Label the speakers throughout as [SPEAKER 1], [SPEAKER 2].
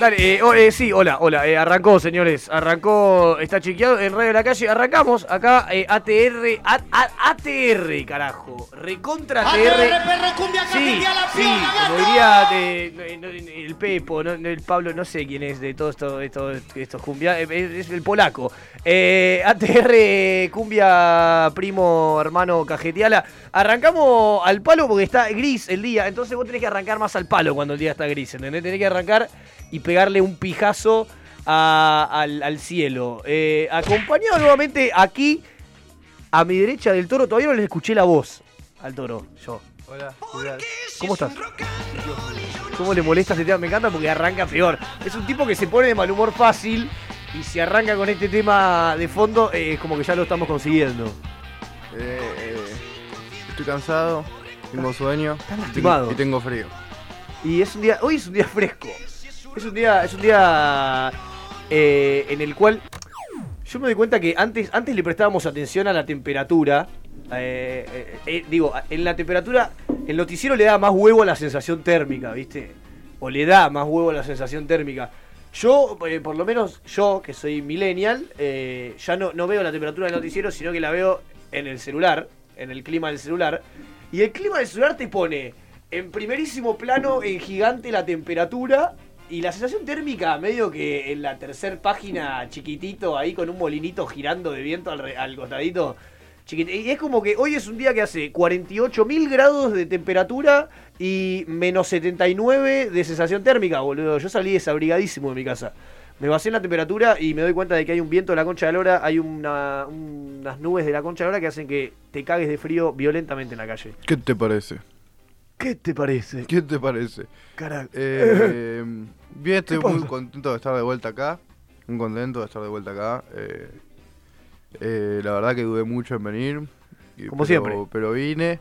[SPEAKER 1] Dale, eh, oh, eh, sí, hola, hola. eh, arrancó, señores. Arrancó, está chequeado en Radio de la Calle. Arrancamos acá, eh, ATR, A- A- ATR, carajo. Recontra ATR.
[SPEAKER 2] perro cumbia
[SPEAKER 1] Sí,
[SPEAKER 2] la
[SPEAKER 1] sí, como diría eh, no, no, el Pepo, no, no, el Pablo, no sé quién es de todos estos esto, estos cumbia, eh, es, es el polaco. Eh, ATR, cumbia, primo, hermano, cajeteala. Arrancamos al palo porque está gris el día, entonces vos tenés que arrancar más al palo cuando el día está gris, ¿entendés? Tenés que arrancar y pegarle un pijazo a- al, al cielo. Eh, acompañado nuevamente aquí, a mi derecha del toro, todavía no le escuché la voz al toro, yo.
[SPEAKER 3] Hola, ¿qué tal?
[SPEAKER 1] ¿Cómo estás? ¿Cómo le molesta este tema? Me encanta porque arranca peor. Es un tipo que se pone de mal humor fácil y si arranca con este tema de fondo, eh, es como que ya lo estamos consiguiendo.
[SPEAKER 3] Eh, eh, estoy cansado, tengo sueño y tengo-
[SPEAKER 1] lastimado.
[SPEAKER 3] y tengo frío.
[SPEAKER 1] Y es un día, hoy es un día fresco. Es un día, es un día eh, en el cual yo me doy cuenta que antes, antes le prestábamos atención a la temperatura. eh, eh, eh, digo, en la temperatura, el noticiero le da más huevo a la sensación térmica, ¿viste? O le da más huevo a la sensación térmica. Yo, eh, por lo menos yo, que soy millennial, eh, ya no, no veo la temperatura del noticiero, sino que la veo en el celular, en el clima del celular. Y el clima del celular te pone en primerísimo plano, en gigante, la temperatura y la sensación térmica, medio que en la tercer página, chiquitito, ahí con un molinito girando de viento al, re- al costadito. Chiquit- Y es como que hoy es un día que hace 48 mil grados de temperatura y menos 79 de sensación térmica, boludo. Yo salí desabrigadísimo de mi casa. Me basé en la temperatura y me doy cuenta de que hay un viento de la concha de la lora, hay una- unas nubes de la concha de la lora que hacen que te cagues de frío violentamente en la calle.
[SPEAKER 3] ¿Qué te parece?
[SPEAKER 1] ¿Qué te parece?
[SPEAKER 3] ¿Qué te parece?
[SPEAKER 1] Carajo.
[SPEAKER 3] Eh, eh, bien, estoy
[SPEAKER 1] ¿Qué
[SPEAKER 3] muy
[SPEAKER 1] pasa?
[SPEAKER 3] contento de estar de vuelta acá. Muy contento de estar de vuelta acá. Eh, eh, la verdad que dudé mucho en venir. y-
[SPEAKER 1] Como
[SPEAKER 3] pero-
[SPEAKER 1] siempre.
[SPEAKER 3] Pero vine.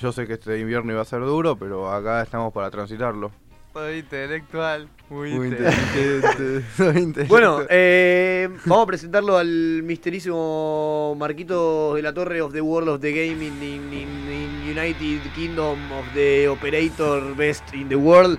[SPEAKER 3] Yo sé que este invierno iba a ser duro, pero acá estamos para transitarlo.
[SPEAKER 4] Soy intelectual, muy,
[SPEAKER 3] Muy
[SPEAKER 4] intelectual.
[SPEAKER 3] inteligente. soy inteligente.
[SPEAKER 1] Bueno, eh, vamos a presentarlo al misterísimo Marquito de la Torre of the World of the Game in, in- in- in United Kingdom of the Operator Best in the World.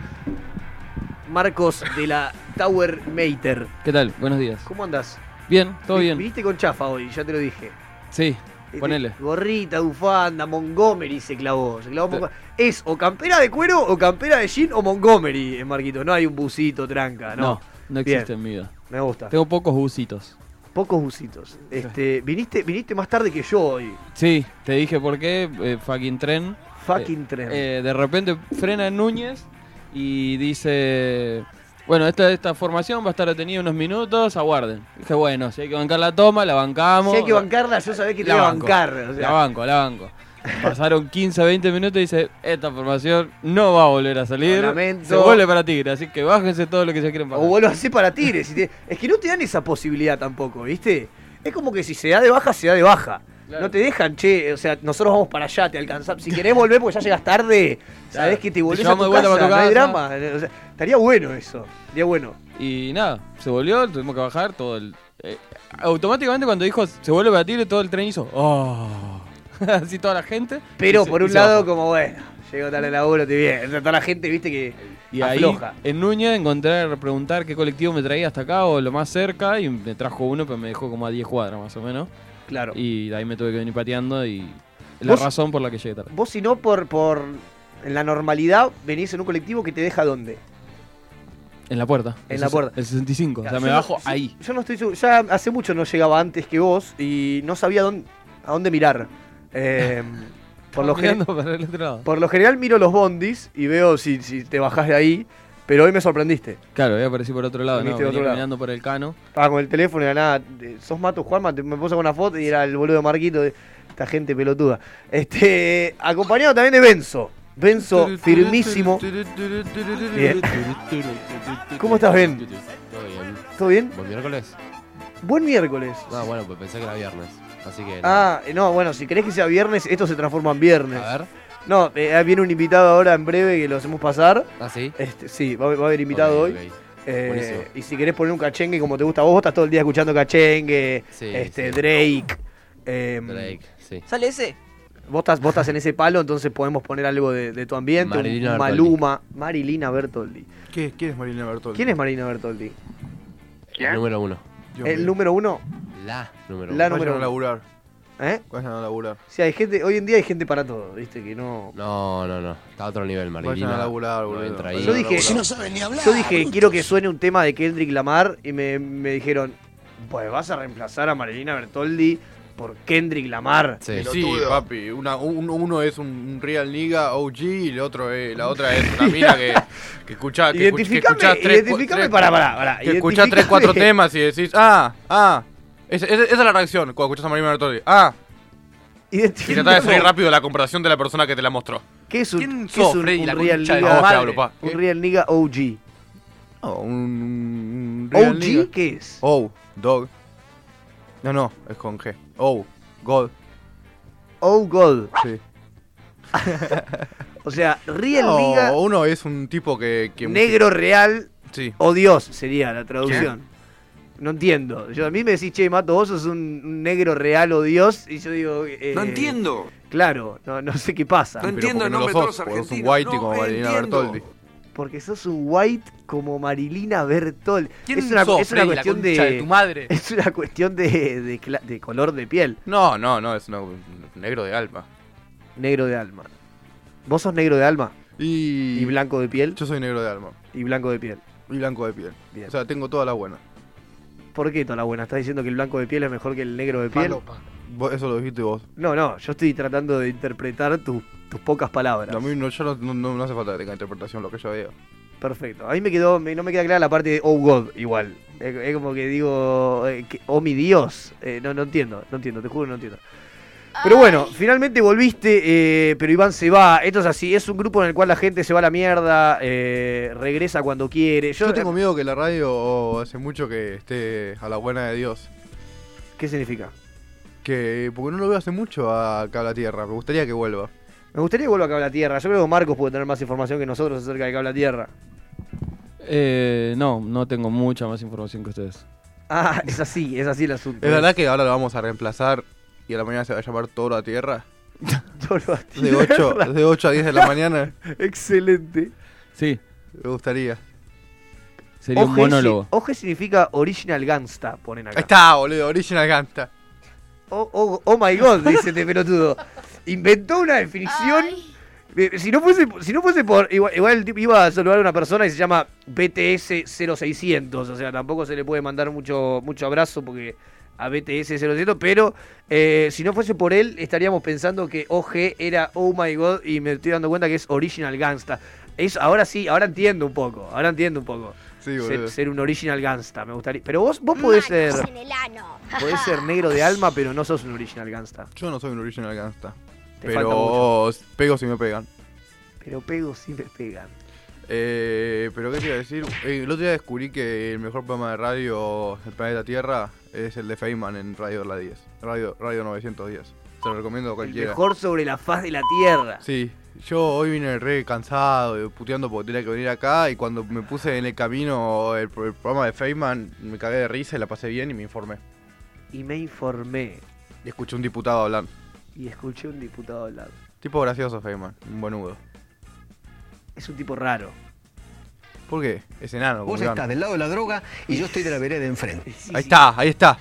[SPEAKER 1] Marcos de la Tower Mater.
[SPEAKER 5] ¿Qué tal? Buenos días.
[SPEAKER 1] ¿Cómo andás?
[SPEAKER 5] Bien, todo
[SPEAKER 1] Vi-
[SPEAKER 5] bien.
[SPEAKER 1] Viniste con chafa hoy, ya te lo dije.
[SPEAKER 5] Sí,
[SPEAKER 1] Este,
[SPEAKER 5] ponele.
[SPEAKER 1] Gorrita, bufanda, Montgomery se clavó. Se clavó
[SPEAKER 5] Te-
[SPEAKER 1] Montgomery. Es o campera de cuero o campera de jean o Montgomery, eh, Marquito. No hay un busito, tranca, ah, no.
[SPEAKER 5] No, no existe en mi vida.
[SPEAKER 1] Me gusta.
[SPEAKER 5] Tengo pocos busitos.
[SPEAKER 1] Pocos busitos. Este, viniste, viniste más tarde que yo hoy.
[SPEAKER 5] Sí, te dije por qué, eh, fucking tren.
[SPEAKER 1] Fucking tren.
[SPEAKER 5] Eh, de repente frena en Núñez y dice, bueno, esta, esta formación va a estar detenida unos minutos, aguarden. Dije, bueno, si hay que bancar la toma, la bancamos.
[SPEAKER 1] si hay que bancarla, yo sabés que te voy a
[SPEAKER 5] banco,
[SPEAKER 1] bancar. o sea.
[SPEAKER 5] La banco, la banco. Pasaron 15, 20 minutos y dice, esta formación no va a volver a salir.
[SPEAKER 1] Lo lamento.
[SPEAKER 5] Se vuelve para Tigre, así que bájense todo lo que se quieren
[SPEAKER 1] o
[SPEAKER 5] bajar.
[SPEAKER 1] vos lo hacés para Tigres. y te- Es que no te dan esa posibilidad tampoco, ¿viste? Es como que si se da de baja, se da de baja.
[SPEAKER 5] Claro.
[SPEAKER 1] No te dejan, che, o sea, nosotros vamos para allá, te alcanzamos. Si querés volver porque ya llegas tarde, sabés que te volvés a
[SPEAKER 5] llevamos
[SPEAKER 1] tu
[SPEAKER 5] de vuelta
[SPEAKER 1] casa,
[SPEAKER 5] para tu
[SPEAKER 1] no hay
[SPEAKER 5] casa.
[SPEAKER 1] drama. O sea, estaría bueno eso, estaría bueno.
[SPEAKER 5] Y nada, se volvió, tuvimos que bajar todo el. eh, automáticamente cuando dijo se vuelve para Tigre, todo el tren hizo. "Oh". Así toda la gente.
[SPEAKER 1] Pero
[SPEAKER 5] y se-
[SPEAKER 1] por
[SPEAKER 5] y
[SPEAKER 1] un
[SPEAKER 5] se
[SPEAKER 1] lado,
[SPEAKER 5] bajó.
[SPEAKER 1] como bueno, llegó tarde el laburo, te bien. Toda la gente, viste, que
[SPEAKER 5] Y ahí
[SPEAKER 1] afloja.
[SPEAKER 5] en Núñez encontrar, preguntar qué colectivo me traía hasta acá o lo más cerca. Y me trajo uno, pero me dejó como a 10 cuadras más o menos.
[SPEAKER 1] Claro.
[SPEAKER 5] Y de ahí me tuve que venir pateando y. es La
[SPEAKER 1] ¿Vos-
[SPEAKER 5] razón por la que llegué tarde.
[SPEAKER 1] Vos si no por, por en la normalidad venís en un colectivo que te deja dónde?
[SPEAKER 5] En la puerta.
[SPEAKER 1] En
[SPEAKER 5] El
[SPEAKER 1] la
[SPEAKER 5] ses-
[SPEAKER 1] puerta.
[SPEAKER 5] El 65. O sea,
[SPEAKER 1] Yo
[SPEAKER 5] me
[SPEAKER 1] no-
[SPEAKER 5] bajo
[SPEAKER 1] yo-
[SPEAKER 5] ahí.
[SPEAKER 1] Yo no estoy seguro, ya hace mucho no llegaba antes que vos y no sabía dónde, a dónde mirar. Eh, por, lo gen-
[SPEAKER 5] Mirando para el otro lado.
[SPEAKER 1] por lo general miro los bondis y veo si, si te bajás de ahí, pero hoy me sorprendiste.
[SPEAKER 5] Claro, ahí aparecí por otro lado. No,
[SPEAKER 1] Viniste de
[SPEAKER 5] venía
[SPEAKER 1] este otro lado.
[SPEAKER 5] caminando por el cano.
[SPEAKER 1] Estaba con el teléfono y de la nada, eh, sos Mato Juanma, Te- me puso una foto y era el boludo Marquito, de esta gente pelotuda. Este, acompañado también de Benzo. Benzo, firmísimo. Bien. ¿Cómo estás, Ben?
[SPEAKER 6] Todo bien.
[SPEAKER 1] ¿Todo bien?
[SPEAKER 6] ¿Buen miércoles?
[SPEAKER 1] Buen miércoles.
[SPEAKER 6] No, bueno, pues pensé que era viernes. Así que.
[SPEAKER 1] eh, Ah, no, bueno, si querés que sea viernes, esto se transforma en viernes.
[SPEAKER 6] A ver.
[SPEAKER 1] No, eh, viene un invitado ahora en breve que lo hacemos pasar.
[SPEAKER 2] ¿Ah, sí?
[SPEAKER 1] Este, sí, va, a- va a haber invitado
[SPEAKER 2] Ok,
[SPEAKER 1] hoy.
[SPEAKER 2] ok.
[SPEAKER 1] Eh,
[SPEAKER 2] buenísimo.
[SPEAKER 1] y si querés poner un cachengue como te gusta a vos, estás todo el día escuchando cachengue,
[SPEAKER 2] Sí,
[SPEAKER 1] este,
[SPEAKER 2] sí.
[SPEAKER 1] Drake. em,
[SPEAKER 2] Drake, sí.
[SPEAKER 6] ¿Sale ese?
[SPEAKER 1] Vos estás, vos estás en ese palo, entonces podemos poner algo de, de tu ambiente. un-
[SPEAKER 2] Marilina
[SPEAKER 1] un
[SPEAKER 2] Bertoldi.
[SPEAKER 1] Maluma, Marilina Bertoldi.
[SPEAKER 3] ¿Qué- ¿Quién es Marilina Bertoldi?
[SPEAKER 1] ¿Quién es Marilina Bertoldi?
[SPEAKER 2] La número uno.
[SPEAKER 3] Dios
[SPEAKER 1] el
[SPEAKER 3] mío.
[SPEAKER 1] número uno.
[SPEAKER 2] La número uno.
[SPEAKER 1] La
[SPEAKER 3] Vayan
[SPEAKER 1] número
[SPEAKER 3] a
[SPEAKER 1] uno.
[SPEAKER 3] laburar.
[SPEAKER 1] ¿eh?
[SPEAKER 3] Vayan a laburar.
[SPEAKER 1] O sea, hay gente, hoy en día hay gente para todo, viste, que no.
[SPEAKER 2] No, no, no. Está a otro nivel, Marilina.
[SPEAKER 3] Vayan a laburar, boludo.
[SPEAKER 2] entra ahí.
[SPEAKER 3] Vayan
[SPEAKER 1] Yo
[SPEAKER 3] a
[SPEAKER 1] dije-
[SPEAKER 3] laburar.
[SPEAKER 1] Yo dije, quiero que suene un tema de Kendrick Lamar y me, me dijeron, pues vas a reemplazar a Marilina Bertoldi por Kendrick Lamar.
[SPEAKER 2] Sí.
[SPEAKER 3] Sí, papi. Una, un- uno es un, un Real Nigga OG y el otro es, la otra es una mina que, que escucha que escuch- que
[SPEAKER 1] Identificame,
[SPEAKER 3] escuchás tres,
[SPEAKER 1] identificame,
[SPEAKER 3] tres-
[SPEAKER 1] pará, pará, pará,
[SPEAKER 3] Que escuchás tres,
[SPEAKER 1] identificame.
[SPEAKER 3] cuatro temas y decís, ah, ah. Esa, esa- esa es la reacción cuando escuchás a Marilina Bertoldi. Ah, y tratás de salir
[SPEAKER 1] Identificame.
[SPEAKER 3] rápido de la comparación de la persona que te la mostró.
[SPEAKER 1] ¿Qué es un,
[SPEAKER 3] ¿Quién
[SPEAKER 1] qué es
[SPEAKER 3] sos,
[SPEAKER 1] un,
[SPEAKER 3] Freddy,
[SPEAKER 1] un
[SPEAKER 3] la
[SPEAKER 1] Real
[SPEAKER 3] concha de la
[SPEAKER 1] Nigga,
[SPEAKER 3] madre? Hablo, pa.
[SPEAKER 1] un
[SPEAKER 3] ¿Qué?
[SPEAKER 1] Real Nigga OG?
[SPEAKER 3] No, un,
[SPEAKER 1] ¿OG qué es?
[SPEAKER 3] Oh, dog. No, no, es con G. Oh, God.
[SPEAKER 1] Oh God.
[SPEAKER 3] Sí.
[SPEAKER 1] O sea, Real
[SPEAKER 3] No,
[SPEAKER 1] Nigga
[SPEAKER 3] uno es un tipo que. que
[SPEAKER 1] Negro Real
[SPEAKER 3] Sí.
[SPEAKER 1] o Dios sería la traducción. No entiendo. Yo, a mí me decís, che, Mato, vos sos un, un negro real o Dios. Y yo digo. eh,
[SPEAKER 7] No entiendo.
[SPEAKER 1] Claro, no, no sé qué pasa.
[SPEAKER 7] No
[SPEAKER 3] Pero
[SPEAKER 7] entiendo
[SPEAKER 3] porque
[SPEAKER 7] el
[SPEAKER 3] no lo
[SPEAKER 7] nombre de todos
[SPEAKER 3] sos,
[SPEAKER 7] los
[SPEAKER 3] porque sos un
[SPEAKER 7] argentinos.
[SPEAKER 3] whitey
[SPEAKER 7] No
[SPEAKER 3] como Marilina
[SPEAKER 7] entiendo.
[SPEAKER 3] Bertoldi.
[SPEAKER 1] Porque sos un white como Marilina Bertol.
[SPEAKER 2] ¿Quién
[SPEAKER 1] es una,
[SPEAKER 2] sos,
[SPEAKER 1] es una
[SPEAKER 2] Freddy, la
[SPEAKER 1] cuestión de.
[SPEAKER 2] concha de tu madre?
[SPEAKER 1] Es una cuestión de, de cla- de color de piel.
[SPEAKER 3] No, no, no, es una- un negro de alma.
[SPEAKER 1] Negro de alma. ¿Vos sos negro de alma?
[SPEAKER 3] Y.
[SPEAKER 1] Y blanco de piel.
[SPEAKER 3] Yo soy negro de alma.
[SPEAKER 1] Y blanco de piel.
[SPEAKER 3] Y blanco de piel.
[SPEAKER 1] Bien.
[SPEAKER 3] O sea, tengo toda la buena.
[SPEAKER 1] ¿Por qué toda la buena? ¿Estás diciendo que el blanco de piel es mejor que el negro de piel?
[SPEAKER 3] Vos- Eso lo dijiste vos.
[SPEAKER 1] No, no, yo estoy tratando de interpretar tu- tus pocas palabras.
[SPEAKER 3] A mí no, yo no, no- no- no hace falta que tenga interpretación lo que yo veo.
[SPEAKER 1] Perfecto. A mí me quedó, me- no me queda clara la parte de Oh God, igual. Es, es como que digo, eh, que- oh mi Dios. Eh, no, no entiendo, no entiendo, te juro, no entiendo. Pero bueno, finalmente volviste, eh, pero Iván se va. Esto es así, es un grupo en el cual la gente se va a la mierda, eh, regresa cuando quiere. Yo, eh,
[SPEAKER 3] Yo tengo miedo que la radio oh, hace mucho que esté a la buena de Dios.
[SPEAKER 1] ¿Qué significa?
[SPEAKER 3] Que. Porque no lo veo hace mucho a Cabla Tierra. Me gustaría que vuelva.
[SPEAKER 1] Me gustaría que vuelva a Cabla Tierra. Yo creo que Marcos puede tener más información que nosotros acerca de Cabla Tierra.
[SPEAKER 5] Eh, no, no tengo mucha más información que ustedes.
[SPEAKER 1] Ah, es así, es así el asunto.
[SPEAKER 3] ¿Es verdad que ahora lo vamos a reemplazar y a la mañana se va a llamar Toro a Tierra?
[SPEAKER 1] Toro a
[SPEAKER 3] De 8,
[SPEAKER 1] tierra.
[SPEAKER 3] de 8 a 10 de la mañana.
[SPEAKER 1] Excelente.
[SPEAKER 5] Sí,
[SPEAKER 3] Me gustaría.
[SPEAKER 5] sería un
[SPEAKER 1] OG si-
[SPEAKER 5] monólogo.
[SPEAKER 1] OG significa Original Gangsta, ponen acá.
[SPEAKER 3] Ahí está, boludo. Original Ganta.
[SPEAKER 1] Oh, oh, oh my god, dice este pelotudo. Inventó una definición. Eh, Si no fuese, si no fuese por. Igual, igual el tipo iba a saludar a una persona y se llama BTS 0600. O sea, tampoco se le puede mandar mucho, mucho abrazo porque a BTS 0600. Pero eh, si no fuese por él, estaríamos pensando que OG era Oh my god. Y me estoy dando cuenta que es Original Gangsta. Es, ahora sí, ahora entiendo un poco. Ahora entiendo un poco.
[SPEAKER 3] Sí,
[SPEAKER 1] ser,
[SPEAKER 3] boludo.
[SPEAKER 1] ser un Original Gangsta, me gustaría. Pero vos, vos podés ser.
[SPEAKER 8] en el ano.
[SPEAKER 1] Podés ser negro de alma, pero no sos un original gangsta.
[SPEAKER 3] Yo no soy un original Ganta.
[SPEAKER 1] Te falta
[SPEAKER 3] Pero
[SPEAKER 1] mucho.
[SPEAKER 3] pego si me pegan.
[SPEAKER 1] Pero pego si me pegan.
[SPEAKER 3] Eh, pero qué te iba a decir, Eh, el otro día descubrí que el mejor programa de radio del planeta Tierra es el de Feynman en Radio de la 10, Radio, radio 910. Se lo recomiendo a
[SPEAKER 1] El
[SPEAKER 3] cualquiera.
[SPEAKER 1] mejor sobre la faz de la tierra.
[SPEAKER 3] Sí, yo hoy vine re cansado, eh, puteando porque tenía que venir acá y cuando me puse en el camino el, pro- el programa de Feynman me cagué de risa y la pasé bien y me informé.
[SPEAKER 1] Y me informé.
[SPEAKER 3] Y escuché un diputado hablar.
[SPEAKER 1] Y escuché a un diputado hablar.
[SPEAKER 3] Tipo gracioso Feynman, un bonudo.
[SPEAKER 1] Es un tipo raro.
[SPEAKER 3] ¿Por qué? Es enano. como
[SPEAKER 9] Vos
[SPEAKER 3] Iván.
[SPEAKER 9] estás del lado de la droga y yo estoy de la vereda de enfrente.
[SPEAKER 1] Sí,
[SPEAKER 3] Ahí
[SPEAKER 1] sí.
[SPEAKER 3] está, ahí está,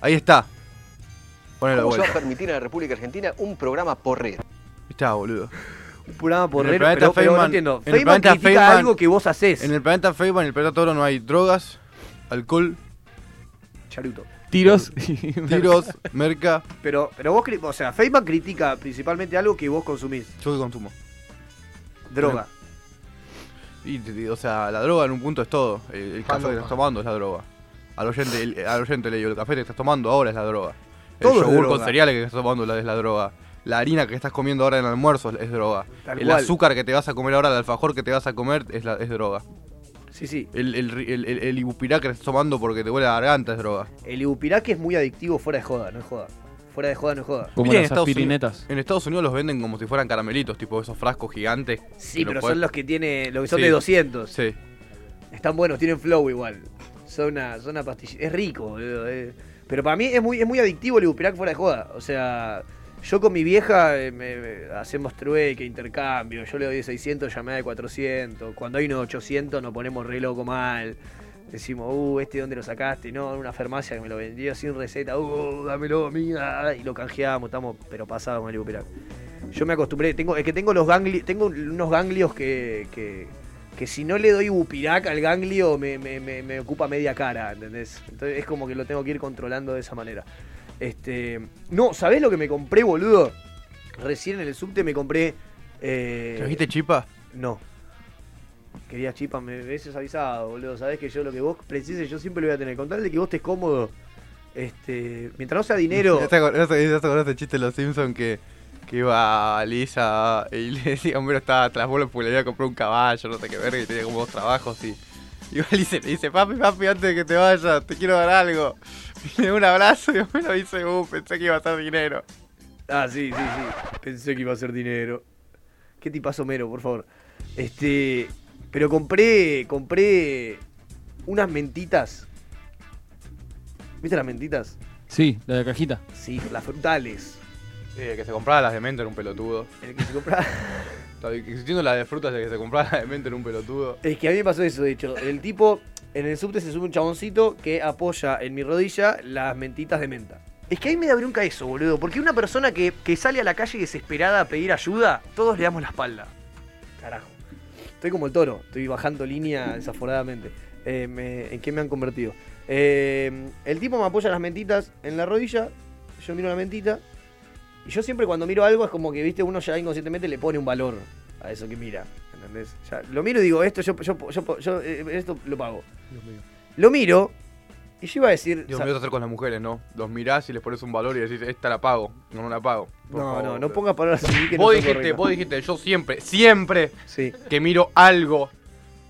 [SPEAKER 3] ahí está. Ponelo de
[SPEAKER 2] ¿Cómo se va a
[SPEAKER 3] vuelta. Ahí
[SPEAKER 2] permitir a la República Argentina un programa por red?
[SPEAKER 3] está, boludo.
[SPEAKER 1] Un programa por
[SPEAKER 3] En el
[SPEAKER 1] pero,
[SPEAKER 3] planeta
[SPEAKER 1] pero no
[SPEAKER 3] Feynman-
[SPEAKER 1] entiendo.
[SPEAKER 3] en el
[SPEAKER 1] Feynman
[SPEAKER 3] planeta
[SPEAKER 1] critica
[SPEAKER 3] Feynman-
[SPEAKER 1] algo que vos haces.
[SPEAKER 3] En el planeta Feiba, en el planeta Toro no hay drogas, alcohol,
[SPEAKER 1] Charuto.
[SPEAKER 5] Tiros y...
[SPEAKER 3] tiros, merca.
[SPEAKER 1] Pero, pero vos, cri- o sea, Feynman critica principalmente algo que vos consumís.
[SPEAKER 3] Yo que consumo.
[SPEAKER 1] Droga.
[SPEAKER 3] Y, y, o sea, la droga en un punto es todo. El, el café que estás tomando es la droga. Al oyente, el- al oyente le digo, el café que estás tomando ahora es la droga. El
[SPEAKER 1] Todo es
[SPEAKER 3] yogur
[SPEAKER 1] droga.
[SPEAKER 3] con cereales que estás tomando la- es la droga. La harina que estás comiendo ahora en el almuerzo es, es droga.
[SPEAKER 1] Tal
[SPEAKER 3] el
[SPEAKER 1] cual.
[SPEAKER 3] azúcar que te vas a comer ahora, el alfajor que te vas a comer es, la, es droga.
[SPEAKER 1] Sí, sí.
[SPEAKER 3] El, el, ri- el, el- el ibupirá que estás tomando porque te huele la garganta es droga.
[SPEAKER 1] El ibupiraque es muy adictivo fuera de joda, no es joda. fuera de joda no es joda.
[SPEAKER 5] Como
[SPEAKER 3] ¿Viste en
[SPEAKER 5] las
[SPEAKER 3] Estados Unidos-
[SPEAKER 5] aspirinetas.
[SPEAKER 3] en Estados Unidos los venden como si fueran caramelitos, tipo esos frascos gigantes.
[SPEAKER 1] Sí,
[SPEAKER 3] que lo
[SPEAKER 1] pero
[SPEAKER 3] podés-
[SPEAKER 1] son los que tiene, los que son
[SPEAKER 3] Sí.
[SPEAKER 1] de 200.
[SPEAKER 3] Sí.
[SPEAKER 1] Están buenos, tienen flow igual. Son una, son una pastilla. Es rico, boludo. eh. Pero para mí es muy, es muy adictivo el Ibupirac fuera de joda. O sea, yo con mi vieja eh, me- me- hacemos trueque, intercambio. Yo le doy de 600, ella me da de 400. Cuando hay unos 800 nos ponemos re loco mal. Decimos, uh, este dónde lo sacaste. No, en una farmacia que me lo vendió sin receta. Uh, dámelo, mira. Y lo canjeamos, estamos, pero pasados con el Ibupirac. Yo me acostumbré, tengo, es que tengo los ganglios, tengo unos ganglios que, que, que si no le doy bupirac al ganglio me, me- me- me ocupa media cara, ¿entendés? Entonces es como que lo tengo que ir controlando de esa manera. Este. No, ¿sabés lo que me compré, boludo? Recién en el subte me compré. eh,
[SPEAKER 3] ¿Trajiste chipa?
[SPEAKER 1] No. Quería chipa, me hubieses avisado, boludo. Sabés que yo lo que vos precises, yo siempre lo voy a tener. Con tal de que vos estés cómodo. Este. Mientras no sea dinero.
[SPEAKER 3] ¿Ya te acordás, ya te acordás del chiste de los Simpsons que, que iba Lisa y le decía, hombre, estaba tras bolas porque le había comprado un caballo, no sé qué verga, y tenía como dos trabajos y... Y va Lisa y le dice, papi, papi, antes de que te vayas, te quiero dar algo. Y le da un abrazo y me lo dice, uh, pensé que iba a estar dinero.
[SPEAKER 1] Ah, sí, sí, sí. Pensé que iba a ser dinero. ¿Qué tipazo mero, por favor? Este. Pero compré. Compré. Unas mentitas. ¿Viste las mentitas?
[SPEAKER 5] Sí, la de cajita.
[SPEAKER 1] Sí, las frutales.
[SPEAKER 3] Sí, el que se compraba las de Mente era un pelotudo.
[SPEAKER 1] El que se compraba.
[SPEAKER 3] Estaba Existiendo las de frutas, el que se compraba las de Mente era un pelotudo.
[SPEAKER 1] Es que a mí me pasó eso, de hecho. El tipo, en el subte se sube un chaboncito que apoya en mi rodilla las mentitas de menta. Es que ahí me da bronca eso, boludo. Porque una persona que, que sale a la calle desesperada a pedir ayuda, todos le damos la espalda. Carajo. Estoy como el toro, estoy bajando línea desaforadamente. Eh, me- ¿En qué me han convertido? Eh, el tipo me apoya las mentitas en la rodilla, yo miro la mentita. Y yo siempre cuando miro algo es como que, viste, uno ya inconscientemente le pone un valor a eso que mira. ¿Entendés? Ya, lo miro y digo, esto yo, yo, yo- yo, eh, esto lo pago. Lo miro y yo iba a decir.
[SPEAKER 3] Dios
[SPEAKER 1] sa-
[SPEAKER 3] mío, te hacer con las mujeres, ¿no? Los mirás y les pones un valor y decís, esta la pago. No, no la pago. Por
[SPEAKER 1] no,
[SPEAKER 3] favor.
[SPEAKER 1] no, no pongas palabras así que no
[SPEAKER 3] Vos
[SPEAKER 1] son
[SPEAKER 3] dijiste,
[SPEAKER 1] correctas.
[SPEAKER 3] vos dijiste, yo siempre, siempre
[SPEAKER 1] Sí.
[SPEAKER 3] que miro algo,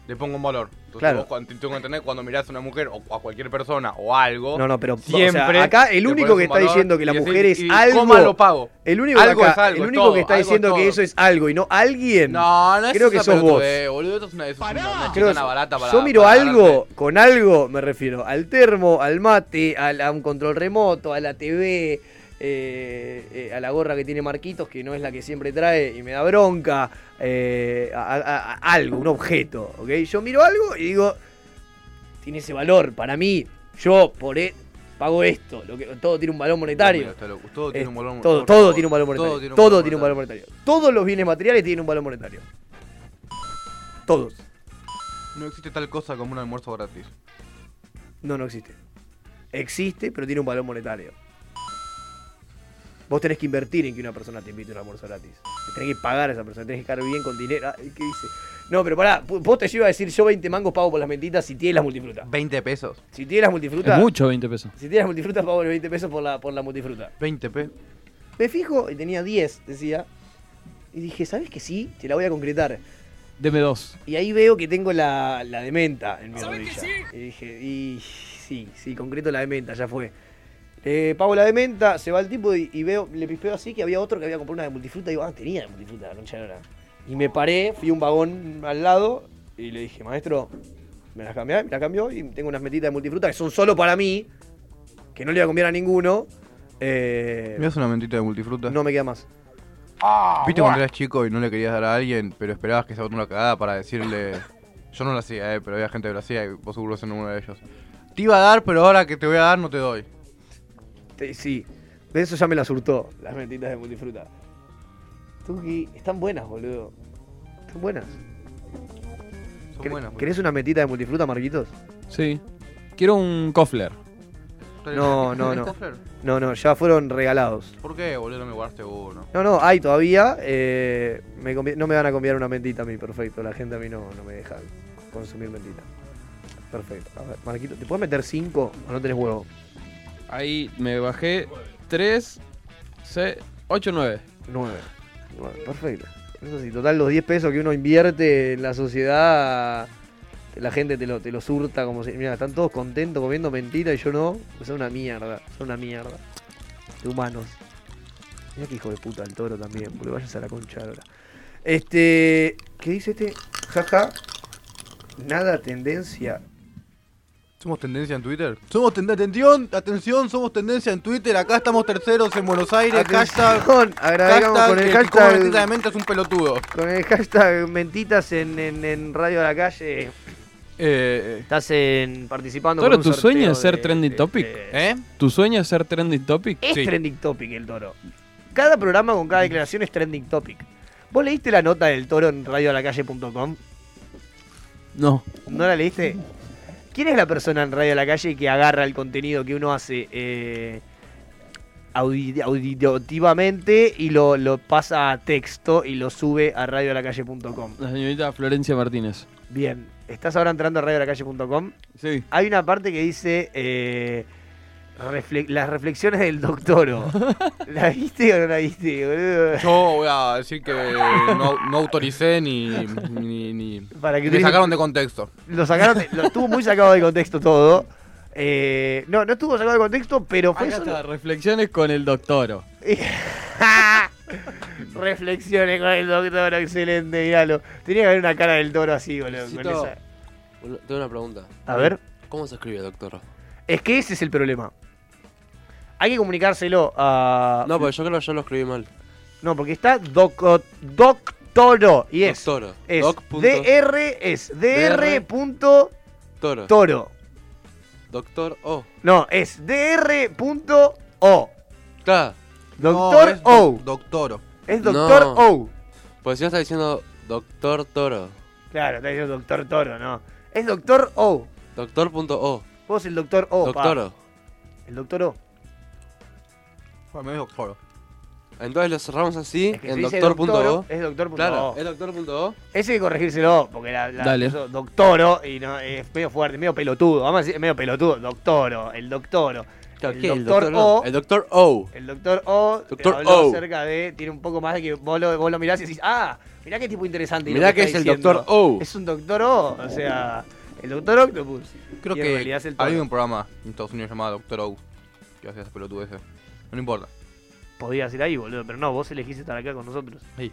[SPEAKER 3] le pongo un valor. Entonces
[SPEAKER 1] Claro.
[SPEAKER 3] vos cuando, tengo que entender cuando mirás a una mujer o a cualquier persona o algo.
[SPEAKER 1] No, no, pero o sea,
[SPEAKER 3] siempre.
[SPEAKER 1] acá el
[SPEAKER 3] le pones
[SPEAKER 1] único que
[SPEAKER 3] un
[SPEAKER 1] está
[SPEAKER 3] valor
[SPEAKER 1] diciendo que la
[SPEAKER 3] y decís,
[SPEAKER 1] mujer es
[SPEAKER 3] y
[SPEAKER 1] algo-
[SPEAKER 3] coma lo pago.
[SPEAKER 1] El único,
[SPEAKER 3] Algo
[SPEAKER 1] acá-
[SPEAKER 3] es algo,
[SPEAKER 1] el
[SPEAKER 3] es
[SPEAKER 1] único
[SPEAKER 3] todo,
[SPEAKER 1] que está
[SPEAKER 3] algo es
[SPEAKER 1] diciendo que
[SPEAKER 3] todo.
[SPEAKER 1] eso es algo y no alguien.
[SPEAKER 3] No, no es
[SPEAKER 1] Creo que
[SPEAKER 3] esa
[SPEAKER 1] sos vos.
[SPEAKER 3] pelotudez, boludo, eso es una, eso es una- una
[SPEAKER 1] Creo que
[SPEAKER 3] chicana barata para.
[SPEAKER 1] yo miro
[SPEAKER 3] para
[SPEAKER 1] algo,
[SPEAKER 3] ganarte.
[SPEAKER 1] con algo me refiero al termo, al mate, al- a, un control remoto, a la TV, eh, eh, a la gorra que tiene Marquitos, que no es la que siempre trae y me da bronca, eh, a, a- a- algo, un objeto, ¿ok? Yo miro algo y digo, tiene ese valor para mí, yo por e- pago esto, lo que, todo tiene un valor monetario.
[SPEAKER 3] Está loco, Todo tiene un
[SPEAKER 1] Eh,
[SPEAKER 3] valor
[SPEAKER 1] todo, todo tiene un valor monetario. Todo, tiene un valor monetario. Todos los bienes materiales tienen un valor monetario. Todos.
[SPEAKER 3] No existe tal cosa como un almuerzo gratis.
[SPEAKER 1] No, no existe. Existe, pero tiene un valor monetario. Vos tenés que invertir en que una persona te invite a un almuerzo gratis. Le tenés que pagar a esa persona, tenés que estar bien con dinero. Ay, ¿Qué dice? No, pero pará, pu- vos te yo iba a decir yo 20 mangos pago por las mentitas si tienes las multifrutas.
[SPEAKER 3] 20 pesos.
[SPEAKER 1] Si tienes las
[SPEAKER 5] Es
[SPEAKER 1] multifrutas.
[SPEAKER 5] mucho 20 pesos.
[SPEAKER 1] Si tienes las multifrutas pago los 20 pesos por la, por la multifruta.
[SPEAKER 3] 20 pesos.
[SPEAKER 1] Me fijo y tenía 10, decía. Y dije, ¿sabes que sí? Te la voy a concretar.
[SPEAKER 5] Deme dos.
[SPEAKER 1] Y ahí veo que tengo la, la de menta en mi rodilla. Y dije, y sí, sí, concreto la de menta, ya fue. Le pago la de menta, se va el tipo y, y veo, le pispeo así que había otro que había comprado una de multifruta. Y digo, ah, tenía de multifruta, la concha de la lora. Y me paré, fui a un vagón al lado y le dije, maestro, me las cambió, me las cambió y tengo unas metitas de multifruta que son solo para mí, que no le voy a comer a ninguno. Eh,
[SPEAKER 3] Mirás una mentita de multifruta.
[SPEAKER 1] no me queda más.
[SPEAKER 3] ¿Viste cuando eras chico y no le querías dar a alguien, pero esperabas que se haga una cagada para decirle. Yo no lo hacía, eh, pero había gente que lo hacía y vos seguro en uno de ellos. Te iba a dar, pero ahora que te voy a dar no te doy.
[SPEAKER 1] Te- Sí, de eso ya me las hurtó, las mentitas de multifruta. Tuki, están buenas, boludo. Están buenas.
[SPEAKER 3] Son
[SPEAKER 1] ¿Querés-
[SPEAKER 3] buenas,
[SPEAKER 1] ¿Querés una mentita de multifruta, Marquitos?
[SPEAKER 5] Sí. Quiero un cofler.
[SPEAKER 1] No, no, no. No, no, ya fueron regalados.
[SPEAKER 3] ¿Por qué, boludo? No me guardaste uno.
[SPEAKER 1] No, no, hay todavía. eh, me convi- no me van a convidar una mentita a mí, perfecto. La gente a mí no, no me deja consumir mentita. Perfecto. A ver, Marquitos, ¿te puedes meter 5 o no tenés huevo?
[SPEAKER 5] Ahí me bajé 3, 6, 8, 9.
[SPEAKER 1] 9. perfecto. Eso sí, total, los 10 pesos que uno invierte en la sociedad, la gente te lo, te lo surta como si. Mira, están todos contentos comiendo mentira y yo no. Pues es una mierda, es una mierda. de humanos. Mira que hijo de puta el toro también, boludo. Vayas a la concha ahora. Este. ¿Qué dice este? Jaja. Nada tendencia.
[SPEAKER 3] ¿Somos tendencia en Twitter? Somos tendencia, atención, atención, somos tendencia en Twitter. Acá estamos terceros en Buenos Aires. Hashtag,
[SPEAKER 1] Atención, agregamos
[SPEAKER 3] hashtag
[SPEAKER 1] con el
[SPEAKER 3] que come
[SPEAKER 1] hashtag.
[SPEAKER 3] mentita de menta es un pelotudo.
[SPEAKER 1] Con el hashtag mentitas en, en, en Radio a la Calle.
[SPEAKER 3] Eh,
[SPEAKER 1] Estás en, participando
[SPEAKER 5] Toro,
[SPEAKER 1] con un
[SPEAKER 5] ¿tu
[SPEAKER 1] sorteo
[SPEAKER 5] sueño es ser
[SPEAKER 1] de-
[SPEAKER 5] trending
[SPEAKER 1] de-
[SPEAKER 5] topic?
[SPEAKER 1] de-
[SPEAKER 3] ¿Eh?
[SPEAKER 5] ¿Tu sueño es ser trending topic?
[SPEAKER 1] Es
[SPEAKER 3] Sí.
[SPEAKER 1] trending topic el toro. Cada programa con cada declaración es trending topic. ¿Vos leíste la nota del toro en radioalacalle.com?
[SPEAKER 5] No.
[SPEAKER 1] ¿No la leíste? ¿Quién es la persona en Radio a la Calle que agarra el contenido que uno hace eh, audi- auditivamente y lo, lo pasa a texto y lo sube a radioalacalle.com?
[SPEAKER 5] La señorita Florencia Martínez.
[SPEAKER 1] Bien, estás ahora entrando a radioalacalle.com.
[SPEAKER 5] Sí.
[SPEAKER 1] Hay una parte que dice eh, refle- las reflexiones del doctoro. ¿La viste o no la viste, boludo?
[SPEAKER 3] yo voy a decir que no, no autoricé ni, ni, ni-
[SPEAKER 1] Para que
[SPEAKER 3] me
[SPEAKER 1] tenés-
[SPEAKER 3] sacaron de contexto.
[SPEAKER 1] lo sacaron, de- lo estuvo muy sacado de contexto todo. Eh, no, no estuvo sacado de contexto, pero fue
[SPEAKER 5] Acá
[SPEAKER 1] solo-
[SPEAKER 5] está, reflexiones con el doctoro.
[SPEAKER 1] Reflexiones con el doctor, excelente, miralo. Tenía que haber una cara del toro así, boludo. con
[SPEAKER 2] Necesito-
[SPEAKER 1] esa-
[SPEAKER 2] Una- Tengo una pregunta.
[SPEAKER 1] A ver,
[SPEAKER 2] ¿Cómo se escribe, doctor?
[SPEAKER 1] es que ese es el problema. Hay que comunicárselo a.
[SPEAKER 2] No, porque yo creo que yo lo escribí mal.
[SPEAKER 1] No, porque está doco- doctoro. Y es.
[SPEAKER 2] Doctoro.
[SPEAKER 1] Es
[SPEAKER 2] Doc.
[SPEAKER 1] DR es
[SPEAKER 2] DR.
[SPEAKER 1] dr.toro.
[SPEAKER 2] Toro. Doctor O.
[SPEAKER 1] No, es dr.o.
[SPEAKER 2] Claro.
[SPEAKER 3] No,
[SPEAKER 1] Doctor
[SPEAKER 3] es
[SPEAKER 1] O.
[SPEAKER 3] doc- Doctoro.
[SPEAKER 1] Es doctor
[SPEAKER 2] No.
[SPEAKER 1] O.
[SPEAKER 2] Pues yo estaba diciendo Doctor Toro.
[SPEAKER 1] Claro, está diciendo doctor Toro, no. Es doctor O.
[SPEAKER 2] Doctor.o.
[SPEAKER 1] Vos el doctor O. pa.
[SPEAKER 2] Doctoro.
[SPEAKER 1] El doctor O.
[SPEAKER 3] Para mí es doctoro.
[SPEAKER 2] Entonces lo cerramos así
[SPEAKER 1] Es que si
[SPEAKER 2] en
[SPEAKER 1] dice
[SPEAKER 2] doctor.o.
[SPEAKER 1] doctoro, Es doctor.o.
[SPEAKER 2] Claro, es doctor.o.
[SPEAKER 1] Ese hay que corregírselo, porque la, la
[SPEAKER 5] Dale.
[SPEAKER 1] puso doctoro y no, es medio fuerte, medio pelotudo. Vamos a decir, medio pelotudo. Doctoro, el doctoro.
[SPEAKER 2] Claro,
[SPEAKER 1] El
[SPEAKER 2] ¿qué? El
[SPEAKER 1] doctor
[SPEAKER 2] doctor O.
[SPEAKER 1] O.
[SPEAKER 2] El doctor O.
[SPEAKER 1] El doctor O eh,
[SPEAKER 2] Doctor
[SPEAKER 1] habló
[SPEAKER 2] O.
[SPEAKER 1] acerca de. Tiene un poco más de que vos lo, vos lo mirás y decís, ah, mirá qué tipo interesante. y lo
[SPEAKER 2] Mirá que es
[SPEAKER 1] está
[SPEAKER 2] el
[SPEAKER 1] diciendo.
[SPEAKER 2] doctor O.
[SPEAKER 1] Es un doctor O, o sea, el doctor Octopus.
[SPEAKER 3] Creo
[SPEAKER 1] Y en realidad es
[SPEAKER 3] que
[SPEAKER 1] el toro.
[SPEAKER 3] había un programa en Estados Unidos llamado Doctor O. Que hacía esa pelotudeces. No importa.
[SPEAKER 1] Podías ir ahí, boludo, pero no, vos elegís estar acá con nosotros.
[SPEAKER 3] Sí.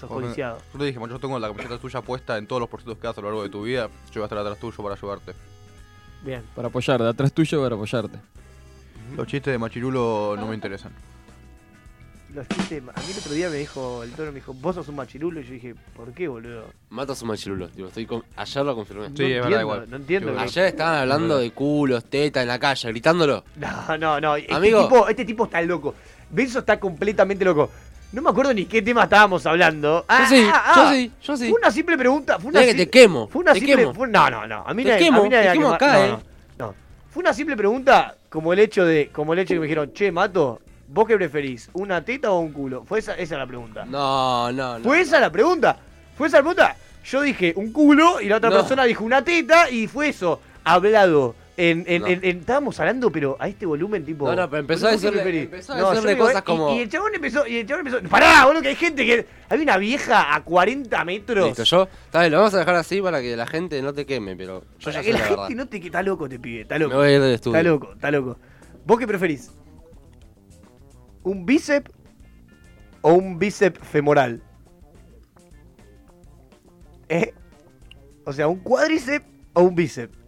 [SPEAKER 1] Sos
[SPEAKER 3] Vos me-
[SPEAKER 1] codiciado.
[SPEAKER 3] Yo te dije, man, yo tengo la camiseta tuya puesta en todos los proyectos que hagas a lo largo de tu vida. Yo voy a estar atrás tuyo para ayudarte.
[SPEAKER 1] Bien.
[SPEAKER 5] Para apoyarte, atrás tuyo para apoyarte.
[SPEAKER 3] Los chistes de Machirulo no me interesan.
[SPEAKER 1] Los chistes- a mí el otro día me dijo, el toro me dijo, vos sos un machirulo, y yo dije, ¿por qué, boludo?
[SPEAKER 2] Mata a su machirulo. Digo, estoy con- Ayer lo confirmé.
[SPEAKER 3] Sí, es verdad,
[SPEAKER 1] entiendo,
[SPEAKER 3] igual.
[SPEAKER 1] No entiendo.
[SPEAKER 3] Sí,
[SPEAKER 1] que-
[SPEAKER 2] Ayer estaban hablando de culos, teta en la calle, gritándolo.
[SPEAKER 1] No, no, no. Este,
[SPEAKER 2] Amigo.
[SPEAKER 1] Tipo, este tipo está loco. Benzo está completamente loco. No me acuerdo ni qué tema estábamos hablando. Ah,
[SPEAKER 2] yo sí,
[SPEAKER 1] ah, ah.
[SPEAKER 2] yo sí, yo sí.
[SPEAKER 1] Fue una simple pregunta. Fue una
[SPEAKER 2] Mirá que
[SPEAKER 1] simple-
[SPEAKER 2] te quemo,
[SPEAKER 1] Fue una
[SPEAKER 2] te
[SPEAKER 1] simple.
[SPEAKER 2] quemo.
[SPEAKER 1] fue- no, no, no. A mí
[SPEAKER 2] Te
[SPEAKER 1] nadie-
[SPEAKER 2] quemo,
[SPEAKER 1] a mí nadie
[SPEAKER 2] te
[SPEAKER 1] me
[SPEAKER 2] quemo
[SPEAKER 1] quema-
[SPEAKER 2] acá,
[SPEAKER 1] no,
[SPEAKER 2] eh.
[SPEAKER 1] no, no. Fue una simple pregunta, como el hecho de, como el hecho que me dijeron, che, mato, ¿vos qué preferís? ¿Una teta o un culo? Fue esa, esa la pregunta.
[SPEAKER 2] No, no, no.
[SPEAKER 1] Fue esa la pregunta. Fue esa la pregunta. Yo dije un culo y la otra
[SPEAKER 2] No.
[SPEAKER 1] persona dijo una teta y fue eso. Hablado. En, en-
[SPEAKER 2] No.
[SPEAKER 1] en- en- estábamos hablando, pero a este volumen tipo.
[SPEAKER 2] No, no, pero empezó
[SPEAKER 1] ¿Vos
[SPEAKER 2] a
[SPEAKER 1] qué
[SPEAKER 2] decirle-
[SPEAKER 1] preferís?
[SPEAKER 2] empezó a
[SPEAKER 1] yo
[SPEAKER 2] decirle
[SPEAKER 1] digo,
[SPEAKER 2] cosas
[SPEAKER 1] eh, y-
[SPEAKER 2] como-
[SPEAKER 1] Y, el chabón empezó, y el chabón empezó. Pará, boludo, que hay gente que. Hay una vieja a 40 metros.
[SPEAKER 2] Listo, yo. Está bien, lo vamos a dejar así para que la gente no te queme, pero yo
[SPEAKER 1] para
[SPEAKER 2] ya
[SPEAKER 1] que
[SPEAKER 2] sé
[SPEAKER 1] la
[SPEAKER 2] la
[SPEAKER 1] gente
[SPEAKER 2] verdad.
[SPEAKER 1] no te. que Está loco, te pide. Está
[SPEAKER 2] Me
[SPEAKER 1] loco.
[SPEAKER 2] voy a
[SPEAKER 5] Eh,
[SPEAKER 2] ir del
[SPEAKER 1] Está
[SPEAKER 2] estudio.
[SPEAKER 1] loco, está loco. ¿Vos qué preferís? ¿Un bíceps o un bíceps femoral? ¿Eh? O sea, ¿un cuádriceps o un bíceps?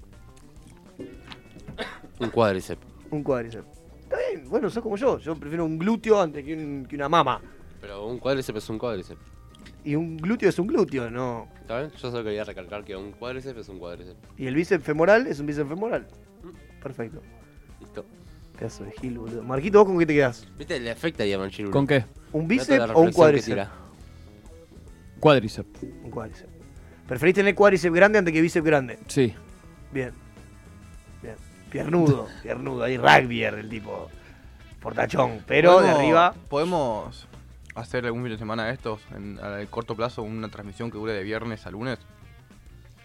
[SPEAKER 2] Un cuádriceps.
[SPEAKER 1] Un cuádriceps. Está bien, bueno, sos como yo. Yo prefiero un glúteo antes que, un- que una mama.
[SPEAKER 2] Pero un cuádriceps es un cuádriceps.
[SPEAKER 1] Y un glúteo es un glúteo, ¿no?
[SPEAKER 2] ¿Está bien? Yo solo quería recalcar que un cuádriceps es un cuádriceps.
[SPEAKER 1] Y el bíceps femoral es un bíceps femoral. Perfecto.
[SPEAKER 2] Listo.
[SPEAKER 1] Pedazo de gil, boludo. Marquito, ¿vos con qué te quedás?
[SPEAKER 2] ¿Viste? Le afecta ahí a Manchirulo.
[SPEAKER 5] ¿Con qué?
[SPEAKER 2] Nota
[SPEAKER 1] ¿Un
[SPEAKER 2] la
[SPEAKER 1] bíceps o
[SPEAKER 2] reflexión
[SPEAKER 1] un
[SPEAKER 2] que
[SPEAKER 1] cuádriceps?
[SPEAKER 2] tira.
[SPEAKER 5] Cuádriceps.
[SPEAKER 1] Un cuádriceps. ¿Preferís tener cuádriceps grande antes que bíceps grande?
[SPEAKER 5] Sí.
[SPEAKER 1] Bien. Bien. Piernudo, piernudo. Ahí rugbyer el tipo. Portachón. Pero de
[SPEAKER 3] ¿Podemos-
[SPEAKER 1] arriba.
[SPEAKER 3] ¿Podemos hacer algún fin de semana de estos? En, a corto plazo, una transmisión que dure de viernes a lunes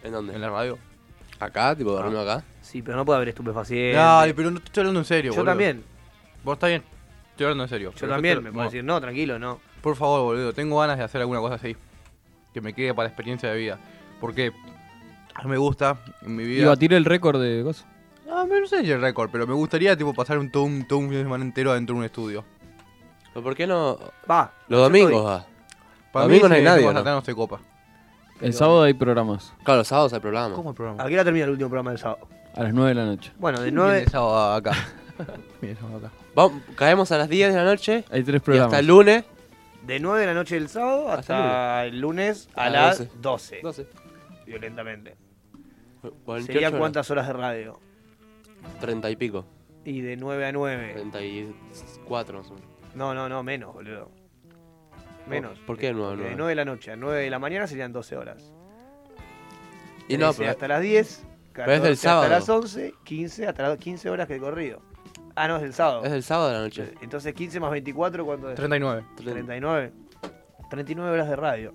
[SPEAKER 2] ¿En dónde?
[SPEAKER 3] en la radio. Ah.
[SPEAKER 2] Acá, tipo, dormimos acá.
[SPEAKER 1] Sí, pero no puede haber estupefacientes.
[SPEAKER 3] Dale, pero no te estoy hablando en serio,
[SPEAKER 1] yo
[SPEAKER 3] boludo.
[SPEAKER 1] también.
[SPEAKER 3] Vos está bien. Estoy hablando en serio.
[SPEAKER 1] Yo
[SPEAKER 3] Pero
[SPEAKER 1] también.
[SPEAKER 3] estoy-
[SPEAKER 1] Me
[SPEAKER 3] no,
[SPEAKER 1] puedo decir, no, tranquilo, no.
[SPEAKER 3] Por favor, boludo, tengo ganas de hacer alguna cosa así. Que me quede para experiencia de vida. Porque a mí me gusta en mi
[SPEAKER 5] Y
[SPEAKER 3] vida.
[SPEAKER 5] batir el récord de cosas.
[SPEAKER 3] Ah, No, no sé si es récord, pero me gustaría tipo pasar un, todo, un, todo un fin de semana entero adentro de un estudio.
[SPEAKER 2] ¿Pero ¿Por qué no?
[SPEAKER 1] Va.
[SPEAKER 2] Los
[SPEAKER 1] yo
[SPEAKER 2] domingos
[SPEAKER 1] estoy.
[SPEAKER 2] va. Domingo no hay
[SPEAKER 3] si
[SPEAKER 2] nadie,
[SPEAKER 3] Juan
[SPEAKER 2] ¿no?
[SPEAKER 3] Satán no se copa.
[SPEAKER 5] El sábado hay programas.
[SPEAKER 2] Claro, los sábados hay programa.
[SPEAKER 3] ¿Cómo el programa?
[SPEAKER 1] ¿A qué hora termina el último programa del sábado?
[SPEAKER 5] A las 9 de la noche.
[SPEAKER 1] Bueno, de
[SPEAKER 3] Viene
[SPEAKER 1] 9.
[SPEAKER 3] el sábado acá. Viene el sábado acá.
[SPEAKER 2] Vamos- caemos a las 10 de la noche
[SPEAKER 5] Hay tres
[SPEAKER 2] y hasta
[SPEAKER 5] programas.
[SPEAKER 2] el lunes.
[SPEAKER 1] De 9 de la noche del sábado
[SPEAKER 2] Hasta
[SPEAKER 1] hasta el lunes a
[SPEAKER 2] A
[SPEAKER 1] las
[SPEAKER 2] las
[SPEAKER 1] 12.
[SPEAKER 2] 12.
[SPEAKER 1] Violentamente.
[SPEAKER 2] 48
[SPEAKER 1] ¿Serían
[SPEAKER 2] horas.
[SPEAKER 1] cuántas horas de radio?
[SPEAKER 2] 30 y pico.
[SPEAKER 1] Y de 9 a 9.
[SPEAKER 2] 34 más o menos.
[SPEAKER 1] No, no, no, menos, boludo. Menos.
[SPEAKER 2] ¿Por qué no?
[SPEAKER 1] Porque De
[SPEAKER 2] no?
[SPEAKER 1] 9 de la noche a 9 de la mañana serían 12 horas.
[SPEAKER 2] Y no,
[SPEAKER 1] 13
[SPEAKER 2] pero
[SPEAKER 1] hasta las 10,
[SPEAKER 2] es del
[SPEAKER 1] 14 hasta
[SPEAKER 2] sábado.
[SPEAKER 1] las 11, 15 hasta las 15 horas que he corrido. Ah, no, es del sábado.
[SPEAKER 2] es del sábado de la noche.
[SPEAKER 1] Entonces 15 más 24, ¿cuánto es?
[SPEAKER 3] 39.
[SPEAKER 1] 39. 39 horas de radio.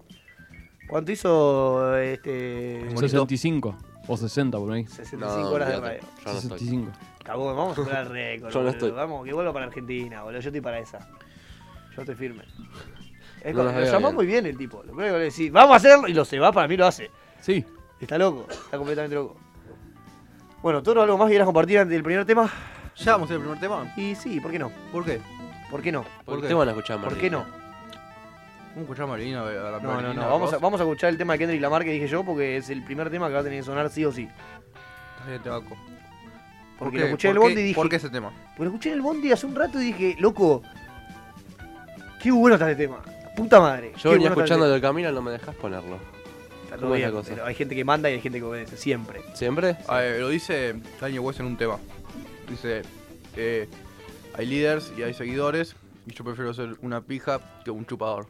[SPEAKER 1] ¿Cuánto hizo este...
[SPEAKER 5] 65 o 60 por ahí.
[SPEAKER 1] 65 horas de radio.
[SPEAKER 2] Yo no estoy.
[SPEAKER 5] 65.
[SPEAKER 1] Cagón, vamos a jugar al récord.
[SPEAKER 2] Yo no
[SPEAKER 1] boludo.
[SPEAKER 2] estoy.
[SPEAKER 1] Vamos, que vuelva para Argentina, boludo. Yo estoy para esa. Yo estoy firme. Es
[SPEAKER 2] No
[SPEAKER 1] como-
[SPEAKER 2] las
[SPEAKER 1] lo
[SPEAKER 2] veo
[SPEAKER 1] llamó
[SPEAKER 2] bien.
[SPEAKER 1] muy bien el tipo. Lo primero que le decís, vamos a hacerlo. Y lo se va, para mí lo hace.
[SPEAKER 5] Sí.
[SPEAKER 1] Está loco, está completamente loco. Bueno, Toro, ¿algo más que quieras compartir antes del primer tema?
[SPEAKER 3] Ya vamos al primer tema.
[SPEAKER 1] Y sí, ¿por qué no?
[SPEAKER 3] ¿Por qué?
[SPEAKER 1] ¿Por qué no?
[SPEAKER 2] ¿Por
[SPEAKER 3] ¿Por
[SPEAKER 2] qué
[SPEAKER 3] qué?
[SPEAKER 2] te van a escuchar
[SPEAKER 1] ¿Por qué no?
[SPEAKER 3] Vamos a escuchar a Marina. A la
[SPEAKER 1] No, no, no. Vamos a, vamos a escuchar el tema de Kendrick Lamar que dije yo porque es el primer tema que va a tener que sonar sí o sí.
[SPEAKER 3] tabaco.
[SPEAKER 1] Porque
[SPEAKER 3] qué?
[SPEAKER 1] lo escuché en el
[SPEAKER 3] ¿Por qué?
[SPEAKER 1] bondi y dije.
[SPEAKER 3] ¿Por qué ese tema?
[SPEAKER 1] Porque lo escuché en el bondi hace un rato y dije, loco, qué bueno está este tema. Puta madre.
[SPEAKER 2] Yo
[SPEAKER 1] qué
[SPEAKER 2] venía
[SPEAKER 1] bueno está
[SPEAKER 2] escuchando
[SPEAKER 1] este
[SPEAKER 2] el camino, no me dejas ponerlo.
[SPEAKER 1] tema. Está todo
[SPEAKER 2] ¿Cómo es la
[SPEAKER 1] bien,
[SPEAKER 2] cosa?
[SPEAKER 1] pero hay gente que manda y hay gente que obedece, siempre.
[SPEAKER 2] ¿Siempre?
[SPEAKER 3] A ver, Ah, eh, lo dice Kanye West en un tema. Dice, eh, hay líderes y hay seguidores, y yo prefiero ser una pija que un chupador.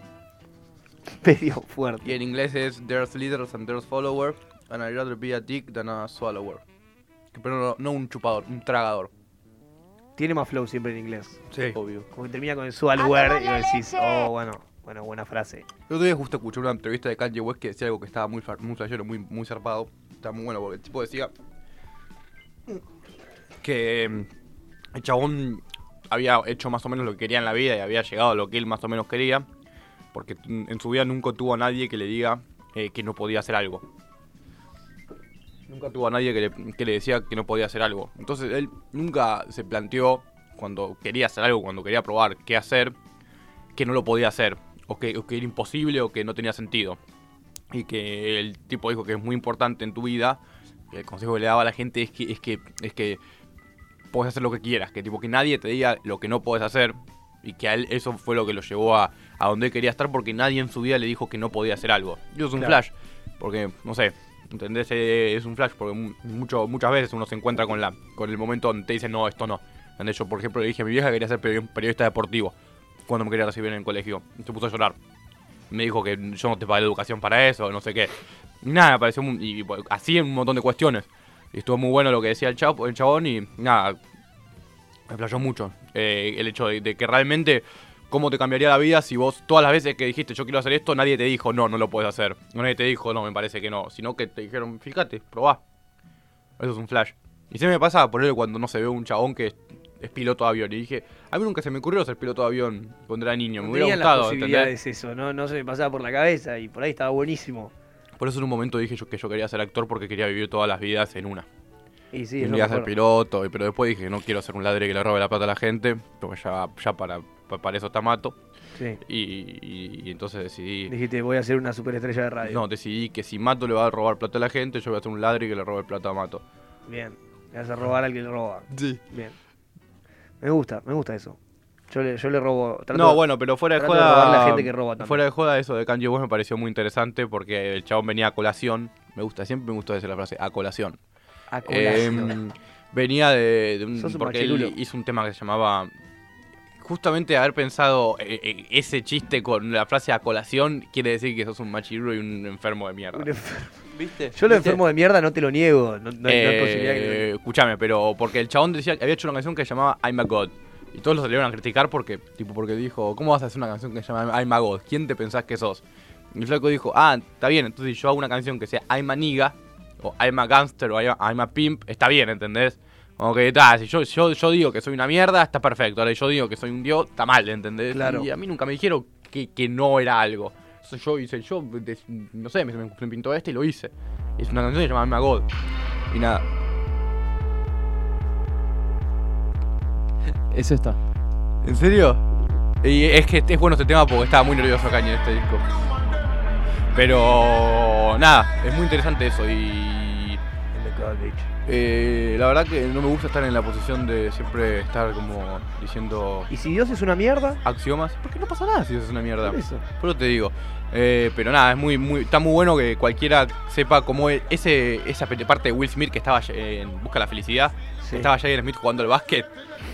[SPEAKER 1] Medio fuerte.
[SPEAKER 3] Y en inglés es, there's leaders and there's followers, and I'd rather be a dick than a swallower. Pero no, no un chupador, un tragador.
[SPEAKER 1] Tiene más flow siempre en inglés.
[SPEAKER 3] Sí.
[SPEAKER 2] Obvio.
[SPEAKER 1] Como que termina con el swallowware y vos decís, oh, bueno, bueno, buena frase.
[SPEAKER 3] El otro día justo escuché una entrevista de Kanye West que decía algo que estaba muy fa- muy flashero, muy, muy zarpado. Está muy bueno porque el tipo decía que mm, el chabón había hecho más o menos lo que quería en la vida y había llegado a lo que él más o menos quería. Porque mm, en su vida nunca tuvo a nadie que le diga eh, que no podía hacer algo. Nunca tuvo a nadie que le, que le decía que no podía hacer algo. Entonces él nunca se planteó cuando quería hacer algo, cuando quería probar qué hacer, que no lo podía hacer, o que, o que era imposible o que no tenía sentido. Y que el tipo dijo que es muy importante en tu vida, que el consejo que le daba a la gente es que, es que, es que puedes hacer lo que quieras, que tipo que nadie te diga lo que no puedes hacer. Y que a él eso fue lo que lo llevó a, a donde él quería estar porque nadie en su vida le dijo que no podía hacer algo. Y eso es un
[SPEAKER 1] Claro.
[SPEAKER 3] flash, porque no sé, ¿entendés? Eh, Es un flash porque mu- mucho, muchas veces uno se encuentra con, la, con el momento donde te dice no, esto no. ¿Entendés? Yo, por ejemplo, le dije a mi vieja que quería ser peri- periodista deportivo cuando me quería recibir en el colegio. Se puso a llorar. Me dijo que yo no te pagué la educación para eso, no sé qué. Y Nada, me pareció muy- y, y, bueno, así un montón de cuestiones. Y estuvo muy bueno lo que decía el, chavo, el chabón y nada, me flashó mucho eh, el hecho de, de que realmente cómo te cambiaría la vida si vos todas las veces que dijiste yo quiero hacer esto, nadie te dijo no, no lo puedes hacer. Nadie te dijo no, me parece que no, sino que te dijeron, fíjate, probá. Eso es un flash. Y se me pasa por él cuando no se ve un chabón que es, es piloto de avión. Y dije, a mí nunca se me ocurrió ser piloto de avión cuando era niño. Me hubiera
[SPEAKER 1] Tenían las
[SPEAKER 3] gustado, ¿entendés?
[SPEAKER 1] posibilidades eso, no, no se me pasaba por la cabeza y por ahí estaba buenísimo.
[SPEAKER 3] Por eso en un momento dije yo que yo quería ser actor porque quería vivir todas las vidas en una.
[SPEAKER 1] Y sí,
[SPEAKER 3] Y
[SPEAKER 1] es
[SPEAKER 3] un
[SPEAKER 1] lo
[SPEAKER 3] día ser
[SPEAKER 1] mejor.
[SPEAKER 3] piloto, y- pero después dije que no quiero ser un ladre que le robe la plata a la gente, porque ya, ya para, pa- para eso está mato.
[SPEAKER 1] Sí.
[SPEAKER 3] Y, y- y entonces decidí.
[SPEAKER 1] Dijiste, voy a ser una superestrella de radio.
[SPEAKER 3] No, decidí que si Mato le va a robar plata a la gente, yo voy a ser un ladre que le robe plata a Mato.
[SPEAKER 1] Bien, le vas a robar al que le roba.
[SPEAKER 3] Sí.
[SPEAKER 1] Bien. Me gusta, me gusta eso. Yo le, yo le robo. trato-
[SPEAKER 3] no, bueno, pero fuera de
[SPEAKER 1] trato de robar
[SPEAKER 3] joda.
[SPEAKER 1] la gente que roba también.
[SPEAKER 3] fuera de joda, eso de Kanye West me pareció muy interesante porque el chabón venía a colación. Me gusta, siempre me gustó decir la frase, a colación.
[SPEAKER 1] A colación.
[SPEAKER 3] Em, venía de, de un,
[SPEAKER 1] Sos un
[SPEAKER 3] porque él
[SPEAKER 1] machirulo.
[SPEAKER 3] hizo un tema que se llamaba justamente haber pensado eh, eh, ese chiste con la frase a colación quiere decir que sos un machirulo y un enfermo de mierda.
[SPEAKER 1] Un enfer-
[SPEAKER 2] ¿Viste?
[SPEAKER 1] Yo lo
[SPEAKER 2] ¿Viste?
[SPEAKER 1] enfermo de mierda no te lo niego. No, no- no hay
[SPEAKER 3] Eh,
[SPEAKER 1] posibilidad que
[SPEAKER 3] Escuchame, pero porque el chabón decía había hecho una canción que se llamaba I'm a God. Y todos lo salieron a criticar porque, tipo, porque dijo, ¿cómo vas a hacer una canción que se llama I'm a God? ¿Quién te pensás que sos? Y el flaco dijo, ah, está bien, entonces si yo hago una canción que sea I'm a nigga, o I'm a gangster, o I'm a, I'm a pimp, está bien, ¿entendés? Como que está, si yo, yo, yo digo que soy una mierda, está perfecto. Ahora si yo digo que soy un dios, está mal, ¿entendés?
[SPEAKER 1] Claro.
[SPEAKER 3] Y a mí nunca me dijeron que, que no era algo. Entonces yo hice, yo, de- no sé, me, me pintó este y lo hice. Es una canción que se llama I'm a God. Y nada.
[SPEAKER 5] es esta.
[SPEAKER 3] ¿En serio? Y es que es bueno este tema porque estaba muy nervioso Caño en este disco. Pero nada, es muy interesante eso y eh, la verdad que no me gusta estar en la posición de siempre estar como diciendo
[SPEAKER 1] ¿Y si Dios es una mierda?
[SPEAKER 3] axiomas, porque no pasa nada si eso es una mierda.
[SPEAKER 1] Por eso.
[SPEAKER 3] Por eso te digo. Eh, pero nada, es muy, muy, está muy bueno que cualquiera sepa cómo es ese, esa pe- parte de Will Smith que estaba eh, en Busca la Felicidad.
[SPEAKER 1] Sí.
[SPEAKER 3] Estaba Jaden Smith jugando al básquet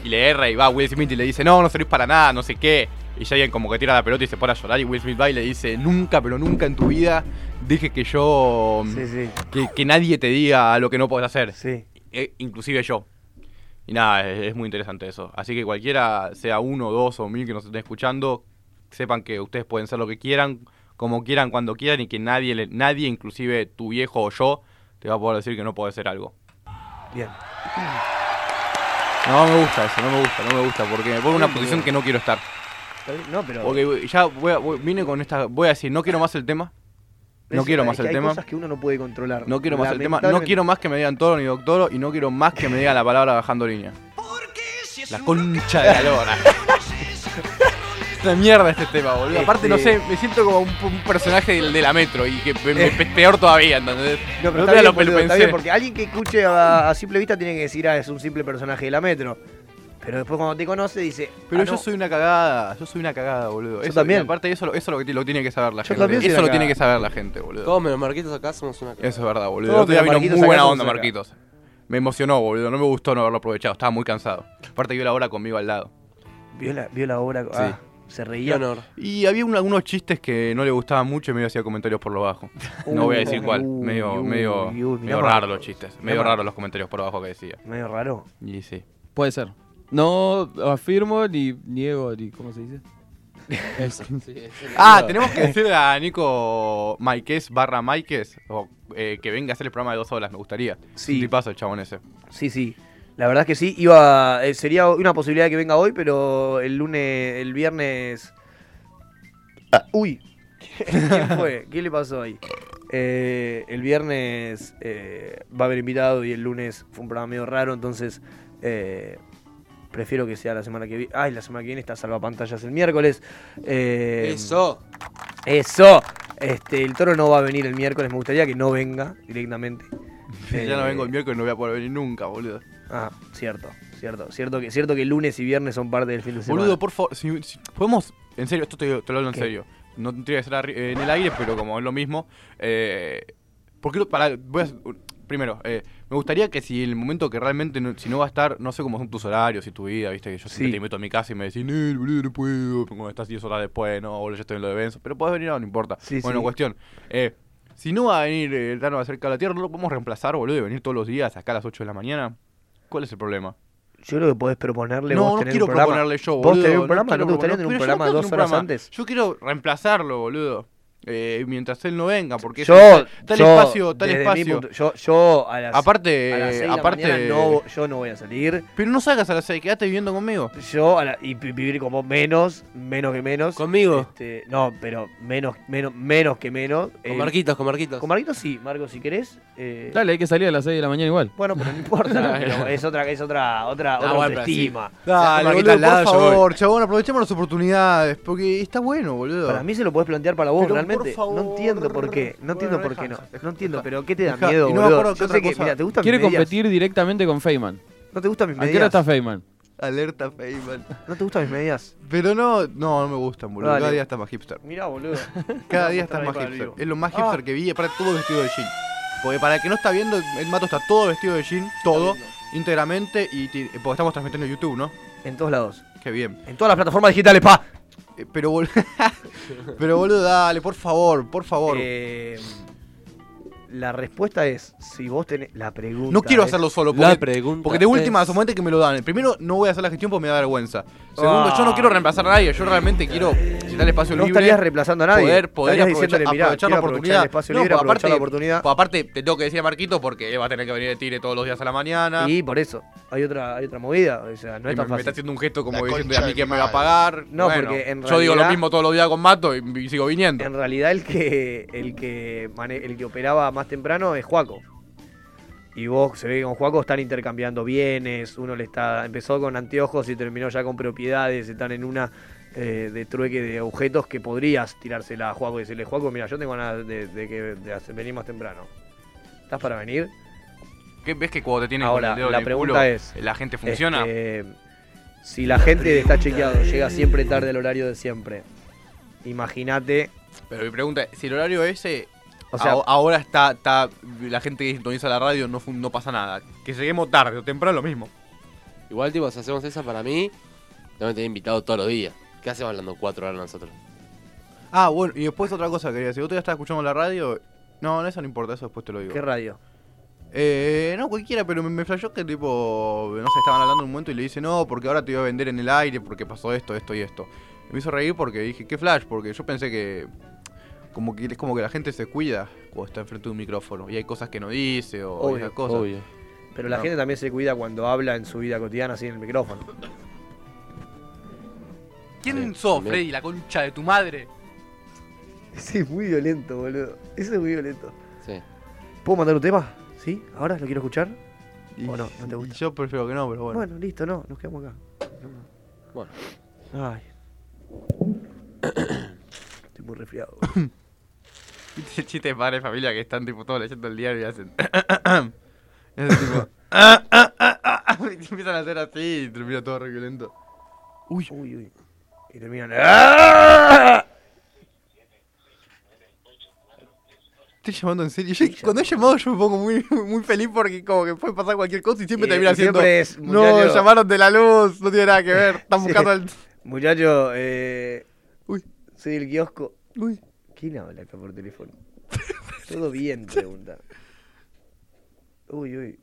[SPEAKER 3] y le erra y va Will Smith y le dice, no, no servís para nada, no sé qué. Y Jaden como que tira la pelota y se pone a llorar y Will Smith va y le dice, nunca, pero nunca en tu vida dije que yo...
[SPEAKER 1] Sí, sí,
[SPEAKER 3] Que, que nadie te diga lo que no podés hacer,
[SPEAKER 1] sí.
[SPEAKER 3] eh, inclusive yo. Y nada, es, es muy interesante eso. Así que cualquiera, sea uno, dos o mil que nos estén escuchando, sepan que ustedes pueden ser lo que quieran, como quieran, cuando quieran y que nadie, le- nadie inclusive tu viejo o yo, te va a poder decir que no podés ser algo.
[SPEAKER 1] Bien.
[SPEAKER 3] No me gusta eso, no me gusta, no me gusta, porque me pone en una posición que no quiero estar.
[SPEAKER 1] Está bien, No, pero
[SPEAKER 3] Porque ya voy a- voy- vine con esta, voy a decir, no quiero más el tema, no
[SPEAKER 1] es-
[SPEAKER 3] quiero
[SPEAKER 1] es
[SPEAKER 3] más
[SPEAKER 1] que
[SPEAKER 3] el
[SPEAKER 1] hay
[SPEAKER 3] tema.
[SPEAKER 1] cosas que uno no puede controlar.
[SPEAKER 3] no quiero más el tema, no quiero más que me digan toro ni doctoro y no quiero más que me digan la palabra bajando línea. La concha de la lora. Es una mierda este tema, boludo. Aparte, no
[SPEAKER 1] Este- Eh.
[SPEAKER 3] sé, me siento como un, un personaje del- de, la metro y que me- me- peor todavía, ¿entendés?
[SPEAKER 1] No, pero
[SPEAKER 3] El
[SPEAKER 1] está
[SPEAKER 3] otro día
[SPEAKER 1] bien,
[SPEAKER 3] lo
[SPEAKER 1] boludo, está
[SPEAKER 3] pensé.
[SPEAKER 1] bien, porque alguien que escuche a, a simple vista tiene que decir, ah, es un simple personaje de la metro. Pero después cuando te conoce dice,
[SPEAKER 3] Pero
[SPEAKER 1] ah,
[SPEAKER 3] yo
[SPEAKER 1] no,
[SPEAKER 3] soy una cagada, Ah, yo soy una cagada, boludo.
[SPEAKER 1] Yo
[SPEAKER 3] Eso-
[SPEAKER 1] también.
[SPEAKER 3] y aparte, eso, lo- eso es lo que ti- lo tiene que saber la
[SPEAKER 1] Yo
[SPEAKER 3] gente.
[SPEAKER 1] también soy
[SPEAKER 3] Eso
[SPEAKER 1] una
[SPEAKER 3] lo tiene
[SPEAKER 1] cagada.
[SPEAKER 3] que saber la gente, boludo.
[SPEAKER 2] Todos menos Marquitos acá somos una cagada.
[SPEAKER 3] Eso es verdad, boludo.
[SPEAKER 1] Todo
[SPEAKER 3] El otro día
[SPEAKER 1] que
[SPEAKER 3] vino
[SPEAKER 1] Marquitos
[SPEAKER 3] muy
[SPEAKER 1] acá
[SPEAKER 3] buena
[SPEAKER 1] somos
[SPEAKER 3] onda,
[SPEAKER 1] acá.
[SPEAKER 3] Marquitos. Me emocionó, boludo. No me gustó no haberlo aprovechado. Estaba muy cansado. Aparte, vio la hora conmigo al lado.
[SPEAKER 1] Vio, la, vio la obra, ah,
[SPEAKER 2] Qué
[SPEAKER 1] se reía.
[SPEAKER 2] honor.
[SPEAKER 3] Y había un- algunos chistes que no le gustaban mucho y medio hacía comentarios por lo bajo. no
[SPEAKER 1] Uy,
[SPEAKER 3] voy a decir cuál.
[SPEAKER 1] uy,
[SPEAKER 3] Medio,
[SPEAKER 1] uy,
[SPEAKER 3] medio,
[SPEAKER 1] uy, uy, mirá
[SPEAKER 3] medio raro los
[SPEAKER 1] Marcos.
[SPEAKER 3] chistes.
[SPEAKER 1] Mirá
[SPEAKER 3] Medio
[SPEAKER 1] Marcos.
[SPEAKER 3] raro los comentarios por abajo que decía.
[SPEAKER 1] Medio raro.
[SPEAKER 3] Y sí.
[SPEAKER 5] Puede ser. No afirmo ni niego ni cómo se dice. Eso.
[SPEAKER 3] Ah, tenemos que decirle a Nico Maikes barra Maikes o, eh, que venga a hacer el programa de dos horas, me gustaría.
[SPEAKER 1] Sí.
[SPEAKER 3] Un tipazo el chabón ese.
[SPEAKER 1] Sí, sí. La verdad es que sí. Iba, eh, sería una posibilidad que venga hoy, pero el lunes, el viernes. Ah, Uy. ¿Quién fue? ¿Qué le pasó ahí? Eh, el viernes eh, va a haber invitado y el lunes fue un programa medio raro, entonces eh, prefiero que sea la semana que viene. Ay, la semana que viene está salva pantallas el miércoles. Eh,
[SPEAKER 2] Eso.
[SPEAKER 1] Eso. Este, el toro no va a venir el miércoles, me gustaría que no venga directamente.
[SPEAKER 3] ya no
[SPEAKER 1] Eh,
[SPEAKER 3] vengo el miércoles, no voy a poder venir nunca, boludo.
[SPEAKER 1] Ah, cierto, cierto, cierto que, cierto que lunes y viernes son parte del fin de semana.
[SPEAKER 3] Boludo, por favor, si, si- podemos. En serio, esto te, te lo hablo en
[SPEAKER 1] ¿Qué?
[SPEAKER 3] serio. No tendría que ser arri- eh, en el aire, pero como es lo mismo. Eh, ¿Por qué no- pará, voy a- primero, eh, me gustaría que si el momento que realmente, no- si no va a estar, no sé cómo son tus horarios y tu vida, viste, que yo siempre
[SPEAKER 1] Sí.
[SPEAKER 3] te meto a mi casa y me decís, no, boludo, no puedo, como estás 10 horas después, no, boludo, yo estoy en lo de Benzo, pero podés venir, no, no importa.
[SPEAKER 1] Sí,
[SPEAKER 3] bueno,
[SPEAKER 1] sí.
[SPEAKER 3] cuestión, eh, si no va a venir eh, el Tano acerca de la Tierra, ¿no lo podemos reemplazar, boludo, y venir todos los días acá a las 8 de la mañana? ¿Cuál es el problema?
[SPEAKER 1] Yo creo que podés proponerle
[SPEAKER 3] No,
[SPEAKER 1] vos
[SPEAKER 3] no
[SPEAKER 1] tener
[SPEAKER 3] quiero
[SPEAKER 1] un programa.
[SPEAKER 3] proponerle yo,
[SPEAKER 1] ¿Vos
[SPEAKER 3] boludo.
[SPEAKER 1] tenés un programa?
[SPEAKER 3] quiero
[SPEAKER 1] ¿No te gustaría
[SPEAKER 3] proponer-
[SPEAKER 1] tener un
[SPEAKER 3] pero yo
[SPEAKER 1] programa
[SPEAKER 3] quiero
[SPEAKER 1] dos
[SPEAKER 3] tener un
[SPEAKER 1] horas antes?
[SPEAKER 3] Yo quiero reemplazarlo, boludo. Eh, mientras él no venga, porque
[SPEAKER 1] Yo,
[SPEAKER 3] eso- tal
[SPEAKER 1] yo,
[SPEAKER 3] espacio, tal
[SPEAKER 1] desde mi
[SPEAKER 3] espacio.
[SPEAKER 1] punto- yo, yo a las,
[SPEAKER 3] Aparte,
[SPEAKER 1] a las seis de la
[SPEAKER 3] aparte,
[SPEAKER 1] mañana no, yo no voy a salir.
[SPEAKER 3] pero no salgas a las 6, quédate viviendo conmigo.
[SPEAKER 1] Yo a la- y vi- vivir como menos, menos que menos.
[SPEAKER 2] Conmigo.
[SPEAKER 1] Este, no, pero menos, menos, menos que menos. eh,
[SPEAKER 2] Con Marquitos, con Marquitos.
[SPEAKER 1] Con Marquito sí, Marco, si querés. eh,
[SPEAKER 5] Dale, hay que salir a las 6 de la mañana igual.
[SPEAKER 1] Bueno, pero no importa. pero es otra, es otra,
[SPEAKER 3] Ah,
[SPEAKER 1] otra, otra
[SPEAKER 2] bueno, pero sí.
[SPEAKER 1] autoestima.
[SPEAKER 2] Dale, Marquita al lado, yo
[SPEAKER 3] chabón, aprovechemos las oportunidades, porque está bueno, boludo.
[SPEAKER 1] Para mí se lo podés plantear para vos,
[SPEAKER 3] Pero,
[SPEAKER 1] realmente.
[SPEAKER 3] por favor.
[SPEAKER 1] No entiendo por qué. No entiendo
[SPEAKER 3] Bueno,
[SPEAKER 1] por qué no.
[SPEAKER 3] deja, deja,
[SPEAKER 1] No entiendo,
[SPEAKER 3] deja.
[SPEAKER 1] pero ¿qué te da
[SPEAKER 3] Deja,
[SPEAKER 1] miedo,
[SPEAKER 3] y no me
[SPEAKER 1] boludo?
[SPEAKER 3] acuerdo qué
[SPEAKER 1] Yo
[SPEAKER 3] otra
[SPEAKER 1] sé que,
[SPEAKER 3] cosa.
[SPEAKER 1] mira, ¿te gustan
[SPEAKER 5] Quiere
[SPEAKER 1] mis medias?
[SPEAKER 5] competir directamente con Feynman.
[SPEAKER 1] ¿No te gustan mis
[SPEAKER 5] ¿A qué hora
[SPEAKER 1] medidas?
[SPEAKER 5] está Feynman?
[SPEAKER 3] Alerta, Feynman.
[SPEAKER 1] ¿No te gustan mis medias?
[SPEAKER 3] Pero no, no, no me gustan, boludo.
[SPEAKER 1] Dale.
[SPEAKER 3] Cada día está más hipster.
[SPEAKER 1] Mirá, boludo.
[SPEAKER 3] Cada
[SPEAKER 1] Vamos a
[SPEAKER 3] día estás
[SPEAKER 1] estar
[SPEAKER 3] más
[SPEAKER 1] ahí para
[SPEAKER 3] hipster.
[SPEAKER 1] vivo. Ah.
[SPEAKER 3] Es lo más hipster que vi. Aparte, todo vestido de jean. Porque para el que no está viendo, el mato está todo vestido de jean, todo, íntegramente. Y ti- eh, porque estamos transmitiendo en YouTube, ¿no?
[SPEAKER 1] En todos lados.
[SPEAKER 3] Qué bien.
[SPEAKER 1] En todas las plataformas digitales, pa.
[SPEAKER 3] Eh, Pero, bol- Pero boludo, dale, por favor, por favor.
[SPEAKER 1] Eh, la respuesta es, si vos tenés la pregunta
[SPEAKER 3] no quiero
[SPEAKER 1] es-
[SPEAKER 3] hacerlo solo.
[SPEAKER 2] La
[SPEAKER 3] Porque,
[SPEAKER 2] pregunta.
[SPEAKER 3] porque de última,
[SPEAKER 2] es-
[SPEAKER 3] asomante que me lo dan. Primero, no voy a hacer la gestión porque me da vergüenza. Segundo, yo no quiero reemplazar a nadie. Yo realmente quiero, si está el espacio
[SPEAKER 1] Ah. No
[SPEAKER 3] libre.
[SPEAKER 1] estarías reemplazando a nadie.
[SPEAKER 3] Poder, poder
[SPEAKER 1] estarías
[SPEAKER 3] aprovechar,
[SPEAKER 1] diciéndole, mirá,
[SPEAKER 3] aprovechar
[SPEAKER 1] quiero
[SPEAKER 3] la
[SPEAKER 1] aprovechar
[SPEAKER 3] oportunidad.
[SPEAKER 1] el espacio
[SPEAKER 3] No,
[SPEAKER 1] libre,
[SPEAKER 3] pues
[SPEAKER 1] aprovechar la
[SPEAKER 3] aparte-
[SPEAKER 1] oportunidad.
[SPEAKER 3] pues aparte, te tengo que decir a Marquito porque él va a tener que venir de Tigre todos los días a la mañana.
[SPEAKER 1] Y por eso, hay otra, hay otra movida. O sea, no
[SPEAKER 3] Y me,
[SPEAKER 1] es tan
[SPEAKER 3] me está
[SPEAKER 1] fácil.
[SPEAKER 3] haciendo un gesto como
[SPEAKER 6] La
[SPEAKER 3] diciendo
[SPEAKER 6] concha
[SPEAKER 3] a mí
[SPEAKER 6] de
[SPEAKER 3] que
[SPEAKER 6] mi
[SPEAKER 3] me va a
[SPEAKER 6] madre".
[SPEAKER 3] pagar.
[SPEAKER 1] No,
[SPEAKER 3] Bueno,
[SPEAKER 1] porque en
[SPEAKER 3] Yo digo lo
[SPEAKER 1] realidad-
[SPEAKER 3] mismo todos los días con Mato y, y sigo viniendo.
[SPEAKER 1] En realidad el que el que mane- el que operaba más temprano es Juaco. Y vos se ve que con Juaco están intercambiando bienes, uno le está. empezó con anteojos y terminó ya con propiedades, están en una eh, de trueque de objetos que podrías tirársela a Juaco y decirle, Juaco, mira, yo tengo ganas de, de que de hacer- venir más temprano. ¿Estás para venir?
[SPEAKER 4] ¿Qué ves que cuando te tienen
[SPEAKER 1] Ahora,
[SPEAKER 4] con el dedo
[SPEAKER 1] la
[SPEAKER 4] en el
[SPEAKER 1] pregunta
[SPEAKER 4] culo,
[SPEAKER 1] es,
[SPEAKER 4] la gente funciona?
[SPEAKER 1] Este, si la gente de está chequeado, llega siempre tarde al horario de siempre. Imagínate.
[SPEAKER 3] Pero mi pregunta es, si el horario ese
[SPEAKER 1] O sea,
[SPEAKER 3] aho- ahora está, está la gente que sintoniza la radio no, fun- no pasa nada. Que lleguemos tarde o temprano lo mismo.
[SPEAKER 2] Igual, tipo, si hacemos esa para mí, tengo tener invitado todos los días. ¿Qué hacemos hablando cuatro horas nosotros?
[SPEAKER 3] Ah, bueno, y después otra cosa que quería decir. Vos ya estás escuchando la radio. No, no, eso no importa, eso después te lo digo.
[SPEAKER 1] ¿qué radio?
[SPEAKER 3] Eh, no, cualquiera, pero me, me flashó que tipo, no sé, estaban hablando un momento y le dice, no, porque ahora te voy a vender en el aire porque pasó esto, esto y esto. Y me hizo reír porque dije, qué flash, porque yo pensé que como que es como que la gente se cuida cuando está enfrente de un micrófono y hay cosas que no dice o
[SPEAKER 1] Obvio,
[SPEAKER 3] esas cosas.
[SPEAKER 2] Obvio.
[SPEAKER 1] Pero la
[SPEAKER 3] No.
[SPEAKER 1] gente también se cuida cuando habla en su vida cotidiana sin el micrófono.
[SPEAKER 4] ¿Quién
[SPEAKER 2] Sí,
[SPEAKER 4] sos,
[SPEAKER 2] también.
[SPEAKER 4] Freddy, la concha de tu madre?
[SPEAKER 1] Ese es muy violento, boludo. Ese es muy violento.
[SPEAKER 2] Sí.
[SPEAKER 1] ¿Puedo mandar un tema? ¿Sí? ¿Ahora lo quiero escuchar?
[SPEAKER 3] Y,
[SPEAKER 1] O no, no te
[SPEAKER 3] y
[SPEAKER 1] gusta.
[SPEAKER 3] yo prefiero que no, pero bueno.
[SPEAKER 1] Bueno, listo, no, nos quedamos acá.
[SPEAKER 2] Bueno.
[SPEAKER 1] Ay. Estoy muy resfriado.
[SPEAKER 3] Viste el chiste de padre de familia que están tipo todos leyendo el diario y hacen. y hacen tipo. Ah, y empiezan a hacer así y termina todo re violento.
[SPEAKER 1] Uy, uy, uy. Y terminan. ¡Ah!
[SPEAKER 3] Estoy llamando en serio. Yo- cuando he llamado yo me pongo muy, muy feliz porque como que puede pasar cualquier cosa y siempre
[SPEAKER 1] Y-
[SPEAKER 3] termina
[SPEAKER 1] y siempre
[SPEAKER 3] siendo.
[SPEAKER 1] es,
[SPEAKER 3] no,
[SPEAKER 1] muchacho".
[SPEAKER 3] llamaron de la luz, no tiene nada que ver. Están buscando al.
[SPEAKER 1] Muchacho, eh.
[SPEAKER 3] Uy.
[SPEAKER 1] Soy el kiosco.
[SPEAKER 3] Uy.
[SPEAKER 1] ¿Quién habla acá por teléfono? Todo bien, pregunta. Uy, uy.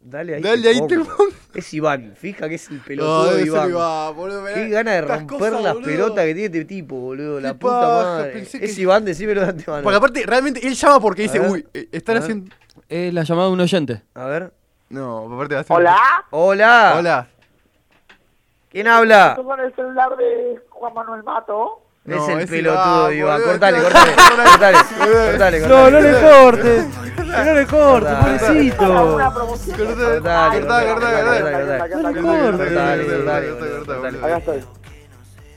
[SPEAKER 1] Dale ahí.
[SPEAKER 3] Dale ahí, te pongo.
[SPEAKER 1] Es Iván, fija que es el
[SPEAKER 3] No,
[SPEAKER 1] pelotudo
[SPEAKER 3] debe
[SPEAKER 1] de
[SPEAKER 3] ser
[SPEAKER 1] Iván.
[SPEAKER 3] Iván, boludo, mirá.
[SPEAKER 1] Qué ganas de
[SPEAKER 3] Estas
[SPEAKER 1] romper
[SPEAKER 3] cosas,
[SPEAKER 1] las
[SPEAKER 3] boludo.
[SPEAKER 1] pelotas que tiene este tipo, boludo.
[SPEAKER 3] Qué
[SPEAKER 1] La puta
[SPEAKER 3] paja,
[SPEAKER 1] madre.
[SPEAKER 3] pensé
[SPEAKER 1] Es
[SPEAKER 3] que-
[SPEAKER 1] Iván, decímelo de antemano.
[SPEAKER 3] Porque aparte, realmente él llama porque dice,
[SPEAKER 1] ver.
[SPEAKER 3] uy, eh, están
[SPEAKER 1] A ver.
[SPEAKER 3] haciendo.
[SPEAKER 5] Es la llamada de un oyente.
[SPEAKER 1] A ver.
[SPEAKER 3] No, aparte va a ser.
[SPEAKER 6] Hola,
[SPEAKER 1] Hola.
[SPEAKER 3] Hola.
[SPEAKER 1] ¿Quién habla?
[SPEAKER 6] estoy con el celular de Juan Manuel Mato.
[SPEAKER 3] No,
[SPEAKER 1] es el
[SPEAKER 3] es Iván,
[SPEAKER 1] pelotudo, de Iván.
[SPEAKER 3] boludo,
[SPEAKER 1] Cortale,
[SPEAKER 3] es
[SPEAKER 1] cortale, cortale, cortale, cortale.
[SPEAKER 7] No, no le cortes. Que no le cortes,
[SPEAKER 1] Cortá.
[SPEAKER 6] Para
[SPEAKER 7] pobrecito.
[SPEAKER 6] una promoción.
[SPEAKER 1] Cortale,
[SPEAKER 3] Cortá,
[SPEAKER 1] cortale,
[SPEAKER 3] cortá,
[SPEAKER 1] cortale,
[SPEAKER 6] cortá.
[SPEAKER 1] cortale.
[SPEAKER 7] No le
[SPEAKER 3] cortes.
[SPEAKER 1] Cortale,
[SPEAKER 3] Cortá,
[SPEAKER 1] cortale,
[SPEAKER 3] cortá, cortá,
[SPEAKER 1] cortale.
[SPEAKER 6] Acá estoy.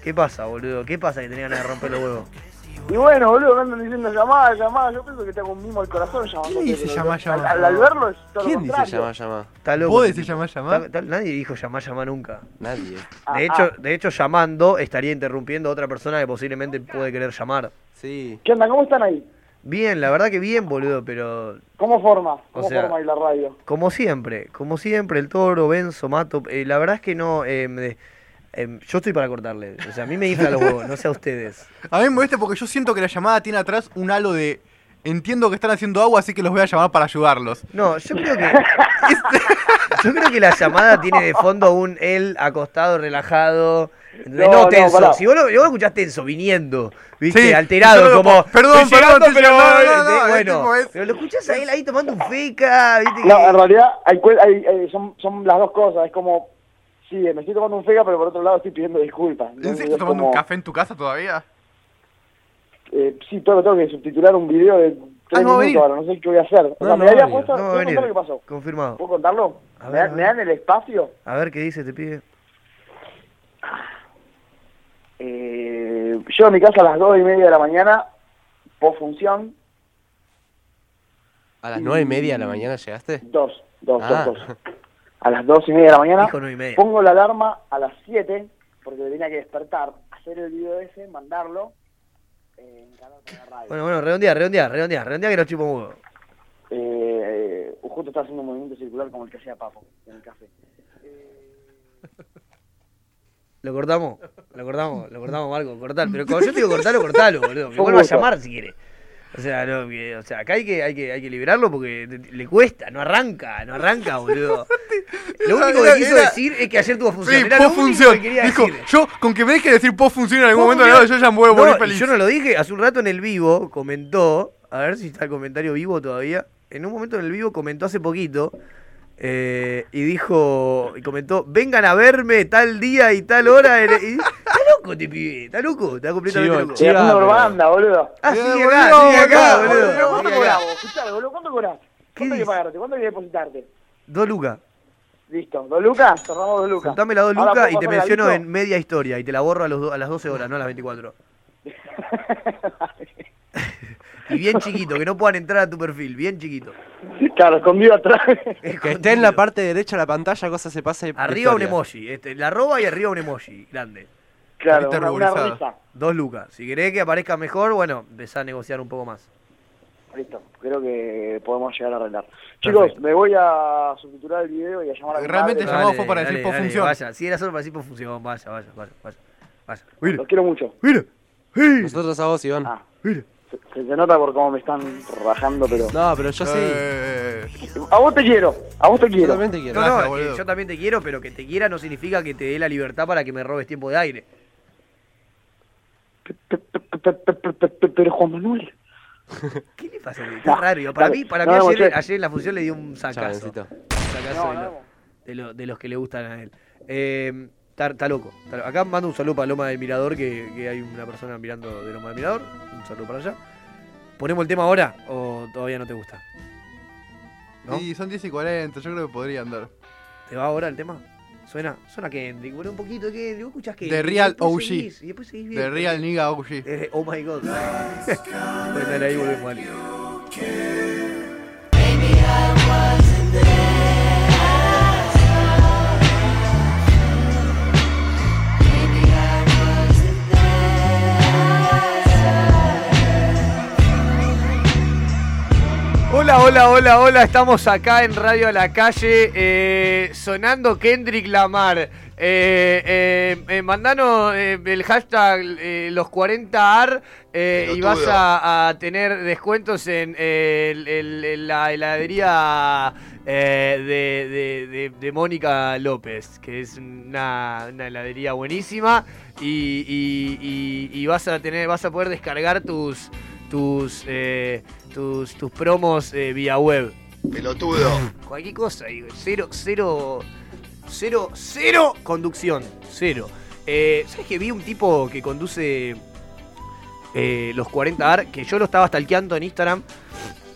[SPEAKER 1] ¿Qué pasa, boludo? ¿Qué pasa que tenés ganas de romper los huevos?
[SPEAKER 6] Y bueno, boludo, me andan diciendo llamada, llamada. Yo pienso que tengo un mimo al corazón llamando.
[SPEAKER 3] ¿Quién dice llamá, llamá?
[SPEAKER 6] Al, al verlo es todo
[SPEAKER 2] ¿Quién
[SPEAKER 6] lo
[SPEAKER 2] dice
[SPEAKER 6] contrario.
[SPEAKER 2] llama, llama?
[SPEAKER 1] Está loco.
[SPEAKER 3] ¿Vos
[SPEAKER 1] este
[SPEAKER 3] decís
[SPEAKER 1] tipo.
[SPEAKER 3] llamá, llamá?
[SPEAKER 1] Está- está- Nadie dijo llamá, llamá nunca.
[SPEAKER 2] Nadie.
[SPEAKER 6] Ah,
[SPEAKER 1] De hecho,
[SPEAKER 6] ah.
[SPEAKER 1] de hecho, llamando estaría interrumpiendo a otra persona que posiblemente puede querer llamar.
[SPEAKER 2] Sí.
[SPEAKER 6] ¿Qué onda? ¿Cómo están ahí?
[SPEAKER 1] Bien, la verdad que bien, boludo, pero
[SPEAKER 6] ¿Cómo forma? ¿Cómo
[SPEAKER 1] sea-
[SPEAKER 6] forma ahí la radio?
[SPEAKER 1] Como siempre, como siempre, el toro, Benzo, Mato. eh, la verdad es que no. eh, me- em, yo estoy para cortarle. O sea, a mí me infla los huevos, no sé a ustedes.
[SPEAKER 3] A mí me molesta porque yo siento que la llamada tiene atrás un halo de. Entiendo que están haciendo agua, así que los voy a llamar para ayudarlos.
[SPEAKER 1] No, yo creo que. yo creo que la llamada tiene de fondo un él acostado, relajado. ¿entendés?
[SPEAKER 6] No,
[SPEAKER 1] No,
[SPEAKER 6] no,
[SPEAKER 1] tenso.
[SPEAKER 6] pará.
[SPEAKER 1] si vos lo, vos lo escuchás tenso, viniendo, ¿viste?
[SPEAKER 3] Sí,
[SPEAKER 1] Alterado,
[SPEAKER 3] yo lo-
[SPEAKER 1] como.
[SPEAKER 3] perdón,
[SPEAKER 1] "Estoy
[SPEAKER 3] perdón,
[SPEAKER 1] llegando,
[SPEAKER 3] te- no, no, no,
[SPEAKER 1] ¿entendés?
[SPEAKER 3] es tipo,
[SPEAKER 1] bueno,
[SPEAKER 3] es-
[SPEAKER 1] pero lo escuchás a él ahí tomando un feca, ¿viste?
[SPEAKER 6] No, en realidad hay, cue- hay- eh, son, son las dos cosas. Es como, sí, me estoy tomando un fega, pero por otro lado estoy pidiendo disculpas.
[SPEAKER 3] ¿En serio
[SPEAKER 6] Es
[SPEAKER 3] estás tomando un
[SPEAKER 6] como,
[SPEAKER 3] café en tu casa todavía?
[SPEAKER 6] eh, sí, tengo, tengo que subtitular un video de tres
[SPEAKER 3] no va a venir.
[SPEAKER 6] minutos ahora. No sé qué voy a hacer. O
[SPEAKER 5] No,
[SPEAKER 6] sea,
[SPEAKER 5] no
[SPEAKER 6] me
[SPEAKER 5] va a
[SPEAKER 6] había
[SPEAKER 5] venir.
[SPEAKER 6] puesto...
[SPEAKER 1] No va a
[SPEAKER 6] ¿puedo
[SPEAKER 1] venir.
[SPEAKER 6] contar lo que pasó?
[SPEAKER 1] Confirmado.
[SPEAKER 6] ¿Puedo contarlo?
[SPEAKER 1] A
[SPEAKER 6] ¿Me,
[SPEAKER 1] ver,
[SPEAKER 6] dan-
[SPEAKER 1] a ver.
[SPEAKER 6] me dan el espacio?
[SPEAKER 1] A ver qué dice este pibe.
[SPEAKER 6] Eh, yo a mi casa a las dos y media de la mañana, post función,
[SPEAKER 2] ¿A las nueve y media de la mañana llegaste?
[SPEAKER 6] dos, dos,
[SPEAKER 2] Ah.
[SPEAKER 6] dos, dos. A las dos y media de la mañana,
[SPEAKER 1] Dijo nueve y media.
[SPEAKER 6] pongo la alarma a las siete, porque me tenía que despertar, hacer el video ese, mandarlo, eh, encargar con la radio.
[SPEAKER 1] Bueno, bueno, redondea, redondea, redondea, redondea que nos chupa un huevo.
[SPEAKER 6] Eh, justo está haciendo un movimiento circular como el que hacía Papo en el café.
[SPEAKER 1] Lo cortamos, lo cortamos, lo cortamos, Marco, cortar. Pero cuando yo te digo cortalo, cortalo, boludo. Me
[SPEAKER 6] Fue un
[SPEAKER 1] vuelvo a
[SPEAKER 6] gusto.
[SPEAKER 1] llamar si quiere. O sea, no, que- o sea, acá hay que, hay que, hay que liberarlo porque te- te- le cuesta, no arranca, no arranca, boludo. Lo único que
[SPEAKER 3] Era-
[SPEAKER 1] quiso
[SPEAKER 3] era-
[SPEAKER 1] decir es que ayer tuvo función.
[SPEAKER 3] Sí,
[SPEAKER 1] Era lo
[SPEAKER 3] post
[SPEAKER 1] único
[SPEAKER 3] función.
[SPEAKER 1] que quería
[SPEAKER 3] Dijo,
[SPEAKER 1] decir.
[SPEAKER 3] yo, con que me deje decir post función en algún
[SPEAKER 1] Post
[SPEAKER 3] momento,
[SPEAKER 1] función.
[SPEAKER 3] yo ya me voy a volver
[SPEAKER 1] No, y
[SPEAKER 3] feliz.
[SPEAKER 1] yo no lo dije, hace un rato en el vivo comentó, a ver si está el comentario vivo todavía, en un momento en el vivo comentó hace poquito eh, y dijo, y comentó, vengan a verme tal día y tal hora. en- y- está loco este pibe, está loco, está completamente
[SPEAKER 2] Chivo, chivo.
[SPEAKER 1] loco.
[SPEAKER 6] Estoy haciendo
[SPEAKER 2] pero-
[SPEAKER 6] propaganda, boludo.
[SPEAKER 1] Ah,
[SPEAKER 3] Eh,
[SPEAKER 1] sigue
[SPEAKER 3] boludo,
[SPEAKER 1] acá, sigue acá,
[SPEAKER 3] boludo,
[SPEAKER 1] boludo.
[SPEAKER 6] ¿Cuánto
[SPEAKER 1] Sigue acá.
[SPEAKER 6] cobrás? Escuchá, boludo, ¿cuánto cobrás? ¿Cuánto hay que
[SPEAKER 1] dice?
[SPEAKER 6] pagarte? ¿Cuánto hay que depositarte?
[SPEAKER 1] Dos lucas.
[SPEAKER 6] Listo, dos lucas, cerramos dos lucas.
[SPEAKER 1] Contame las dos
[SPEAKER 6] Ahora
[SPEAKER 1] lucas
[SPEAKER 6] puedo
[SPEAKER 1] y te
[SPEAKER 6] pasar la
[SPEAKER 1] menciono
[SPEAKER 6] listo.
[SPEAKER 1] en media historia y te la borro a, los do- a las 12 horas, no a las 24. Y bien chiquito, que no puedan entrar a tu perfil, bien chiquito.
[SPEAKER 6] claro, escondido atrás.
[SPEAKER 1] Escondido.
[SPEAKER 8] Que esté en la parte derecha de la pantalla, cosa se pasa. y-
[SPEAKER 1] Arriba un
[SPEAKER 8] historia.
[SPEAKER 1] emoji, este, la arroba y arriba un emoji, grande.
[SPEAKER 6] claro,
[SPEAKER 3] Está
[SPEAKER 6] una, una
[SPEAKER 3] ruborizado.
[SPEAKER 6] risa.
[SPEAKER 1] Dos lucas. Si querés que aparezca mejor, bueno, empezá a negociar un poco más.
[SPEAKER 6] Listo, creo que podemos llegar a arreglar. Chicos, me voy a subtitular el video y a llamar a mi
[SPEAKER 3] Realmente
[SPEAKER 6] madre.
[SPEAKER 3] llamó fue para
[SPEAKER 1] dale,
[SPEAKER 3] decir por
[SPEAKER 1] dale,
[SPEAKER 3] función.
[SPEAKER 1] Vaya, si era solo para decir por función, vaya, vaya, vaya, vaya. vaya. Mira,
[SPEAKER 6] Los quiero mucho.
[SPEAKER 1] mira, mira,
[SPEAKER 8] Nosotros a vos, Iván.
[SPEAKER 6] Ah,
[SPEAKER 1] mira.
[SPEAKER 6] se, se te nota por cómo me están rajando, pero...
[SPEAKER 8] No, pero yo sí.
[SPEAKER 3] Eh,
[SPEAKER 6] A vos te quiero, a vos te
[SPEAKER 8] Yo
[SPEAKER 6] quiero.
[SPEAKER 8] también te quiero.
[SPEAKER 1] No, no,
[SPEAKER 3] Gracias,
[SPEAKER 1] es que
[SPEAKER 3] boludo.
[SPEAKER 1] yo también te quiero, pero que te quiera no significa que te dé la libertad para que me robes tiempo de aire.
[SPEAKER 6] Pe- pe- pe- pe- pe- pe- pe- pe- Pero Juan Manuel.
[SPEAKER 1] ¿Qué le pasa? Está raro. digo, Para
[SPEAKER 6] dale.
[SPEAKER 1] mí, para
[SPEAKER 6] No,
[SPEAKER 1] mí
[SPEAKER 6] no,
[SPEAKER 1] ayer,
[SPEAKER 6] che.
[SPEAKER 1] ayer en la función le dio un
[SPEAKER 8] Chao,
[SPEAKER 1] sacazo.
[SPEAKER 8] Bencito.
[SPEAKER 1] Un
[SPEAKER 6] No,
[SPEAKER 1] sacazo de, lo-
[SPEAKER 6] no.
[SPEAKER 1] de lo- de los que le gustan a él. Eh, Está está loco. está lo- Acá mando un saludo para Loma del Mirador, que, que hay una persona mirando de Loma del Mirador. Un saludo para allá. ¿Ponemos el tema ahora o todavía no te gusta? ¿No?
[SPEAKER 3] Y son 10 y 40, yo creo que podría andar.
[SPEAKER 1] ¿Te va ahora el tema? Suena, suena Kendrick, boludo, un poquito de Kendrick. ¿Vos escuchás Kendrick? y
[SPEAKER 3] Real
[SPEAKER 1] después
[SPEAKER 3] OG.
[SPEAKER 1] seguís, y después seguís bien.
[SPEAKER 3] De Real Nigga OG.
[SPEAKER 1] Eh, oh my god. Bueno, dale, ahí volvemos, dale. Hola, hola, hola, hola. Estamos acá en Radio a la Calle eh, sonando Kendrick Lamar. Eh, eh, eh, mandanos eh, el hashtag eh, los 40AR eh, y vas a, a tener descuentos en eh, el- el- el- la heladería eh, de, de- de- de Mónica López, que es una, una heladería buenísima. Y, y- y- y vas a tener, vas a poder descargar tus tus eh, tus, tus promos eh, vía web. Pelotudo. Cualquier cosa, digo, cero, cero, cero, cero conducción, cero. Eh, ¿Sabes que vi un tipo que conduce eh, los 40 AR? Que yo lo estaba stalkeando en Instagram.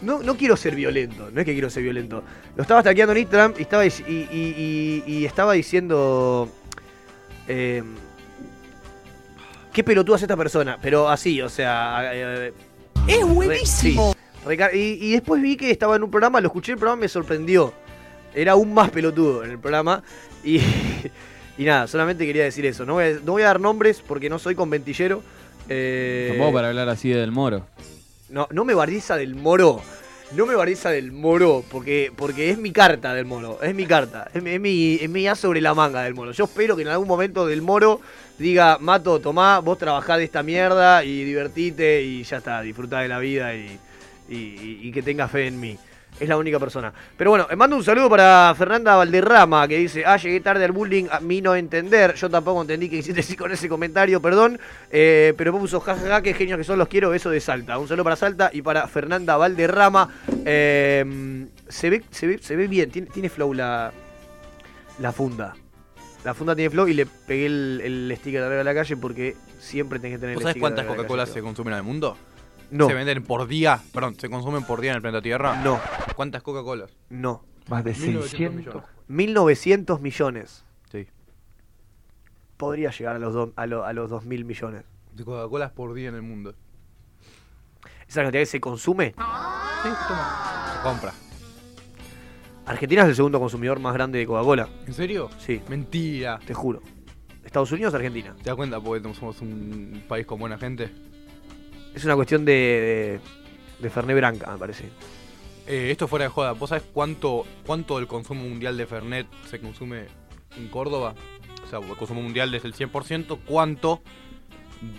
[SPEAKER 1] No, no quiero ser violento, no es que quiero ser violento. Lo estaba stalkeando en Instagram y estaba, dic- y, y- y- y estaba diciendo... eh, ¿Qué pelotuda es esta persona? Pero así, o sea... eh,
[SPEAKER 10] Es
[SPEAKER 1] Re-
[SPEAKER 10] buenísimo.
[SPEAKER 1] sí. Reca- y, y después vi que estaba en un programa, lo escuché en el programa, me sorprendió. Era aún más pelotudo en el programa. Y, y nada, solamente quería decir eso. No voy, a, no voy a dar nombres porque no soy conventillero. Eh,
[SPEAKER 5] Tampoco para hablar así del moro.
[SPEAKER 1] no, no me bardiza del moro. No me bardiza del moro, porque, porque es mi carta del moro. Es mi carta. Es, mi- es mi, es mi as sobre la manga del moro. Yo espero que en algún momento del moro diga, Mato, tomá, vos trabajá de esta mierda y divertite y ya está, disfrutá de la vida y, y- y- y que tenga fe en mí. Es la única persona. Pero bueno, eh, mando un saludo para Fernanda Valderrama, que dice, ah, llegué tarde al bullying, a mí no entender. Yo tampoco entendí que hiciste así con ese comentario, perdón. Eh, pero vos puso jajaja, qué genios que son, los quiero, beso de Salta. Un saludo para Salta y para Fernanda Valderrama. Eh, se, ve, se, ve, se ve bien, tiene, tiene flow la, la funda. La funda tiene flow y le pegué el, el sticker de arriba de la calle porque siempre tenés que tener
[SPEAKER 3] ¿Vos
[SPEAKER 1] el
[SPEAKER 3] sabés
[SPEAKER 1] sticker
[SPEAKER 3] cuántas
[SPEAKER 1] de arriba de la
[SPEAKER 3] Coca-Colas se
[SPEAKER 1] calle,
[SPEAKER 3] consumen en el mundo?
[SPEAKER 1] No,
[SPEAKER 3] Se venden por día, perdón, se consumen por día en el planeta Tierra.
[SPEAKER 1] no,
[SPEAKER 3] ¿Cuántas Coca-Colas?
[SPEAKER 1] no.
[SPEAKER 8] Más de
[SPEAKER 3] 1900 millones.
[SPEAKER 1] 1900 millones.
[SPEAKER 3] Sí.
[SPEAKER 1] Podría llegar a los, do- a lo- a los 2000 millones.
[SPEAKER 3] De Coca-Colas por día en el mundo.
[SPEAKER 1] Esa cantidad que se consume.
[SPEAKER 3] Se compra.
[SPEAKER 1] Argentina es el segundo consumidor más grande de Coca-Cola.
[SPEAKER 3] ¿En serio?
[SPEAKER 1] Sí,
[SPEAKER 3] Mentira.
[SPEAKER 1] te juro. Estados Unidos, Argentina.
[SPEAKER 3] ¿Te das cuenta? Porque somos un país con buena gente.
[SPEAKER 1] Es una cuestión de, de, eh, de Ferné Branca, me parece.
[SPEAKER 3] Eh, esto fuera de joda, ¿vos sabés cuánto, cuánto del consumo mundial de Fernet se consume en Córdoba? O sea, el consumo mundial es el 100%, ¿cuánto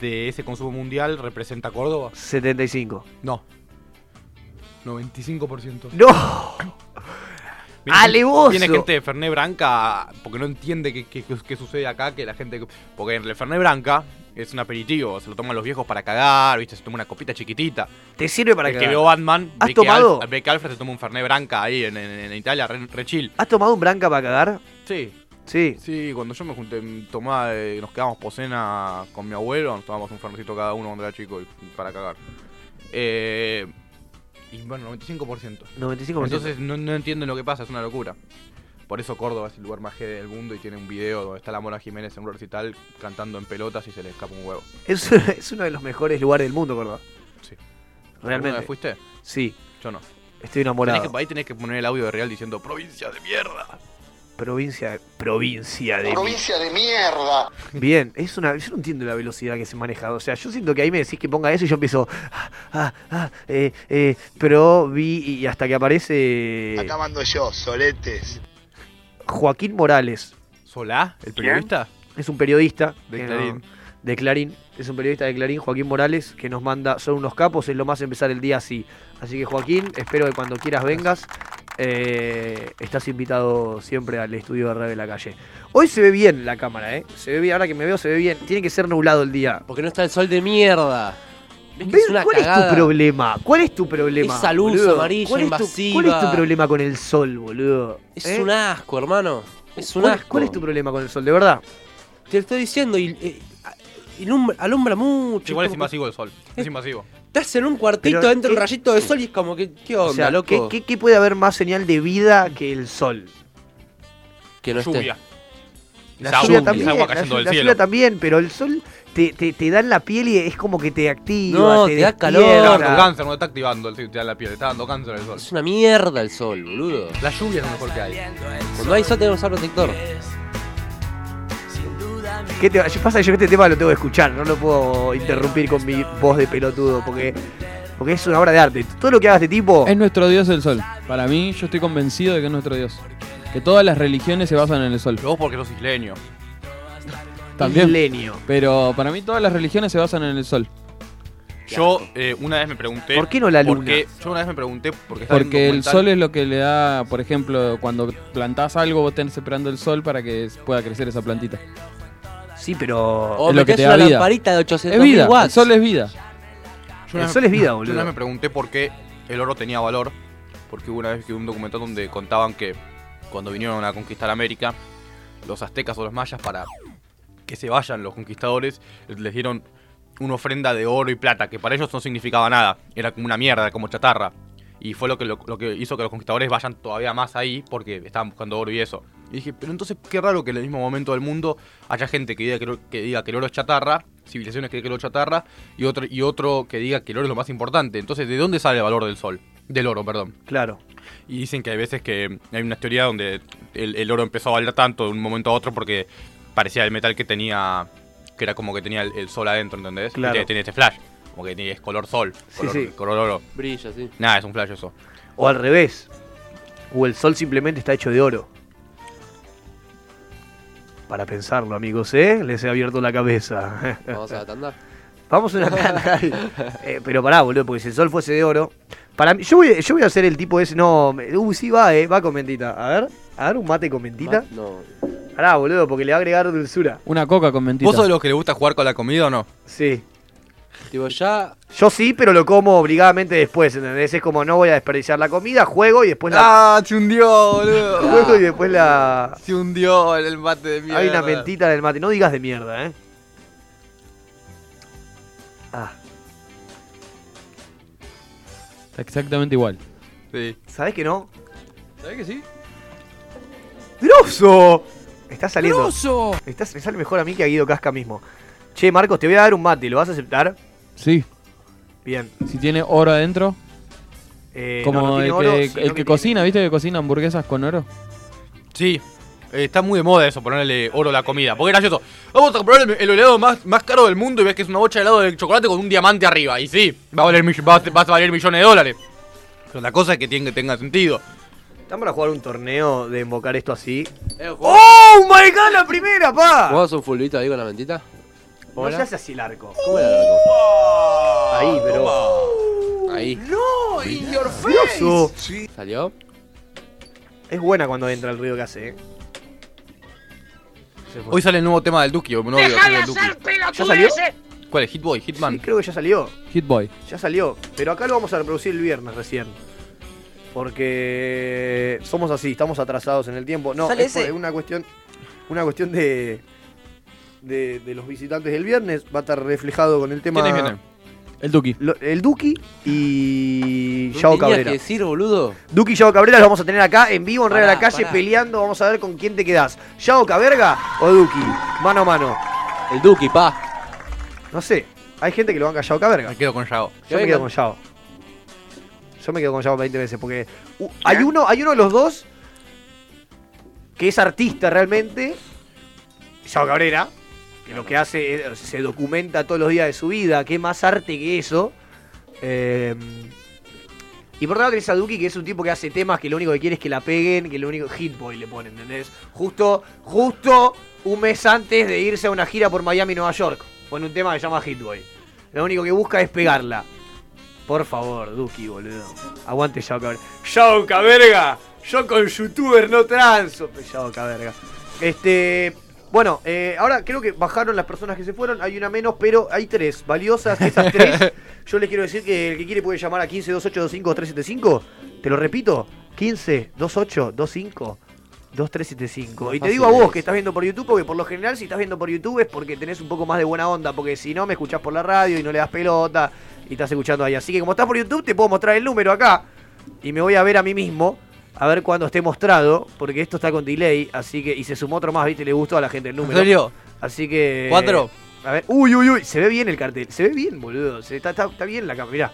[SPEAKER 3] de ese consumo mundial representa Córdoba?
[SPEAKER 1] 75.
[SPEAKER 3] No. 95%.
[SPEAKER 1] ¡No! Ah,
[SPEAKER 3] Viene gente-
[SPEAKER 1] ¡Alevoso!
[SPEAKER 3] Viene gente de Fernet Branca porque no entiende qué, qué- qué- qué sucede acá, que la gente... Porque el Fernet Branca es un aperitivo, se lo toman los viejos para cagar, ¿viste? Se toma una copita chiquitita.
[SPEAKER 1] Te sirve para
[SPEAKER 3] el
[SPEAKER 1] que.
[SPEAKER 3] que vio Batman
[SPEAKER 1] ¿Has
[SPEAKER 3] ve que,
[SPEAKER 1] tomado?
[SPEAKER 3] Alf- ve que Alfred se toma un Fernet Branca ahí en, en- en Italia, re, re chill.
[SPEAKER 1] ¿Has tomado un Branca para cagar?
[SPEAKER 3] Sí,
[SPEAKER 1] Sí.
[SPEAKER 3] Sí, cuando yo me junté, mm, tomaba, eh, nos quedábamos por cena con mi abuelo, nos tomábamos un fernecito cada uno cuando era chico y- y para cagar. Eh, Y bueno, 95%.
[SPEAKER 1] 95%.
[SPEAKER 3] Entonces no, no entienden lo que pasa, es una locura. Por eso Córdoba es el lugar más G del mundo y tiene un video donde está la Mora Jiménez en un recital cantando en pelotas y se le escapa un huevo.
[SPEAKER 1] Es, es uno de los mejores lugares del mundo, Córdoba.
[SPEAKER 3] Sí. ¿Alguna
[SPEAKER 1] Realmente.
[SPEAKER 3] vez fuiste?
[SPEAKER 1] Sí.
[SPEAKER 3] Yo no.
[SPEAKER 1] Estoy enamorado.
[SPEAKER 3] Tenés que, ahí tenés que poner el audio de Real diciendo provincia de mierda.
[SPEAKER 1] Provincia de. Provincia de.
[SPEAKER 10] de mierda.
[SPEAKER 1] Bien, es una. Yo no entiendo la velocidad que se maneja. O sea, yo siento que ahí me decís que ponga eso y yo empiezo. Ah, ah, ah, eh, eh, pro, vi, y hasta que aparece.
[SPEAKER 10] Acá mando yo, soletes.
[SPEAKER 1] Joaquín Morales.
[SPEAKER 3] ¿Solá? ¿El periodista?
[SPEAKER 1] Es un periodista.
[SPEAKER 3] De
[SPEAKER 1] que no-
[SPEAKER 3] Clarín.
[SPEAKER 1] de Clarín. Es un periodista de Clarín, Joaquín Morales, que nos manda. Son unos capos, es lo más empezar el día así. Así que, Joaquín, espero que cuando quieras vengas. eh, estás invitado siempre al estudio de Radio de la Calle. Hoy se ve bien la cámara, ¿eh? Se ve bien, ahora que me veo, se ve bien. Tiene que ser nublado el día.
[SPEAKER 2] Porque no está el sol de mierda. ¿Ves que es una
[SPEAKER 1] ¿Cuál
[SPEAKER 2] cagada?
[SPEAKER 1] es tu problema? ¿Cuál es tu problema?
[SPEAKER 2] Esa luz
[SPEAKER 1] boludo?
[SPEAKER 2] amarilla
[SPEAKER 1] ¿Cuál es, tu,
[SPEAKER 2] invasiva.
[SPEAKER 1] ¿Cuál es tu problema con el sol, boludo?
[SPEAKER 2] Es
[SPEAKER 1] ¿Eh?
[SPEAKER 2] un asco, hermano. Es un
[SPEAKER 1] ¿Cuál,
[SPEAKER 2] asco.
[SPEAKER 1] cuál es tu problema con el sol, de verdad?
[SPEAKER 2] Te lo estoy diciendo, y, eh, ilumbra- alumbra mucho.
[SPEAKER 3] Igual es
[SPEAKER 2] como
[SPEAKER 3] invasivo el sol. Es invasivo.
[SPEAKER 2] que Estás en un cuartito
[SPEAKER 1] Pero,
[SPEAKER 2] dentro de un
[SPEAKER 1] ¿qué?
[SPEAKER 2] rayito de sol y es como que, ¿qué onda,
[SPEAKER 1] o sea,
[SPEAKER 2] loco?
[SPEAKER 1] ¿qué, qué, qué puede haber más señal de vida que el sol?
[SPEAKER 2] Que no esté.
[SPEAKER 3] Lluvia.
[SPEAKER 1] La
[SPEAKER 3] Esa
[SPEAKER 1] lluvia
[SPEAKER 3] agua-
[SPEAKER 1] también,
[SPEAKER 3] esa agua
[SPEAKER 1] la
[SPEAKER 3] cayendo
[SPEAKER 1] llu-
[SPEAKER 3] del
[SPEAKER 1] la
[SPEAKER 3] cielo.
[SPEAKER 1] lluvia también, pero el sol te, te, te da en la piel y es como que te activa.
[SPEAKER 2] No, te da
[SPEAKER 1] despierta.
[SPEAKER 2] calor.
[SPEAKER 3] Te está dando cáncer, no te está activando el te da la piel, te está dando cáncer el sol.
[SPEAKER 2] Es una mierda el sol, boludo.
[SPEAKER 3] La lluvia es lo mejor que hay.
[SPEAKER 2] Cuando hay sol tenemos que usar protector.
[SPEAKER 1] ¿Qué te- pasa que yo este tema lo tengo que escuchar, no lo puedo interrumpir con mi voz de pelotudo, porque, porque es una obra de arte. Todo lo que haga este tipo...
[SPEAKER 5] Es nuestro dios el sol. Para mí, yo estoy convencido de que es nuestro dios. Que todas las religiones se basan en el sol.
[SPEAKER 3] Pero vos porque sos isleño.
[SPEAKER 5] También.
[SPEAKER 1] milenio.
[SPEAKER 5] Pero para mí todas las religiones se basan en el sol.
[SPEAKER 3] Yo eh, una vez me pregunté.
[SPEAKER 1] ¿Por qué no la luna?
[SPEAKER 3] Porque, yo una vez me pregunté porque estaba viendo
[SPEAKER 5] Porque
[SPEAKER 3] un
[SPEAKER 5] el
[SPEAKER 3] documental-
[SPEAKER 5] sol es lo que le da, por ejemplo, cuando plantás algo, vos tenés esperando el sol para que pueda crecer esa plantita.
[SPEAKER 1] Sí, pero...
[SPEAKER 2] O
[SPEAKER 5] es lo que
[SPEAKER 2] metés
[SPEAKER 5] te da
[SPEAKER 2] una
[SPEAKER 5] vida.
[SPEAKER 2] lamparita de 800
[SPEAKER 5] Es vida, el
[SPEAKER 2] watts.
[SPEAKER 5] sol es vida.
[SPEAKER 3] Yo una
[SPEAKER 1] El
[SPEAKER 3] vez-
[SPEAKER 1] sol es vida,
[SPEAKER 3] Yo
[SPEAKER 1] boludo.
[SPEAKER 3] una vez me pregunté por qué el oro tenía valor. Porque hubo una vez que vi un documental donde contaban que cuando vinieron a conquistar América, los aztecas o los mayas, para que se vayan los conquistadores, les dieron una ofrenda de oro y plata, que para ellos no significaba nada. Era como una mierda, como chatarra. Y fue lo que, lo, lo que hizo que los conquistadores vayan todavía más ahí porque estaban buscando oro y eso. Y dije, pero entonces qué raro que en el mismo momento del mundo haya gente que diga que, el oro- que diga que el oro es chatarra, civilizaciones que digan que el oro es chatarra, y otro, y otro que diga que el oro es lo más importante. Entonces, ¿de dónde sale el valor del sol? Del oro, perdón.
[SPEAKER 1] Claro.
[SPEAKER 3] Y dicen que hay veces que hay una teoría donde el, el oro empezó a valer tanto de un momento a otro porque parecía el metal que tenía, que era como que tenía el, el sol adentro, ¿entendés?
[SPEAKER 1] Claro.
[SPEAKER 3] Tiene, tiene este flash, como que tiene- es color sol,
[SPEAKER 1] Sí,
[SPEAKER 3] color,
[SPEAKER 1] sí.
[SPEAKER 3] color oro.
[SPEAKER 2] Brilla, sí.
[SPEAKER 3] Nada, es un flash eso.
[SPEAKER 1] O al revés. O el sol simplemente está hecho de oro. Para pensarlo, amigos, ¿eh? Les he abierto la cabeza.
[SPEAKER 2] Vamos a la tanda.
[SPEAKER 1] Vamos a una tanda. Eh, pero pará, boludo, porque si el sol fuese de oro. Para mí, yo voy, yo voy a ser el tipo ese. No, me- uh, sí va, eh, va con mentita. A ver, a ver un mate con mentita.
[SPEAKER 2] Ma- No.
[SPEAKER 1] Pará, boludo, porque le va a agregar dulzura.
[SPEAKER 5] Una coca con mentita.
[SPEAKER 3] ¿Vos sos de los que le gusta jugar con la comida o no?
[SPEAKER 1] Sí.
[SPEAKER 2] Digo, ya.
[SPEAKER 1] Yo sí, pero lo como obligadamente después, ¿entendés? Es como no voy a desperdiciar la comida, juego y después la.
[SPEAKER 3] ¡Ah! Se hundió, boludo.
[SPEAKER 1] Juego y después la.
[SPEAKER 3] Se hundió Oh, el mate de mierda.
[SPEAKER 1] Hay una mentita en el mate. No digas de mierda, ¿eh? Ah,
[SPEAKER 5] Está exactamente igual.
[SPEAKER 3] Sí.
[SPEAKER 1] ¿sabés que no?
[SPEAKER 5] ¿Sabés que sí?
[SPEAKER 1] ¡Groso! Está saliendo. Estás- me sale mejor a mí que a Guido Casca mismo. Che, Marcos, te voy a dar un mate, ¿lo vas a aceptar?
[SPEAKER 5] Sí.
[SPEAKER 1] Bien.
[SPEAKER 5] Si tiene oro adentro.
[SPEAKER 1] Eh,
[SPEAKER 5] Como
[SPEAKER 1] no, no tiene
[SPEAKER 5] el que,
[SPEAKER 1] oro,
[SPEAKER 5] el
[SPEAKER 1] sino
[SPEAKER 5] que
[SPEAKER 1] tiene-
[SPEAKER 5] cocina, ¿viste? Que cocina hamburguesas con oro.
[SPEAKER 3] Sí. Eh, está muy de moda eso, ponerle oro a la comida. Porque es gracioso. Vamos a comprar el, el helado más, más caro del mundo y ves que es una bocha de helado de chocolate con un diamante arriba. Y sí, va a valer, mill- va a, va a valer millones de dólares. Pero la cosa es que tiene que tenga sentido.
[SPEAKER 1] Estamos para jugar un torneo de invocar esto así.
[SPEAKER 2] Eh, ¿Jugamos
[SPEAKER 1] ¡Oh, my God, la primera, pa!
[SPEAKER 2] un fulbito ahí con la mentita?
[SPEAKER 1] No
[SPEAKER 2] ¿Cómo
[SPEAKER 1] se
[SPEAKER 2] era?
[SPEAKER 1] hace así el arco.
[SPEAKER 2] ¿Cómo era el arco?
[SPEAKER 1] Ahí, pero...
[SPEAKER 2] Ahí,
[SPEAKER 1] ¡Groso!
[SPEAKER 2] salió.
[SPEAKER 1] Es buena cuando entra el ruido que hace, ¿eh?
[SPEAKER 3] Hoy sale el nuevo tema del Duki, o mi novio, el Duki.
[SPEAKER 1] ¿Ya salió?
[SPEAKER 3] ¿Cuál es? Hitboy, Hitman.
[SPEAKER 1] Sí, creo que ya salió.
[SPEAKER 5] Hit Boy.
[SPEAKER 1] Ya salió. Pero acá lo vamos a reproducir el viernes recién. Porque somos así, estamos atrasados en el tiempo. No,
[SPEAKER 11] ¿Sale
[SPEAKER 1] es por-
[SPEAKER 11] ese?
[SPEAKER 1] es una cuestión, una cuestión de, de, de los visitantes del viernes. Va a estar reflejado con el tema.
[SPEAKER 3] ¿Quiénes vienen?
[SPEAKER 5] El Duki.
[SPEAKER 1] el Duki y Yao
[SPEAKER 2] tenías
[SPEAKER 1] Cabrera.
[SPEAKER 2] que decir, boludo?
[SPEAKER 1] Duki y Yao Cabrera los vamos a tener acá en vivo en Red de la
[SPEAKER 2] Pará,
[SPEAKER 1] Calle
[SPEAKER 2] pará.
[SPEAKER 1] peleando. Vamos a ver con quién te quedás. ¿Yao Caberga o Duki? Mano a mano.
[SPEAKER 2] El Duki, pa.
[SPEAKER 1] No sé. Hay gente que lo banca a Yao Caberga.
[SPEAKER 3] Me quedo con Yago.
[SPEAKER 1] Yo me quedo con Yao. Yo me quedo con Yao 20 veces porque uh, hay uno, hay uno de los dos que es artista realmente, Yao Cabrera, que lo que hace es- se documenta todos los días de su vida, que es más arte que eso. Eh, y por otro lado tenés a Duki, que es un tipo que hace temas que lo único que quiere es que la peguen, que lo único Hitboy le ponen, ¿entendés? Justo, justo un mes antes de irse a una gira por Miami, Nueva York, pone un tema que se llama Hitboy. Lo único que busca es pegarla. Por favor, Duki, boludo. Aguante Yao Cabrera. ¡Yao Caberga! Yo con youtuber no transo. Pe- Yao Caberga. Este. Bueno, eh, ahora creo que bajaron las personas que se fueron. Hay una menos, pero hay tres valiosas. Esas tres. Yo les quiero decir que el que quiere puede llamar a 15 28 25 375. Te lo repito: 15 28 25 2375. Y te digo a vos que estás viendo por YouTube, porque por lo general si estás viendo por YouTube es porque tenés un poco más de buena onda, porque si no me escuchás por la radio y no le das pelota y estás escuchando ahí. Así que como estás por YouTube te puedo mostrar el número acá y me voy a ver a mí mismo, a ver cuándo esté mostrado, porque esto está con delay, así que y se sumó otro más, viste, le gustó a la gente el número.
[SPEAKER 2] serio?
[SPEAKER 1] Así que
[SPEAKER 2] ¿Cuatro?
[SPEAKER 1] A ver, uy, uy, uy, se ve bien el cartel, se ve bien, boludo, se, está, está, está bien la cámara, mirá.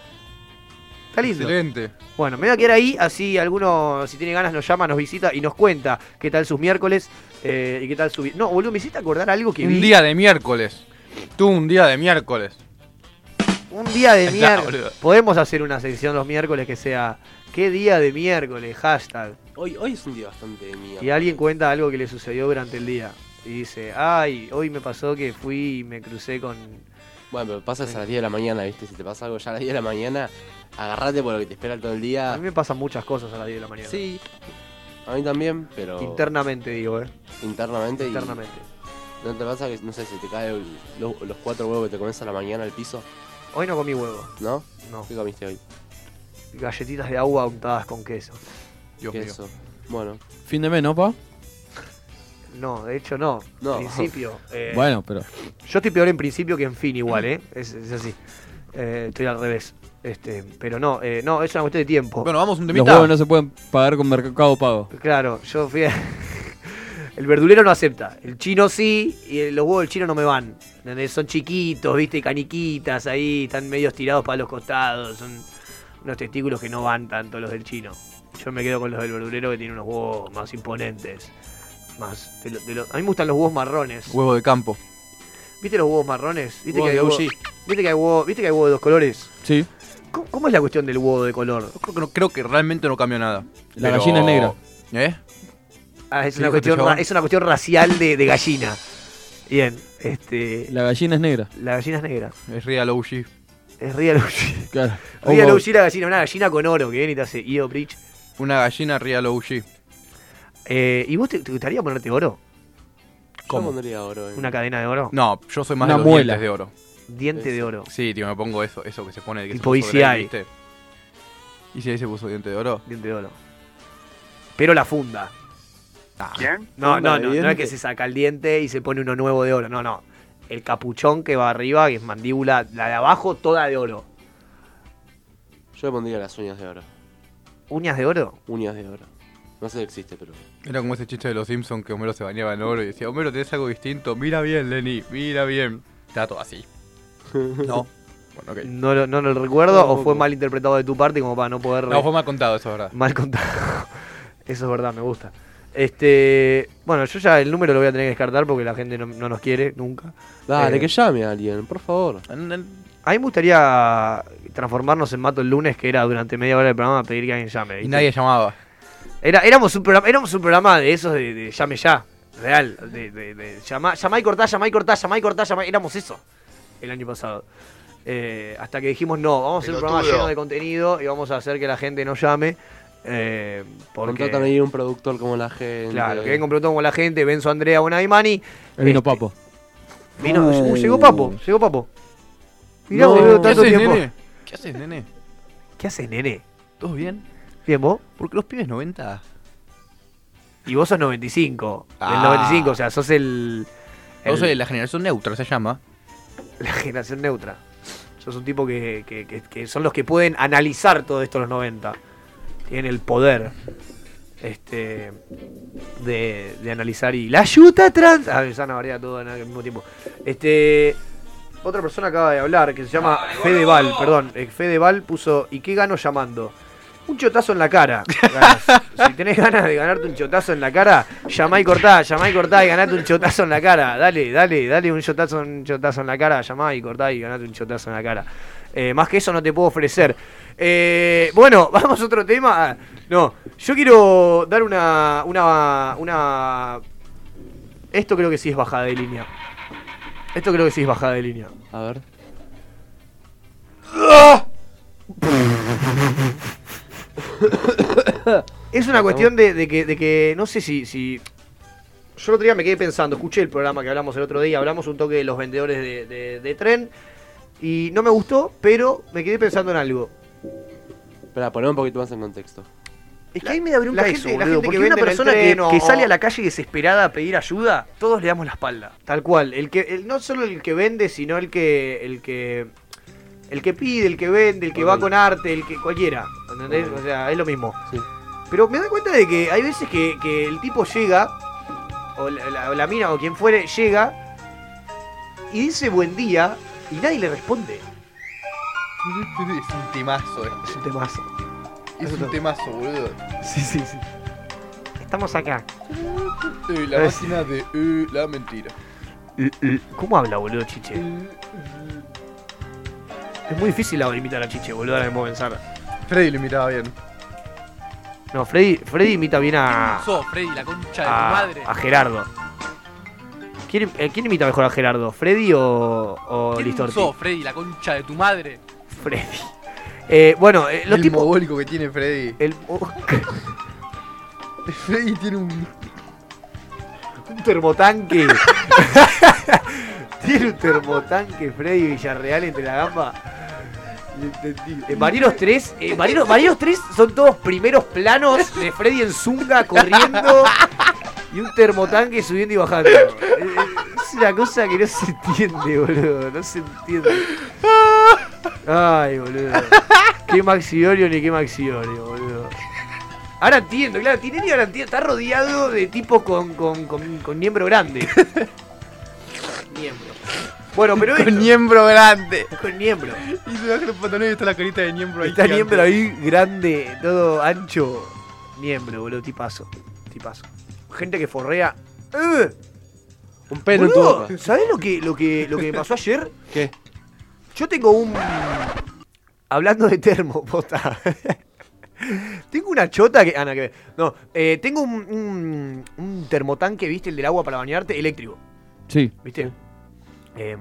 [SPEAKER 1] Está lindo.
[SPEAKER 3] Excelente.
[SPEAKER 1] Bueno, me voy a quedar ahí, así alguno, si tiene ganas, nos llama, nos visita y nos cuenta qué tal sus miércoles eh, y qué tal su... vi- No, boludo, me hiciste acordar algo que vi.
[SPEAKER 3] Un día de miércoles. Tú un día de miércoles.
[SPEAKER 1] Un día de
[SPEAKER 3] Ya, boludo.
[SPEAKER 1] miércoles. Podemos hacer una sección los miércoles que sea... ¿Qué día de miércoles? Hashtag.
[SPEAKER 2] Hoy, hoy es un día bastante de mierda.
[SPEAKER 1] Y alguien cuenta algo que le sucedió durante el día. Y dice, ay, hoy me pasó que fui y me crucé con...
[SPEAKER 2] Bueno, pero pasas a las 10 de la mañana, ¿viste? Si te pasa algo ya a las 10 de la mañana, agarrate por lo que te espera todo el
[SPEAKER 1] A
[SPEAKER 2] día.
[SPEAKER 1] mí me pasan muchas cosas a las 10 de la mañana.
[SPEAKER 2] Sí, a mí también, pero.
[SPEAKER 1] Internamente digo, ¿eh?
[SPEAKER 2] Internamente. y-
[SPEAKER 1] Internamente.
[SPEAKER 2] ¿No te pasa que, no sé, se te caen los, los cuatro huevos que te comes a la mañana al piso?
[SPEAKER 1] Hoy no comí huevo.
[SPEAKER 2] ¿No?
[SPEAKER 1] No.
[SPEAKER 2] ¿Qué comiste hoy?
[SPEAKER 1] Galletitas de agua untadas con queso.
[SPEAKER 3] Dios mío.
[SPEAKER 2] Queso. Bueno,
[SPEAKER 5] Fin de mes, ¿no, pa?
[SPEAKER 1] No, de hecho no.
[SPEAKER 2] No.
[SPEAKER 1] Principio. eh,
[SPEAKER 5] Bueno, pero.
[SPEAKER 1] Yo estoy peor en principio que en fin igual, ¿eh? Es, es así. Eh, estoy al revés. Este, pero no, eh, no, es una cuestión de tiempo.
[SPEAKER 3] Bueno, vamos un
[SPEAKER 5] Los
[SPEAKER 3] temita.
[SPEAKER 5] huevos no se pueden pagar con mercado pago.
[SPEAKER 1] Claro, yo fui a- El verdulero no acepta. El chino sí, y el- los huevos del chino no me van. ¿entendés? Son chiquitos, viste, caniquitas ahí, están medios tirados para los costados. Son unos testículos que no van tanto los del chino. Yo me quedo con los del verdulero que tienen unos huevos más imponentes. Más, de lo- de lo- a mí me gustan los huevos marrones.
[SPEAKER 3] Huevo de campo.
[SPEAKER 1] ¿Viste los huevos marrones? ¿Viste
[SPEAKER 2] Huevos
[SPEAKER 1] que, hay
[SPEAKER 2] de
[SPEAKER 1] huevo-
[SPEAKER 2] OG.
[SPEAKER 1] ¿viste, que hay huevo, ¿Viste que hay huevo de dos colores?
[SPEAKER 5] Sí.
[SPEAKER 1] ¿Cómo, cómo es la cuestión del huevo de color?
[SPEAKER 3] Yo Creo que, no- creo que realmente no cambió nada.
[SPEAKER 5] La gallina es negra.
[SPEAKER 3] ¿Eh?
[SPEAKER 1] Ah, es,
[SPEAKER 3] Sí, dijo
[SPEAKER 1] una
[SPEAKER 3] este
[SPEAKER 1] cuestión, ra-
[SPEAKER 3] chabón.
[SPEAKER 1] es una cuestión racial de, de gallina. Bien, este.
[SPEAKER 5] La gallina es negra.
[SPEAKER 1] La gallina es negra.
[SPEAKER 3] Es real OG.
[SPEAKER 1] Es Real
[SPEAKER 5] Claro.
[SPEAKER 1] Real
[SPEAKER 5] Ojo,
[SPEAKER 1] OG la gallina, una gallina con oro que viene y te hace Io Bridge.
[SPEAKER 3] Una gallina real OG.
[SPEAKER 1] Eh, ¿Y vos te, te gustaría ponerte oro?
[SPEAKER 3] ¿Cómo?
[SPEAKER 2] ¿Cómo? Yo pondría oro eh. en-
[SPEAKER 1] ¿Una cadena de oro?
[SPEAKER 3] No, yo soy más
[SPEAKER 5] Una
[SPEAKER 3] de los
[SPEAKER 5] muela.
[SPEAKER 3] dientes de oro.
[SPEAKER 1] Diente de oro.
[SPEAKER 3] Sí, tío, me pongo eso, eso que se pone. Que se
[SPEAKER 1] Tipo
[SPEAKER 3] puso
[SPEAKER 1] ECI.
[SPEAKER 3] Grey, ¿viste? ¿Y si ahí se puso diente de oro?
[SPEAKER 1] Diente de oro. Pero la funda.
[SPEAKER 10] ¿Quién?
[SPEAKER 1] No, no,
[SPEAKER 8] Funda
[SPEAKER 1] no.
[SPEAKER 8] de
[SPEAKER 1] No es que
[SPEAKER 8] diente.
[SPEAKER 1] se saca el diente y se pone uno nuevo de oro. No, no. El capuchón que va arriba, que es mandíbula, la de abajo, toda de oro.
[SPEAKER 2] Yo le pondría las uñas de oro.
[SPEAKER 1] ¿Uñas de oro?
[SPEAKER 2] Uñas de oro. No sé si existe, pero.
[SPEAKER 3] Era como ese chiste de los Simpsons que Homero se bañaba en oro y decía, Homero, tenés algo distinto, mira bien, Lenny, mira bien. Está todo así. No. Bueno, ok.
[SPEAKER 1] No, lo- no lo recuerdo o fue
[SPEAKER 2] Tampoco.
[SPEAKER 1] mal interpretado de tu parte como para no poder...
[SPEAKER 3] No, fue mal contado, eso es verdad.
[SPEAKER 1] Mal contado. Eso es verdad, me gusta. Este, bueno, yo ya el número lo voy a tener que descartar porque la gente no, no nos quiere nunca.
[SPEAKER 2] Dale,
[SPEAKER 1] Eh.
[SPEAKER 2] que llame a alguien, por favor.
[SPEAKER 1] A mí me gustaría transformarnos en Mato el lunes, que era durante media hora del programa, pedir que alguien llame.
[SPEAKER 3] Y
[SPEAKER 1] ¿viste?
[SPEAKER 3] nadie llamaba.
[SPEAKER 1] Era, éramos, un programa, éramos un programa de esos de, de llame ya, real. De, de, de llama, Eh, llamá y cortá, llamá y cortá, llamá y cortá, llamá. Éramos eso el año pasado. Eh, hasta que dijimos no, vamos a hacer un programa
[SPEAKER 10] Pelotudo.
[SPEAKER 1] lleno de contenido y vamos a hacer que la gente no llame. Eh, porque...
[SPEAKER 2] Contratan ahí un productor como la gente.
[SPEAKER 1] Claro, que venga un pelotón con la gente, Benzo Andrea, Bonaimani.
[SPEAKER 5] el vino
[SPEAKER 1] Este,
[SPEAKER 5] papo.
[SPEAKER 1] Vino,
[SPEAKER 8] Ay.
[SPEAKER 1] uh, llegó Papo, llegó Papo. Mirá,
[SPEAKER 5] No.
[SPEAKER 1] boludo,
[SPEAKER 3] ¿Qué
[SPEAKER 1] tanto
[SPEAKER 3] haces,
[SPEAKER 1] tiempo.
[SPEAKER 3] nene? ¿Qué haces, nene?
[SPEAKER 1] ¿Qué haces, nene?
[SPEAKER 3] ¿Todo bien?
[SPEAKER 1] Bien, vos.
[SPEAKER 3] Porque los pibes 90.
[SPEAKER 1] Y vos sos 95.
[SPEAKER 3] Ah.
[SPEAKER 1] El 95, o sea, sos el.
[SPEAKER 3] Yo
[SPEAKER 1] el-
[SPEAKER 3] soy de la generación neutra, se llama.
[SPEAKER 1] la generación neutra. Sos un tipo que, que- que- que son los que pueden analizar todo esto en los 90. Tienen el poder este de, de analizar y la yuta trans. Ah, Sana Barea todo en- al mismo tiempo. Este otra persona acaba de hablar que se llama Fedeval, perdón, eh, Fedeval puso ¿y qué gano llamando? Un chotazo en la cara. ganas. si tenés ganas de ganarte un chotazo en la cara, llamá y cortá, llamá y cortá y ganate un chotazo en la cara. Dale, dale, dale un chotazo, un chotazo en la cara, llamá y cortá y ganate un chotazo en la cara. Eh, más que eso no te puedo ofrecer. Eh, bueno, vamos a otro tema. Ah, No, yo quiero dar una, una, una... Esto creo que sí es bajada de línea. Esto creo que sí es bajada de línea. ¡Ah!
[SPEAKER 2] A ver.
[SPEAKER 1] Es una cuestión de, de que, de que no sé si, si. Yo el otro día me quedé pensando, escuché el programa que hablamos el otro día, hablamos un toque de los vendedores de, de- de tren y no me gustó, pero me quedé pensando en algo.
[SPEAKER 2] Espera, poner un poquito más en contexto.
[SPEAKER 1] Es que ahí me da bronca
[SPEAKER 2] la
[SPEAKER 1] eso,
[SPEAKER 2] gente- la
[SPEAKER 1] boludo,
[SPEAKER 2] gente
[SPEAKER 1] porque
[SPEAKER 2] que
[SPEAKER 1] una
[SPEAKER 2] vende en el
[SPEAKER 1] persona
[SPEAKER 2] tren
[SPEAKER 1] que,
[SPEAKER 2] o-
[SPEAKER 1] que sale
[SPEAKER 2] o-
[SPEAKER 1] a la calle desesperada a pedir ayuda, todos le damos la espalda. Tal cual, el que el- no solo el que vende, sino el que el que el que pide, el que vende, el que va con arte, el que cualquiera, ¿entendés? O sea, es lo mismo. Pero me doy cuenta de que hay veces que, que el tipo llega o la, la- o la mina o quien fuere llega y dice buen día y nadie le responde.
[SPEAKER 3] Es un temazo este.
[SPEAKER 1] Es un temazo.
[SPEAKER 3] Es
[SPEAKER 1] Eso
[SPEAKER 3] un
[SPEAKER 1] está-
[SPEAKER 3] temazo, boludo.
[SPEAKER 1] Sí, sí, sí. Estamos acá.
[SPEAKER 3] Eh, La
[SPEAKER 1] Es-
[SPEAKER 3] máquina de eh, la mentira.
[SPEAKER 1] ¿Cómo habla, boludo, Chiche? Es muy difícil ahora imitar a Chiche, boludo, ahora mismo pensar.
[SPEAKER 3] Freddy lo imitaba bien.
[SPEAKER 1] No, Freddy, Freddy imita bien a.
[SPEAKER 4] Sos, Freddy, la concha de
[SPEAKER 1] a,
[SPEAKER 4] tu madre.
[SPEAKER 1] Ah. a Gerardo. ¿Quién, eh, quién imita mejor a Gerardo? ¿Freddy o, o
[SPEAKER 4] ¿Quién
[SPEAKER 1] Listorti?
[SPEAKER 4] sos, Freddy, la concha de tu madre?
[SPEAKER 1] Freddy. Eh, bueno, eh, los
[SPEAKER 3] el
[SPEAKER 1] tipos.
[SPEAKER 3] mogólico que tiene Freddy.
[SPEAKER 1] El...
[SPEAKER 3] Freddy tiene un.
[SPEAKER 1] un termotanque. Tiene un termotanque Freddy Villarreal entre la gamba. Eh, Marinos 3, eh, Marinos, Marinos 3 son todos primeros planos de Freddy en Zunga corriendo y un termotanque subiendo y bajando. Eh, eh, Es una cosa que no se entiende, boludo. No se entiende. Ay, boludo. Qué Maxiorio ni qué Maxiorio, boludo. Ahora entiendo, claro, Tinelli ahora entiendo, está rodeado de tipos con, con, con, con miembro grande. miembro. Bueno, pero
[SPEAKER 3] Con
[SPEAKER 1] esto-
[SPEAKER 3] miembro grande.
[SPEAKER 1] con miembro.
[SPEAKER 3] Y se baja los pantalones y está la carita de miembro ahí.
[SPEAKER 1] Está
[SPEAKER 3] gigante.
[SPEAKER 1] miembro ahí grande, todo ancho. Miembro, boludo, tipazo. Tipazo. Gente que forrea. ¡Eh!
[SPEAKER 2] Un pelo en tu
[SPEAKER 1] Boludo,
[SPEAKER 2] boca.
[SPEAKER 1] ¿Sabés lo que, lo, que, lo que me pasó ayer?
[SPEAKER 2] ¿Qué?
[SPEAKER 1] Yo tengo un. Hablando de termo, posta. tengo una chota que. Ah, nada que ver. No, eh, tengo un, un, un termotanque, ¿viste? El del agua para bañarte, eléctrico.
[SPEAKER 5] Sí.
[SPEAKER 1] ¿Viste? Eh,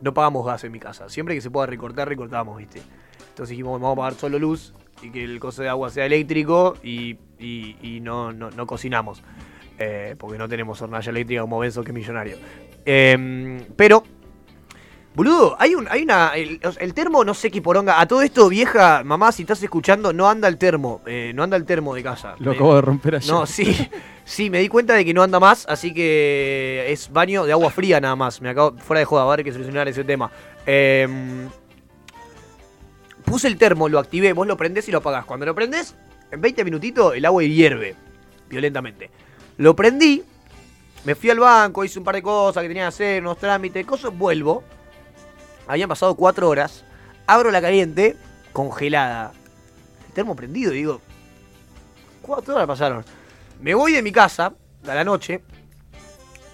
[SPEAKER 1] no pagamos gas en mi casa. Siempre que se pueda recortar, recortamos, ¿viste? Entonces dijimos, vamos a pagar solo luz y que el coso de agua sea eléctrico y, y- y no, no, no cocinamos. Eh, porque no tenemos hornalla eléctrica como Benzo, que es millonario. Eh, pero, boludo, hay un, hay una. El, el termo, no sé qué poronga. A todo esto, vieja, mamá, si estás escuchando, no anda el termo. eh, no anda el termo de casa.
[SPEAKER 5] Lo
[SPEAKER 1] Eh,
[SPEAKER 5] acabo de romper ayer.
[SPEAKER 1] no, sí. Sí, me di cuenta de que no anda más, así que es baño de agua fría nada más. Me acabo, fuera de joda, va a haber que solucionar ese tema. Em, puse el termo, lo activé, vos lo prendés y lo apagás. Cuando lo prendés, en 20 minutitos el agua hierve violentamente. Lo prendí, me fui al banco, hice un par de cosas que tenía que hacer, unos trámites, cosas, vuelvo. Habían pasado 4 horas, abro la caliente, congelada. El termo prendido, y digo, Cuatro horas pasaron. Me voy de mi casa a la noche,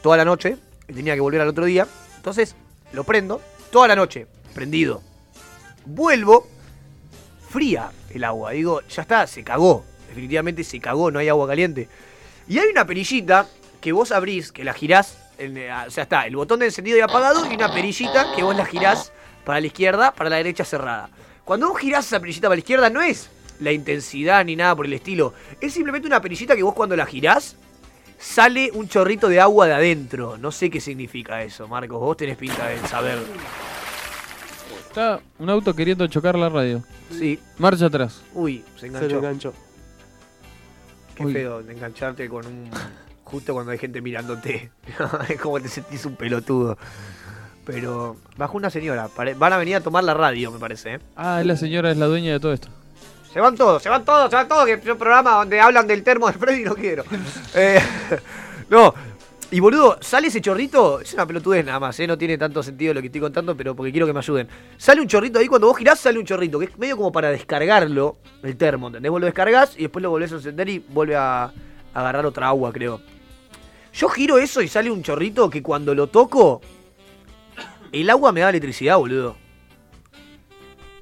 [SPEAKER 1] toda la noche, y tenía que volver al otro día. Entonces lo prendo, toda la noche, prendido. Vuelvo, fría el agua. Digo, ya está, se cagó. Definitivamente se cagó, no hay agua caliente. Y hay una perillita que vos abrís, que la girás. en- eh, ah, o sea, está el botón de encendido y apagado y una perillita que vos la girás para la izquierda, para la derecha cerrada. Cuando vos girás esa perillita para la izquierda, no es la intensidad ni nada por el estilo. Es simplemente una perillita que vos cuando la girás, sale un chorrito de agua de adentro. No sé qué significa eso, Marcos. Vos tenés pinta de saber.
[SPEAKER 5] Está un auto queriendo chocar la radio.
[SPEAKER 1] Sí.
[SPEAKER 5] Marcha atrás.
[SPEAKER 1] Uy, se
[SPEAKER 2] Se lo
[SPEAKER 1] enganchó.
[SPEAKER 2] enganchó.
[SPEAKER 1] Qué
[SPEAKER 5] Uy.
[SPEAKER 1] feo de engancharte con un. justo cuando hay gente mirándote. es como te sentís un pelotudo. pero bajó una señora. pare- Van a venir a tomar la radio, me parece. ¿eh?
[SPEAKER 5] Ah, la señora es la dueña de todo esto.
[SPEAKER 1] Se van todos, se van todos, se van todos, que es un programa donde hablan del termo de Freddy no quiero. Eh, no, y boludo, sale ese chorrito, es una pelotudez nada más, ¿eh? no tiene tanto sentido lo que estoy contando, pero porque quiero que me ayuden. Sale un chorrito ahí, cuando vos girás sale un chorrito, que es medio como para descargarlo, el termo, ¿entendés? Vos lo descargás y después lo volvés a encender y vuelve a, a agarrar otra agua, creo. Yo giro eso y sale un chorrito que cuando lo toco, el agua me da electricidad, boludo.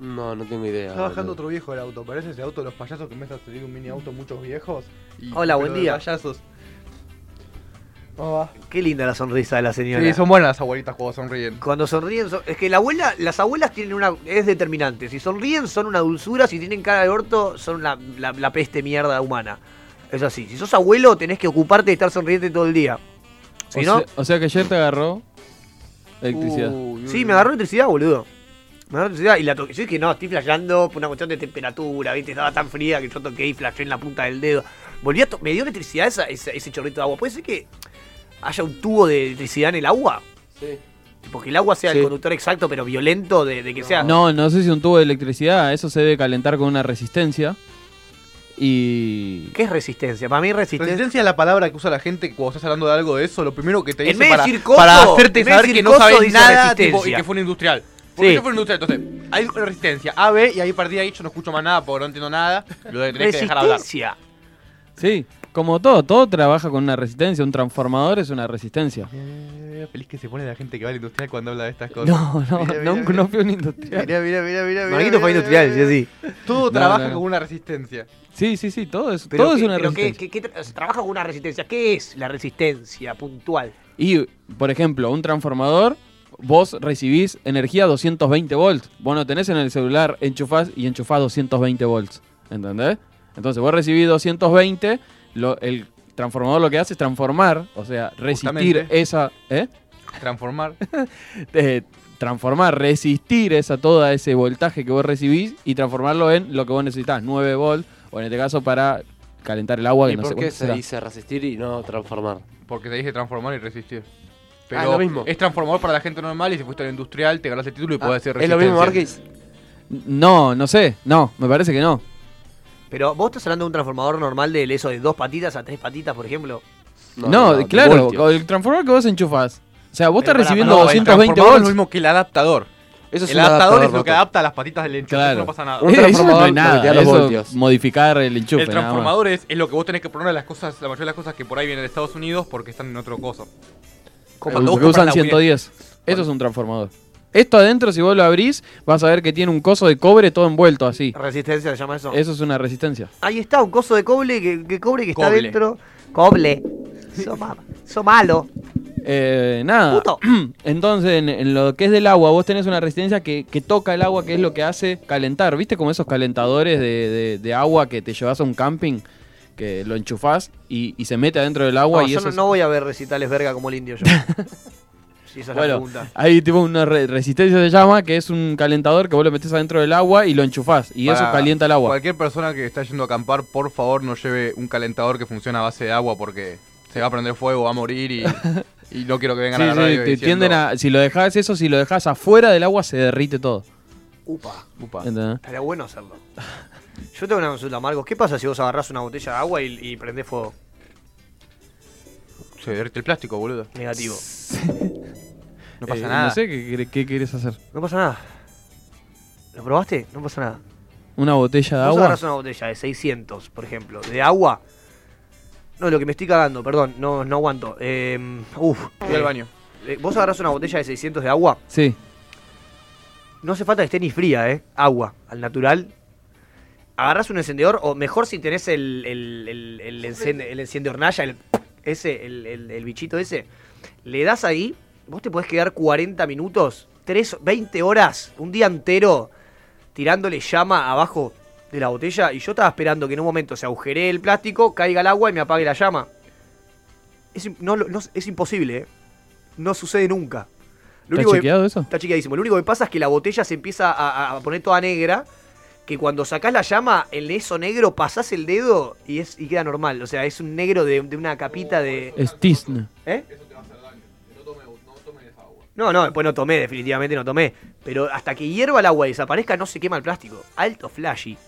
[SPEAKER 2] No, no tengo idea.
[SPEAKER 3] Está bajando
[SPEAKER 2] boludo.
[SPEAKER 3] otro viejo del auto. Parece ese auto de los payasos que me a subir un mini auto muchos viejos. Y-
[SPEAKER 1] Hola, buen
[SPEAKER 3] pero de
[SPEAKER 1] día.
[SPEAKER 3] Payasos. ¿Cómo va?
[SPEAKER 1] Qué linda la sonrisa de la señora.
[SPEAKER 3] Sí, son buenas las abuelitas cuando sonríen.
[SPEAKER 1] Cuando sonríen, son- es que la abuela, las abuelas tienen una. es determinante. Si sonríen son una dulzura, si tienen cara de orto, son la, la- la peste mierda humana. Es así. Si sos abuelo, tenés que ocuparte de estar sonriente todo el día. Si
[SPEAKER 5] o,
[SPEAKER 1] no. Uh,
[SPEAKER 5] sea, o sea que ayer te agarró electricidad.
[SPEAKER 1] sí, me agarró electricidad, boludo. Me agarró electricidad y la toqué. Yo dije, no, estoy flasheando por una cuestión de temperatura, ¿viste? Estaba tan fría que yo toqué y flasheé en la punta del dedo. Volví a to- me dio electricidad esa- esa- ese chorrito de agua. ¿Puede ser que haya un tubo de electricidad en el agua?
[SPEAKER 2] Sí.
[SPEAKER 1] Tipo que el agua sea el conductor exacto, pero violento, de, de que sea.
[SPEAKER 5] No, no sé si un tubo de electricidad, eso se debe calentar con una resistencia. Y.
[SPEAKER 1] ¿Qué es resistencia? Para mí resistencia.
[SPEAKER 3] Resistencia es la palabra que usa la gente cuando estás hablando de algo de eso. Lo primero que te dice
[SPEAKER 1] En vez de
[SPEAKER 3] para,
[SPEAKER 1] decir coso,
[SPEAKER 3] para
[SPEAKER 1] en
[SPEAKER 3] hacerte
[SPEAKER 1] vez de
[SPEAKER 3] saber
[SPEAKER 1] decir
[SPEAKER 3] que no
[SPEAKER 1] coso,
[SPEAKER 3] sabes
[SPEAKER 1] dice
[SPEAKER 3] nada tipo, y
[SPEAKER 1] resistencia.
[SPEAKER 3] que fue un industrial. Porque
[SPEAKER 1] Sí.
[SPEAKER 3] yo fui un industrial, entonces hay una resistencia A, B y ahí partí de ahí yo no escucho más nada porque no entiendo nada. Lo de tenés que dejar hablar.
[SPEAKER 1] Resistencia.
[SPEAKER 5] Sí, como todo, todo trabaja con una resistencia. Un transformador es una resistencia.
[SPEAKER 3] Mirá Eh, feliz que se pone la gente que va al industrial cuando habla de estas cosas.
[SPEAKER 5] No, no,
[SPEAKER 3] Mirá,
[SPEAKER 5] no,
[SPEAKER 3] mirá,
[SPEAKER 5] no fui un industrial.
[SPEAKER 3] Mirá, mirá, mirá, mirá. mirá,
[SPEAKER 1] Marquito fue
[SPEAKER 3] mirá,
[SPEAKER 1] industrial,
[SPEAKER 3] mirá,
[SPEAKER 1] sí,
[SPEAKER 3] mirá. Todo
[SPEAKER 5] No,
[SPEAKER 3] trabaja
[SPEAKER 5] no, no.
[SPEAKER 3] con una resistencia.
[SPEAKER 5] Sí, sí, sí, todo es,
[SPEAKER 1] Pero
[SPEAKER 5] todo es
[SPEAKER 1] qué-
[SPEAKER 5] una
[SPEAKER 1] pero qué-
[SPEAKER 5] resistencia.
[SPEAKER 1] qué- qué tra- se trabaja con una resistencia. ¿Qué es la resistencia puntual?
[SPEAKER 5] Y, por ejemplo, un transformador, vos recibís energía 220 volts. Vos no tenés en el celular, enchufás y enchufás 220 volts. ¿Entendés? Entonces vos recibís 220, lo- el transformador lo que hace es transformar, o sea, resistir
[SPEAKER 3] Justamente.
[SPEAKER 5] esa... ¿eh?
[SPEAKER 3] Transformar.
[SPEAKER 5] Eh, transformar, resistir esa, todo ese voltaje que vos recibís y transformarlo en lo que vos necesitás, 9 volts, o en este caso para calentar el agua. que
[SPEAKER 2] ¿Y
[SPEAKER 5] no sé
[SPEAKER 2] por qué
[SPEAKER 5] cuánto
[SPEAKER 2] se
[SPEAKER 5] será.
[SPEAKER 2] dice resistir y no transformar?
[SPEAKER 3] Porque te dije transformar y resistir. Pero
[SPEAKER 2] Ah, es lo mismo. Ah,
[SPEAKER 3] es transformador para la gente normal y si fuiste al industrial te ganas el título y podés hacer
[SPEAKER 2] ¿Es lo
[SPEAKER 3] resistencia.
[SPEAKER 2] mismo, Marquis?
[SPEAKER 5] No, no sé, no, me parece que no.
[SPEAKER 1] Pero vos estás hablando de un transformador normal de eso de dos patitas a tres patitas, por ejemplo.
[SPEAKER 5] No, claro, el transformador que vos enchufás. O sea, vos
[SPEAKER 1] Pero
[SPEAKER 5] estás
[SPEAKER 1] pará,
[SPEAKER 5] recibiendo
[SPEAKER 3] No, Eh, el
[SPEAKER 5] 220
[SPEAKER 3] transformador es lo
[SPEAKER 5] volts.
[SPEAKER 3] mismo que el adaptador.
[SPEAKER 2] Eso es
[SPEAKER 3] el
[SPEAKER 2] un
[SPEAKER 3] adaptador,
[SPEAKER 2] adaptador,
[SPEAKER 3] es lo que
[SPEAKER 2] Marco.
[SPEAKER 3] adapta las patitas del enchufe,
[SPEAKER 5] Claro.
[SPEAKER 3] no pasa
[SPEAKER 5] Eh,
[SPEAKER 3] nada.
[SPEAKER 5] eso no es
[SPEAKER 2] transformador
[SPEAKER 5] nada,
[SPEAKER 2] voltea los
[SPEAKER 5] eso
[SPEAKER 2] voltios.
[SPEAKER 5] es modificar el enchufe.
[SPEAKER 3] El
[SPEAKER 5] nada más.
[SPEAKER 3] transformador es, es lo que vos tenés que poner a las cosas, la mayoría de las cosas que por ahí vienen de Estados Unidos porque están en otro coso.
[SPEAKER 5] Porque usan 110. Eso es un transformador. Esto adentro, si vos lo abrís, vas a ver que tiene un coso de cobre todo envuelto así.
[SPEAKER 1] Resistencia se llama eso.
[SPEAKER 5] Eso es una resistencia.
[SPEAKER 1] Ahí está, un coso de cobre que, que cobre que está
[SPEAKER 3] Coble.
[SPEAKER 1] dentro. Coble. So, ma- so malo.
[SPEAKER 5] Eh, nada.
[SPEAKER 1] Puto.
[SPEAKER 5] Entonces, en, en lo que es del agua, vos tenés una resistencia que, que toca el agua, que es lo que hace calentar. ¿Viste como esos calentadores de, de- de agua que te llevas a un camping? Que lo enchufás y, y se mete adentro del agua
[SPEAKER 1] No,
[SPEAKER 5] y
[SPEAKER 1] yo
[SPEAKER 5] eso
[SPEAKER 1] no,
[SPEAKER 5] es-
[SPEAKER 1] no voy a ver recitales verga como el indio yo. si esa es la
[SPEAKER 5] Bueno,
[SPEAKER 1] pregunta.
[SPEAKER 5] hay tipo una re- resistencia se llama, que es un calentador que vos lo metés adentro del agua y lo enchufás. Y eso
[SPEAKER 1] Ah,
[SPEAKER 3] Para
[SPEAKER 5] calienta el agua.
[SPEAKER 3] Cualquier persona que está yendo a acampar, por favor no lleve un calentador que funciona a base de agua porque se va a prender fuego, va a morir y, y no quiero que vengan
[SPEAKER 5] Sí,
[SPEAKER 3] a la
[SPEAKER 5] sí,
[SPEAKER 3] radio
[SPEAKER 5] te
[SPEAKER 3] diciendo,
[SPEAKER 5] tienden a. Si lo dejás eso, si lo dejás afuera del agua, se derrite todo.
[SPEAKER 1] Upa.
[SPEAKER 3] "Upa".
[SPEAKER 5] ¿entendés?
[SPEAKER 1] Estaría bueno hacerlo. Yo tengo una consulta, Marcos. ¿Qué pasa si vos agarrás una botella de agua y, y prendés fuego?
[SPEAKER 3] Se derrite el plástico, boludo.
[SPEAKER 1] Negativo.
[SPEAKER 3] No pasa
[SPEAKER 5] Eh,
[SPEAKER 3] nada.
[SPEAKER 5] No sé qué, qué- qué querés hacer.
[SPEAKER 1] No pasa nada. ¿Lo probaste? No pasa nada.
[SPEAKER 5] ¿Una botella de
[SPEAKER 1] Vos
[SPEAKER 5] agua?
[SPEAKER 1] agarrás una botella de 600, por ejemplo, de agua. No, lo que me estoy cagando, perdón, no, no aguanto. Eh, uf.
[SPEAKER 3] Voy al baño.
[SPEAKER 1] Eh, vos agarrás una botella de 600 de agua.
[SPEAKER 5] Sí.
[SPEAKER 1] No hace falta que esté ni fría, ¿eh? Agua, al natural. Agarrás un encendedor, o mejor si tenés el, el, el, el encende, el enciende hornalla, el, ese, el, el- el bichito ese. Le das ahí, vos te podés quedar 40 minutos, 3, 20 horas, un día entero, tirándole llama abajo de la botella. Y yo estaba esperando que en un momento se agujere el plástico, caiga el agua y me apague la llama. Es, im- no lo- no- es imposible, ¿eh? No sucede nunca.
[SPEAKER 5] ¿Está
[SPEAKER 1] Lo único que-
[SPEAKER 5] chequeado eso?
[SPEAKER 1] Está chiquísimo. Lo único que pasa es que la botella se empieza a, a- a poner toda negra. Que cuando sacás la llama, el eso negro pasás el dedo y, es, y queda normal. O sea, es un negro de, de una capita de.
[SPEAKER 5] Es Tisne.
[SPEAKER 1] ¿Eh? No, no, después no tomé, definitivamente no tomé. Pero hasta que hierva el agua y desaparezca, no se quema el plástico. Alto flashy.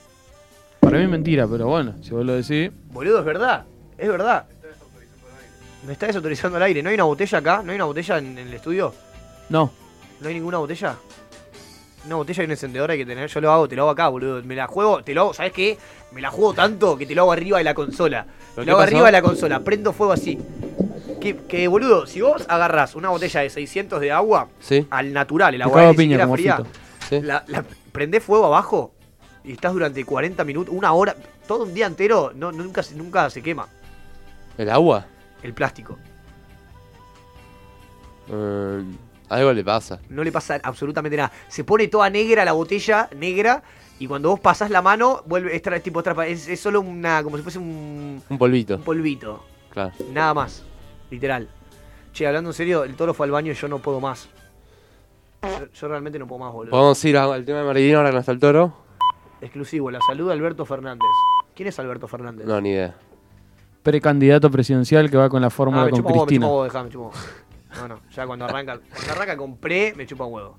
[SPEAKER 5] Para mí es mentira, pero bueno, si vos lo decís.
[SPEAKER 1] Boludo, es verdad. Es verdad. Me está desautorizando el aire. ¿No hay una botella acá? ¿No hay una botella en, en el estudio?
[SPEAKER 5] No.
[SPEAKER 1] ¿No hay ninguna botella? Una botella y un encendedor hay que tener. Yo lo hago, te lo hago acá, boludo. Me la juego, te lo hago, ¿sabes qué? Me la juego tanto que te lo hago arriba de la consola. Te
[SPEAKER 5] ¿Pero
[SPEAKER 1] lo hago
[SPEAKER 5] qué pasó?
[SPEAKER 1] arriba de la consola. Prendo fuego así. Que, que, boludo, si vos agarrás una botella de 600 de agua,
[SPEAKER 2] Sí.
[SPEAKER 1] al natural, el
[SPEAKER 2] Te
[SPEAKER 1] agua
[SPEAKER 2] cago
[SPEAKER 1] ni
[SPEAKER 2] piña
[SPEAKER 1] siquiera
[SPEAKER 2] como
[SPEAKER 1] fría.
[SPEAKER 2] Fito.
[SPEAKER 1] La, la- prendés fuego abajo y estás durante 40 minutos, una hora, todo un día entero, no, nunca, se- nunca se quema
[SPEAKER 2] ¿El agua?
[SPEAKER 1] el plástico.
[SPEAKER 2] Eh, algo le pasa.
[SPEAKER 1] No le pasa absolutamente nada. Se pone toda negra la botella, negra, y cuando vos pasás la mano, vuelve, es, tra- tipo trapa- es, es solo una, como si fuese un,
[SPEAKER 2] Un polvito.
[SPEAKER 1] un polvito.
[SPEAKER 2] Claro.
[SPEAKER 1] Nada más, literal. Che, hablando en serio, el toro fue al baño y yo no puedo más. Yo, yo realmente no puedo más, boludo.
[SPEAKER 2] Podemos ir a- al tema de Marilino ahora que no está el toro.
[SPEAKER 1] Exclusivo, la salud de Alberto Fernández. ¿Quién es Alberto Fernández?
[SPEAKER 2] No, ni idea.
[SPEAKER 5] Precandidato presidencial que va con la fórmula
[SPEAKER 1] Ah, me
[SPEAKER 5] con
[SPEAKER 1] chupa huevo, me
[SPEAKER 5] Cristina.
[SPEAKER 1] chupa huevo, dejá, me chupa huevo. No, no, ya cuando arranca, cuando arranca con pre, me chupa huevo.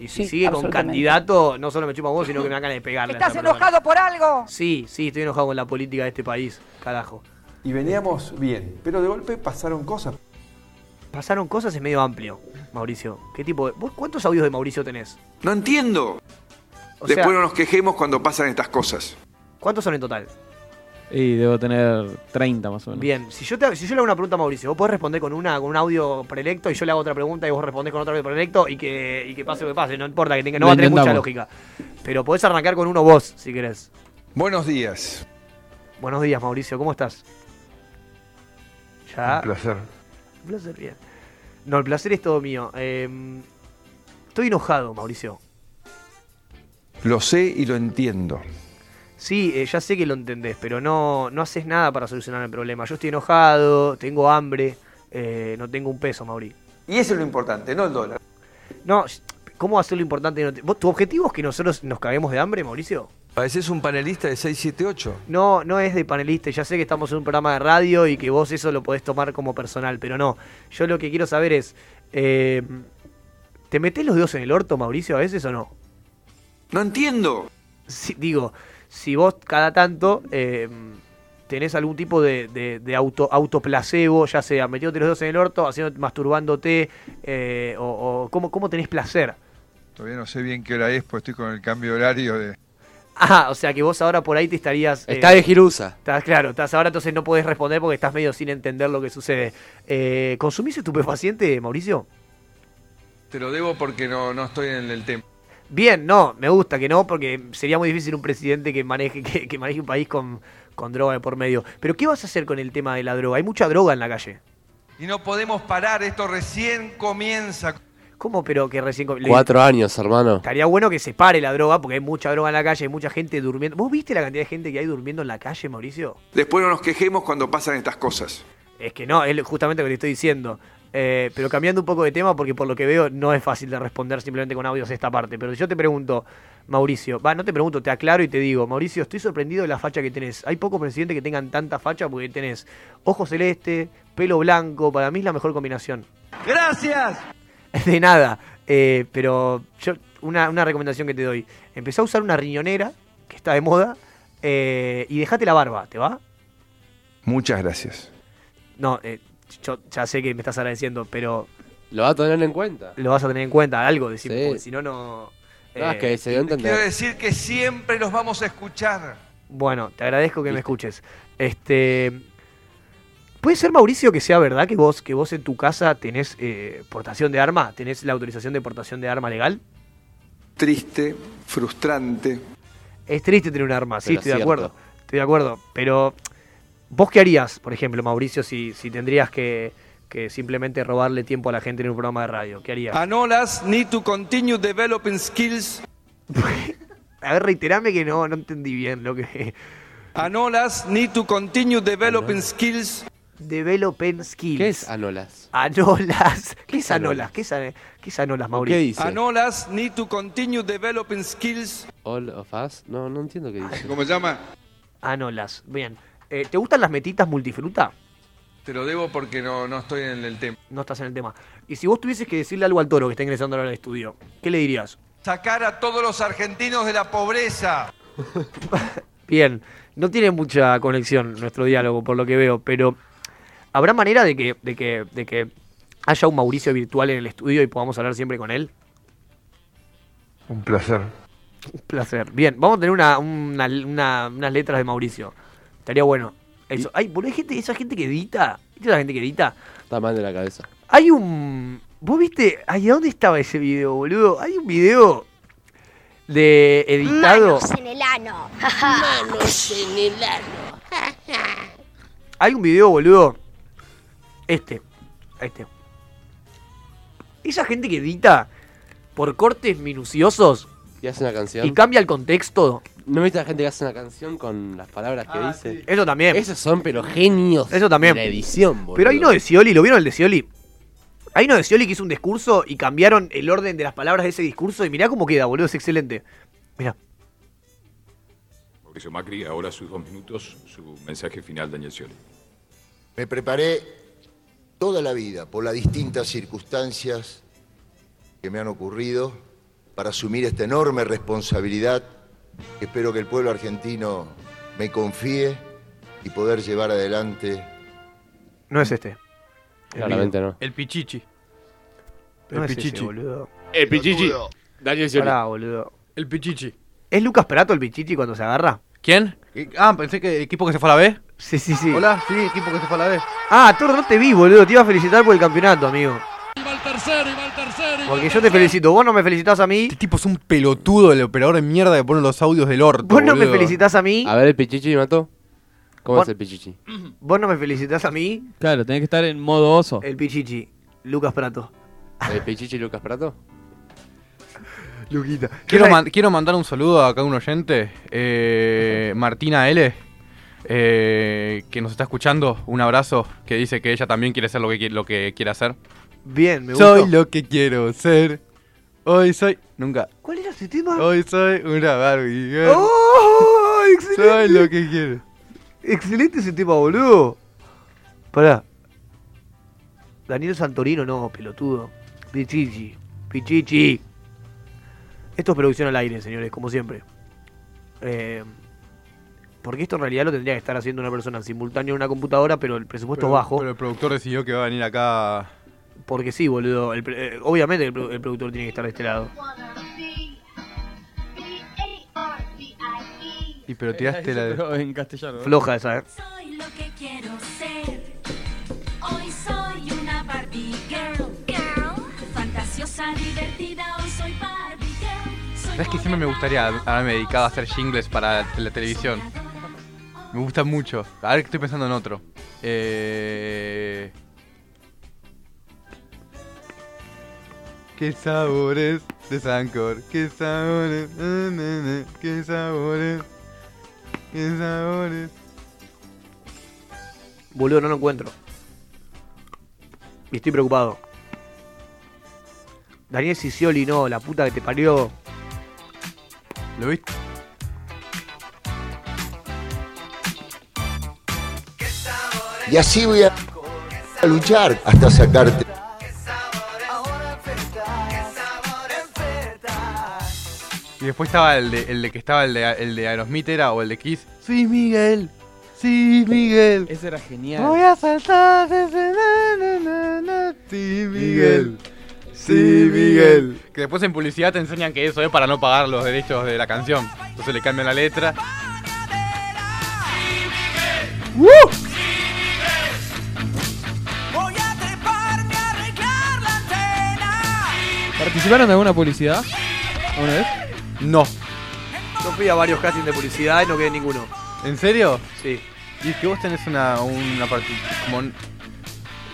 [SPEAKER 1] Y si
[SPEAKER 12] Sí,
[SPEAKER 1] sigue con
[SPEAKER 12] absolutamente.
[SPEAKER 1] candidato, no solo me chupa huevo, sino que me dan ganas de pegarle. a esa
[SPEAKER 12] ¿Estás
[SPEAKER 1] persona.
[SPEAKER 12] enojado por algo?
[SPEAKER 1] Sí, sí, estoy enojado con la política de este país, carajo.
[SPEAKER 13] Y veníamos bien, pero de golpe pasaron cosas.
[SPEAKER 1] Pasaron cosas, es medio amplio, Mauricio. ¿Qué tipo de... ¿Vos cuántos audios de Mauricio tenés?
[SPEAKER 14] No entiendo.
[SPEAKER 1] O
[SPEAKER 14] Después
[SPEAKER 1] sea-
[SPEAKER 14] no nos quejemos cuando pasan estas cosas.
[SPEAKER 1] ¿Cuántos son en total?
[SPEAKER 5] Y debo tener 30 más o menos.
[SPEAKER 1] Bien, si yo, te, si yo le hago una pregunta a Mauricio, vos podés responder con, una, con un audio preelecto y yo le hago otra pregunta y vos respondés con otro audio preelecto y que, y que pase lo que pase, no importa, que tenga, no
[SPEAKER 5] Lo
[SPEAKER 1] va a tener mucha lógica.
[SPEAKER 5] intentamos.
[SPEAKER 1] Pero podés arrancar con uno vos, si querés.
[SPEAKER 14] Buenos días.
[SPEAKER 1] Buenos días, Mauricio, ¿cómo estás? Ya.
[SPEAKER 14] placer.
[SPEAKER 1] Un placer, bien. No, el placer es todo mío. Eh, estoy enojado, Mauricio.
[SPEAKER 14] Lo sé y lo entiendo.
[SPEAKER 1] Sí, eh, ya sé que lo entendés, pero no, no haces nada para solucionar el problema. Yo estoy enojado, tengo hambre, eh, no tengo un peso, Mauri.
[SPEAKER 14] Y eso es lo importante, no el dólar.
[SPEAKER 1] No, sh- ¿cómo va a ser lo importante? No te- ¿Vos- ¿Tu objetivo es que nosotros nos caguemos de hambre, Mauricio?
[SPEAKER 14] Pareces un panelista de 678.
[SPEAKER 1] No, no es de panelista. Ya sé que estamos en un programa de radio y que vos eso lo podés tomar como personal, pero no. Yo lo que quiero saber es, eh, ¿te metés los dedos en el orto, Mauricio, a veces o no?
[SPEAKER 14] No entiendo.
[SPEAKER 1] Si- digo, si vos cada tanto eh, tenés algún tipo de, de- de auto, autoplacebo, ya sea metiéndote los dedos en el orto, haciendo, masturbándote, eh, o, o ¿cómo, cómo tenés placer.
[SPEAKER 15] Todavía no sé bien qué hora es, pues estoy con el cambio de horario de...
[SPEAKER 1] Ah, o sea que vos ahora por ahí te estarías... eh,
[SPEAKER 2] Está de Girusa.
[SPEAKER 1] Estás claro, estás ahora entonces no podés responder porque estás medio sin entender lo que sucede. Eh, ¿Consumís estupefaciente, Mauricio?
[SPEAKER 15] Te lo debo porque no, no estoy en el tema.
[SPEAKER 1] Bien, no, me gusta que no, porque sería muy difícil un presidente que maneje, que, que maneje un país con, con droga de por medio. Pero ¿qué vas a hacer con el tema de la droga? Hay mucha droga en la calle.
[SPEAKER 15] Y no podemos parar, esto recién comienza.
[SPEAKER 1] ¿Cómo pero que recién... com- le-
[SPEAKER 2] Cuatro años, hermano.
[SPEAKER 1] Estaría bueno que se pare la droga, porque hay mucha droga en la calle, hay mucha gente durmiendo. ¿Vos viste la cantidad de gente que hay durmiendo en la calle, Mauricio?
[SPEAKER 14] Después no nos quejemos cuando pasan estas cosas.
[SPEAKER 1] Es que no, es lo- justamente lo que te estoy diciendo. Eh, pero cambiando un poco de tema, porque por lo que veo no es fácil de responder simplemente con audios esta parte. Pero si yo te pregunto, Mauricio, va, no te pregunto, te aclaro y te digo, Mauricio, estoy sorprendido de la facha que tenés. Hay pocos presidentes que tengan tanta facha porque tenés ojo celeste, pelo blanco, para mí es la mejor combinación.
[SPEAKER 14] Gracias.
[SPEAKER 1] De nada, eh, pero yo una, una recomendación que te doy. Empezá a usar una riñonera, que está de moda, eh, y dejate la barba, ¿te va?
[SPEAKER 14] Muchas gracias.
[SPEAKER 1] No, eh, yo ya sé que me estás agradeciendo, pero
[SPEAKER 2] Lo va a tener en cuenta.
[SPEAKER 1] lo vas a tener en cuenta, algo, decimos,
[SPEAKER 2] Sí.
[SPEAKER 1] porque si no, no...
[SPEAKER 2] No, es que se dio a entender.
[SPEAKER 15] eh, Quiero decir que siempre los vamos a escuchar.
[SPEAKER 1] Bueno, te agradezco que me escuches. Este... ¿Puede ser, Mauricio, que sea verdad que vos, que vos en tu casa tenés eh, portación de arma? ¿Tenés la autorización de portación de arma legal?
[SPEAKER 14] Triste, frustrante.
[SPEAKER 1] Es triste tener un arma, sí,
[SPEAKER 14] Pero
[SPEAKER 1] estoy de
[SPEAKER 14] cierto.
[SPEAKER 1] acuerdo. Estoy de acuerdo, pero ¿vos qué harías, por ejemplo, Mauricio, si, si tendrías que, que simplemente robarle tiempo a la gente en un programa de radio? ¿Qué
[SPEAKER 15] Ah,
[SPEAKER 1] harías?
[SPEAKER 14] Anolas need to continue developing skills.
[SPEAKER 1] A ver, reiterame que no, no entendí bien lo que...
[SPEAKER 14] Anolas need to continue developing skills.
[SPEAKER 1] Developing skills.
[SPEAKER 2] ¿Qué es Anolas?
[SPEAKER 1] Anolas. ¿Qué es Anolas? ¿Qué es, an- qué es Anolas, Mauricio?
[SPEAKER 15] Ah,
[SPEAKER 14] Anolas need to continue developing skills.
[SPEAKER 2] All of us. No, no entiendo qué dice.
[SPEAKER 15] ¿Cómo se llama?
[SPEAKER 1] Anolas. Bien. Eh, ¿Te gustan las metitas multifruta?
[SPEAKER 15] Te lo debo porque no, no estoy en el tema.
[SPEAKER 1] no estás en el tema. Y si vos tuvieses que decirle algo al toro que está ingresando ahora al estudio, ¿qué le dirías?
[SPEAKER 15] Sacar a todos los argentinos de la pobreza.
[SPEAKER 1] Bien, no tiene mucha conexión nuestro diálogo, por lo que veo, pero ¿habrá manera de que, de que, de que haya un Mauricio virtual en el estudio y podamos hablar siempre con él?
[SPEAKER 12] Un placer.
[SPEAKER 1] Un placer. Bien, vamos a tener una, una- una- unas letras de Mauricio. Estaría bueno. Eso. Ay, boludo, hay gente, esa gente que edita. ¿Viste la gente que edita?
[SPEAKER 2] Está mal de la cabeza.
[SPEAKER 1] Hay un. ¿Vos viste? Ay, ¿dónde estaba ese video, boludo? Hay un video de editado.
[SPEAKER 16] en el ano.
[SPEAKER 17] Manos en el ano.
[SPEAKER 1] Hay un video, boludo. Este. Este. Esa gente que edita por cortes minuciosos
[SPEAKER 2] Y hace una canción.
[SPEAKER 1] y cambia el contexto.
[SPEAKER 2] ¿No viste la gente que hace una canción con las palabras que
[SPEAKER 1] Ah.
[SPEAKER 2] dice?
[SPEAKER 1] Eso también.
[SPEAKER 2] Esos son, pero genios.
[SPEAKER 1] Eso también.
[SPEAKER 2] de La edición, boludo.
[SPEAKER 1] Pero hay uno de Scioli, ¿lo vieron el de Scioli? Hay uno de Scioli que hizo un discurso y cambiaron el orden de las palabras de ese discurso y mirá cómo queda, boludo, es excelente.
[SPEAKER 18] Mauricio Macri, ahora sus dos minutos, su mensaje final, Daniel Scioli.
[SPEAKER 12] Me preparé toda la vida por las distintas circunstancias que me han ocurrido para asumir esta enorme responsabilidad. que Espero que el pueblo argentino me confíe y poder llevar adelante.
[SPEAKER 1] No es este.
[SPEAKER 2] Claramente no.
[SPEAKER 3] El pichichi.
[SPEAKER 1] No es ese, boludo.
[SPEAKER 2] El pichichi. Daniel Scioli.
[SPEAKER 1] Pará, boludo.
[SPEAKER 3] El pichichi.
[SPEAKER 1] ¿Es Lucas Prato el pichichi cuando se agarra?
[SPEAKER 3] ¿Quién? Ah, pensé que equipo que se fue a la B.
[SPEAKER 1] Sí, sí, sí.
[SPEAKER 3] Hola, sí, equipo que se fue a la B.
[SPEAKER 1] Ah, Toro, no te vi, boludo. Te iba a felicitar por el campeonato, amigo.
[SPEAKER 17] Tercero y va el tercero.
[SPEAKER 1] Porque yo te felicito. Vos no me felicitás a mí. Este
[SPEAKER 3] tipo es un pelotudo, el operador de mierda que pone los audios del orto.
[SPEAKER 1] Vos no me
[SPEAKER 3] boludo.
[SPEAKER 1] felicitás a mí.
[SPEAKER 2] A ver, el pichichi mató. ¿Cómo
[SPEAKER 1] Bueno.
[SPEAKER 2] es el pichichi?
[SPEAKER 1] Vos no me felicitás a mí.
[SPEAKER 5] Claro, tenés que estar en modo oso.
[SPEAKER 1] El pichichi. Lucas Prato.
[SPEAKER 2] ¿El pichichi Lucas Prato?
[SPEAKER 1] Luquita.
[SPEAKER 3] Quiero, man- quiero mandar un saludo acá a un oyente, eh, Martina L., eh, que nos está escuchando. Un abrazo, que dice que ella también quiere hacer lo que, qui- lo que quiere hacer.
[SPEAKER 1] Bien, me
[SPEAKER 3] Soy
[SPEAKER 1] gustó.
[SPEAKER 3] lo que quiero ser. Hoy soy. Nunca.
[SPEAKER 1] ¿Cuál era ese tema?
[SPEAKER 3] Hoy soy una Barbie. girl.
[SPEAKER 1] ¡Oh! ¡Excelente!
[SPEAKER 3] Soy lo que quiero.
[SPEAKER 1] Excelente ese tema, boludo. Pará. Daniel Santorino, no, pelotudo. Pichichi. Pichichi. Esto es producción al aire, señores, como siempre. Eh, porque esto en realidad lo tendría que estar haciendo una persona simultánea en una computadora, pero el presupuesto
[SPEAKER 3] Pero-
[SPEAKER 1] es bajo.
[SPEAKER 3] Pero el productor decidió que va a venir acá.
[SPEAKER 1] Porque sí, boludo. El pre- eh, obviamente el, pro- el productor tiene que estar de este lado.
[SPEAKER 3] Y pero tiraste la de-
[SPEAKER 5] Pero en castellano. ¿no?
[SPEAKER 1] Floja esa, eh.
[SPEAKER 17] Soy lo que quiero ser. Hoy soy una Barbie girl. Girl. Fantasiosa, divertida. Hoy soy Barbie girl. Soy
[SPEAKER 3] ¿Sabes que siempre me gustaría haberme dedicado a hacer jingles para la televisión? Me gusta mucho. A ver, estoy pensando en otro. Eh... ¿Qué sabores de Sancor? ¿Qué sabores? Na, na, na. ¿Qué sabores? ¿Qué sabores?
[SPEAKER 1] Boludo, no lo encuentro. Y estoy preocupado. Daniel Sicioli, no, la puta que te parió.
[SPEAKER 3] ¿Lo viste?
[SPEAKER 12] Y así voy a a luchar hasta sacarte.
[SPEAKER 3] Y después estaba el de, el de que estaba el de, el de Aerosmith era o el de Kiss. Sí, Miguel. Sí, Miguel.
[SPEAKER 5] Ese era genial.
[SPEAKER 3] Voy a saltar desde na, na, na, na. Sí, Miguel. Sí, Miguel. Que después en publicidad te enseñan que eso es para no pagar los derechos de la canción. Entonces le cambian la letra.
[SPEAKER 17] ¡Woo!
[SPEAKER 5] ¿Participaron de alguna publicidad? ¿Alguna vez?
[SPEAKER 3] No.
[SPEAKER 1] Yo fui a varios castings de publicidad y no quedé ninguno.
[SPEAKER 3] ¿En serio?
[SPEAKER 1] Sí.
[SPEAKER 3] Y es que vos tenés una, una parte como un-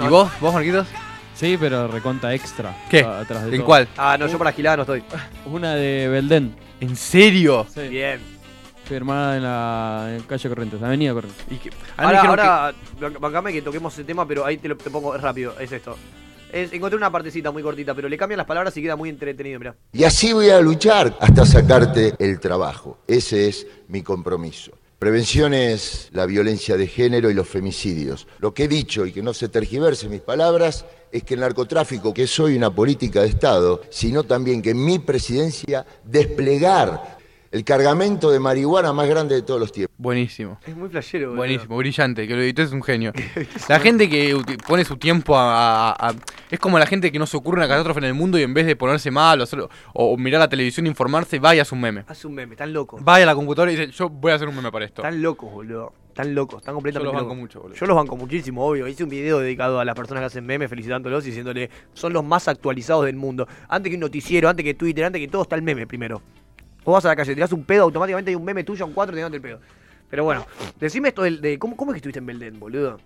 [SPEAKER 3] ¿Y vos? ¿Vos, Marquitos?
[SPEAKER 5] Sí, pero reconta extra.
[SPEAKER 3] ¿Qué?
[SPEAKER 5] a- atrás de
[SPEAKER 3] ¿En
[SPEAKER 5] todo.
[SPEAKER 3] cuál?
[SPEAKER 1] Ah, no, yo para Gilada no estoy.
[SPEAKER 5] Una de Belden.
[SPEAKER 3] ¿En serio?
[SPEAKER 1] Bien.
[SPEAKER 5] Firmada en la en calle Corrientes, Avenida Corrientes.
[SPEAKER 1] Ahora, ahora banc- bancame que toquemos ese tema, pero ahí te lo te pongo es rápido. Es esto. Es- encontré una partecita muy cortita, pero le cambian las palabras y queda muy entretenido, mirá.
[SPEAKER 12] Y así voy a luchar hasta sacarte el trabajo. Ese es mi compromiso. Prevención es la violencia de género y los femicidios. Lo que he dicho y que no se tergiverse mis palabras es que el narcotráfico, que soy una política de Estado, sino también que en mi presidencia desplegar el cargamento de marihuana más grande de todos los tiempos.
[SPEAKER 11] Buenísimo.
[SPEAKER 1] Es muy flashero, boludo.
[SPEAKER 11] Buenísimo, brillante, que lo editó es un genio. La gente que uti- pone su tiempo a, a- a- Es como la gente que no se ocurre una catástrofe en el mundo y en vez de ponerse mal o, hacer- o- o mirar la televisión e informarse, vaya a hacer un meme.
[SPEAKER 1] Hace un meme, tan loco.
[SPEAKER 11] Vaya a la computadora y dice, yo voy a hacer un meme para esto.
[SPEAKER 1] Están locos, boludo. Están locos, están completamente
[SPEAKER 11] Yo los banco
[SPEAKER 1] locos.
[SPEAKER 11] mucho, boludo.
[SPEAKER 1] Yo los banco muchísimo, obvio. Hice un video dedicado a las personas que hacen memes felicitándolos y diciéndole son los más actualizados del mundo. Antes que un noticiero, antes que Twitter, antes que todo está el meme primero. Vos vas a la calle, tirás un pedo, automáticamente hay un meme tuyo, un cuatro tirándote el pedo. Pero bueno, decime esto del, de. ¿cómo, ¿Cómo es que estuviste en Belden, boludo?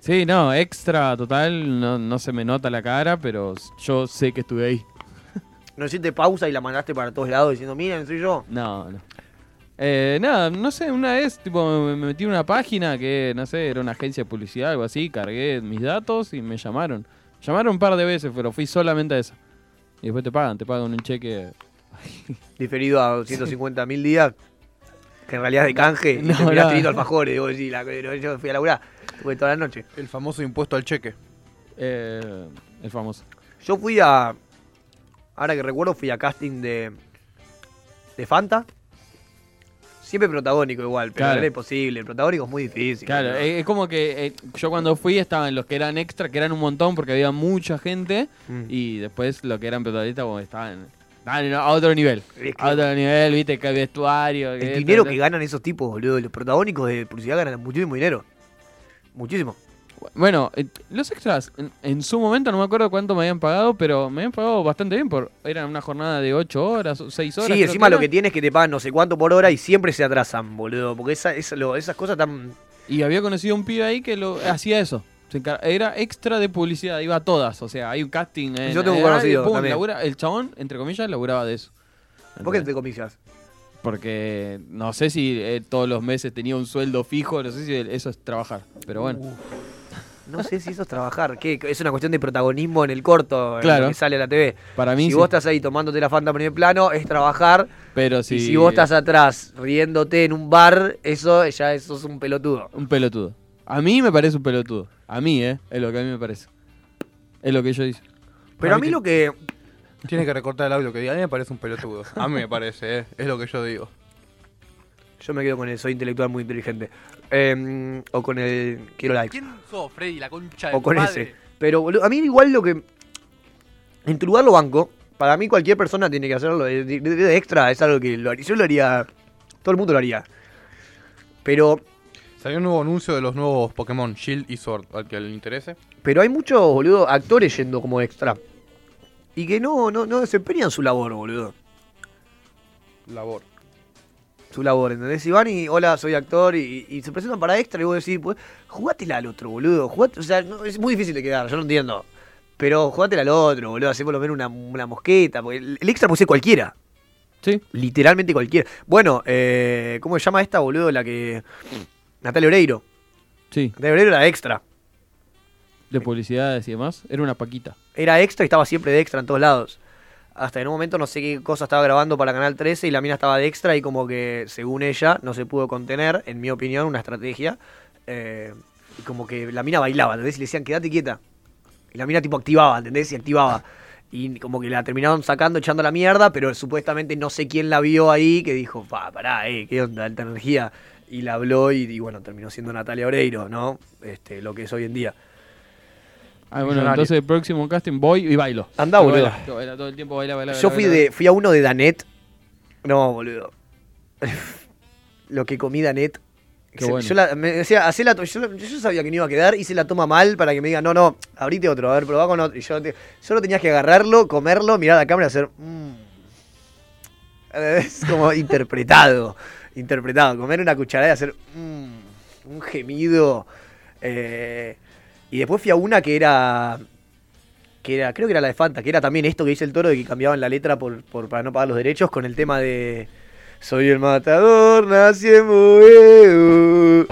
[SPEAKER 5] Sí, no, extra total, no, no se me nota la cara, pero yo sé que estuve ahí.
[SPEAKER 1] ¿No hiciste pausa y la mandaste para todos lados diciendo, miren, soy yo?
[SPEAKER 5] No, no. Eh, nada, no sé, una vez tipo, me me metí en una página que, no sé, era una agencia de publicidad, algo así, cargué mis datos y me llamaron. Llamaron un par de veces, pero fui solamente a esa. Y después te pagan, te pagan un cheque.
[SPEAKER 1] Diferido a 150 mil días, que en realidad es de canje, y
[SPEAKER 5] No,
[SPEAKER 1] terminás
[SPEAKER 5] no.
[SPEAKER 1] teniendo alfajores. y vos decís, la- yo fui a laburar, estuve toda la noche.
[SPEAKER 11] El famoso impuesto al cheque.
[SPEAKER 5] Eh, el famoso.
[SPEAKER 1] Yo fui a. Ahora que recuerdo, fui a casting de. de Fanta. Siempre protagónico igual, pero
[SPEAKER 5] Claro.
[SPEAKER 1] era imposible. El protagónico es muy difícil.
[SPEAKER 5] Claro,
[SPEAKER 1] ¿no?
[SPEAKER 5] eh, es como que eh, yo cuando fui estaban los que eran extra, que eran un montón porque había mucha gente,
[SPEAKER 1] Mm.
[SPEAKER 5] y después los que eran protagonistas bueno, estaban, estaban en- a otro nivel.
[SPEAKER 1] Es que-
[SPEAKER 5] A otro nivel, viste, que vestuario.
[SPEAKER 1] El dinero que ganan esos tipos, boludo. Los protagónicos de publicidad ganan muchísimo dinero. Muchísimo.
[SPEAKER 5] Bueno, eh, los extras, en, en su momento no me acuerdo cuánto me habían pagado, pero me habían pagado bastante bien. por Era una jornada de 8 horas, 6 horas.
[SPEAKER 1] Sí,
[SPEAKER 5] creo
[SPEAKER 1] encima lo
[SPEAKER 5] era.
[SPEAKER 1] que tienes es que te pagan no sé cuánto por hora y siempre se atrasan, boludo. Porque esa, esa- lo- esas cosas tan.
[SPEAKER 5] Y había conocido un pibe ahí que lo hacía eso. Se encar- Era extra de publicidad, iba a todas. O sea, hay un casting. En,
[SPEAKER 1] Yo tengo un
[SPEAKER 5] en- ah,
[SPEAKER 1] conocido
[SPEAKER 5] pum,
[SPEAKER 1] también.
[SPEAKER 5] labura- el chabón, entre comillas, laburaba de eso.
[SPEAKER 1] ¿Por qué te comillas?
[SPEAKER 5] Porque no sé si eh, todos los meses tenía un sueldo fijo, no sé si eso es trabajar. Pero bueno.
[SPEAKER 1] No sé si eso es trabajar. ¿Qué? Es una cuestión de protagonismo en el corto, en
[SPEAKER 5] Claro.
[SPEAKER 1] lo que sale a la TV.
[SPEAKER 5] Para mí
[SPEAKER 1] Si
[SPEAKER 5] sí.
[SPEAKER 1] vos estás ahí tomándote la Fanta en primer plano, es trabajar.
[SPEAKER 5] Pero si,
[SPEAKER 1] Y si vos estás atrás riéndote en un bar, eso ya eso es un pelotudo.
[SPEAKER 5] Un pelotudo. A mí me parece un pelotudo. A mí, ¿eh? Es lo que a mí me parece. Es lo que yo hice.
[SPEAKER 1] Pero a mí lo que.
[SPEAKER 11] Tiene que recortar el audio que diga, a mí me parece un pelotudo. A mí me parece, eh, es lo que yo digo.
[SPEAKER 1] Yo me quedo con el soy intelectual muy inteligente. Em, o con el quiero likes.
[SPEAKER 4] ¿Quién sos, Freddy, la concha de
[SPEAKER 1] O
[SPEAKER 4] tu
[SPEAKER 1] con
[SPEAKER 4] madre?
[SPEAKER 1] ese. Pero boludo, a mí igual lo que. En tu lugar lo banco. Para mí cualquier persona tiene que hacerlo. De, de- de extra es algo que lo haría. Yo lo haría. Todo el mundo lo haría. Pero.
[SPEAKER 11] Salió un nuevo anuncio de los nuevos Pokémon Shield y Sword, al que le interese.
[SPEAKER 1] Pero hay muchos, boludo, actores yendo como extra. Y que no, no, no desempeñan su labor, boludo.
[SPEAKER 11] Labor.
[SPEAKER 1] su labor, ¿entendés? Y van y, hola, soy actor, y, y se presentan para extra, y vos decís, pues, jugátela al otro, boludo. jugate- o sea, no, es muy difícil de quedar, yo lo entiendo. Pero jugátela al otro, boludo, hacé por lo menos una, una mosqueta. Porque el, el extra puede ser cualquiera.
[SPEAKER 5] Sí.
[SPEAKER 1] Literalmente cualquiera. Bueno, eh, ¿cómo se llama esta, boludo? La que. Natalia Oreiro.
[SPEAKER 5] Sí.
[SPEAKER 1] Natalia Oreiro era extra.
[SPEAKER 5] De publicidades y demás. Era una paquita.
[SPEAKER 1] Era extra y estaba siempre de extra en todos lados. Hasta en un momento no sé qué cosa estaba grabando para Canal 13 y la mina estaba de extra y como que, según ella, no se pudo contener, en mi opinión, una estrategia. Eh, y como que la mina bailaba, ¿entendés? Y le decían, quédate quieta. Y la mina tipo activaba, ¿entendés? Y activaba. Y como que la terminaron sacando, echando a la mierda, pero supuestamente no sé quién la vio ahí que dijo, pa, pará, eh, qué onda, alta energía. Y la habló y, y bueno, terminó siendo Natalia Oreiro, ¿no? Este, lo que es hoy en día.
[SPEAKER 5] Ah, bueno,
[SPEAKER 1] Millonario.
[SPEAKER 5] entonces el próximo casting voy y bailo.
[SPEAKER 1] Andá, boludo.
[SPEAKER 5] Baila, baila todo el tiempo, baila, baila,
[SPEAKER 1] Yo
[SPEAKER 5] baila,
[SPEAKER 1] fui,
[SPEAKER 5] baila,
[SPEAKER 1] de, fui a uno de Danet. No, boludo. Lo que comí Danet.
[SPEAKER 5] Qué
[SPEAKER 1] Se-
[SPEAKER 5] bueno.
[SPEAKER 1] Yo la- me decía, "Hacé la to- yo, la- yo sabía que no iba a quedar, hice la toma mal para que me digan, no, no, abrite otro, a ver, probá con otro. Y yo te- solo tenías que agarrarlo, comerlo, mirar la cámara y hacer. "Mm". Es como interpretado. Interpretado. Comer una cucharada y hacer. "Mm", un gemido. Eh, y después fui a una que era que era, creo que era la de Fanta, que era también esto que dice el toro de que cambiaban la letra por, por- para no pagar los derechos con el tema de Soy el matador, nací en Boedo.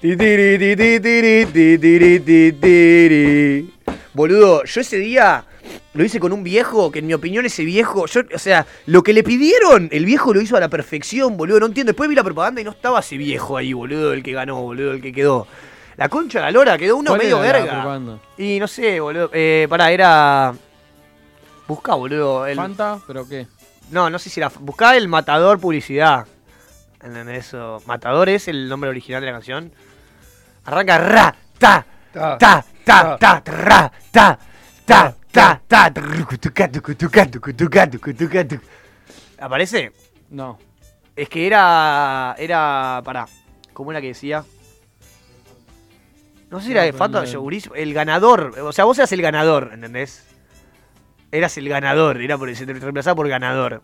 [SPEAKER 1] Ti, tiri, ti, ti, tiri, ti, tiri, ti, tiri. Boludo, yo ese día lo hice con un viejo que en mi opinión ese viejo, yo, o sea, lo que le pidieron, el viejo lo hizo a la perfección, boludo, no entiendo. Después vi la propaganda y no estaba ese viejo ahí, boludo, el que ganó, boludo, el que quedó. La concha de la lora, quedó uno
[SPEAKER 5] ¿Cuál
[SPEAKER 1] medio
[SPEAKER 5] era la
[SPEAKER 1] verga.
[SPEAKER 5] propaganda?
[SPEAKER 1] Y no sé, boludo, eh, pará, era... Buscá, boludo. El...
[SPEAKER 5] ¿Fanta? ¿Pero qué?
[SPEAKER 1] No, no sé si era... Buscá el Matador Publicidad. ¿Entendés eso? Matador es el nombre original de la canción. Arranca ra, ta, ta, ta, ta, ta, ra, ta, ta, ta, ta, trucu, tuca, tucu, tuca, tucu, tuca, tucu, tuca, tucu. ¿Aparece?
[SPEAKER 5] No.
[SPEAKER 1] Es que era. Era. Pará. ¿Cómo era que decía? No sé si era
[SPEAKER 5] No,
[SPEAKER 1] de
[SPEAKER 5] pero
[SPEAKER 1] Fanta
[SPEAKER 5] no era.
[SPEAKER 1] Segurísimo. El ganador. O sea, vos eras el ganador, ¿entendés? Eras el ganador. Era por, se te reemplazaba por ganador.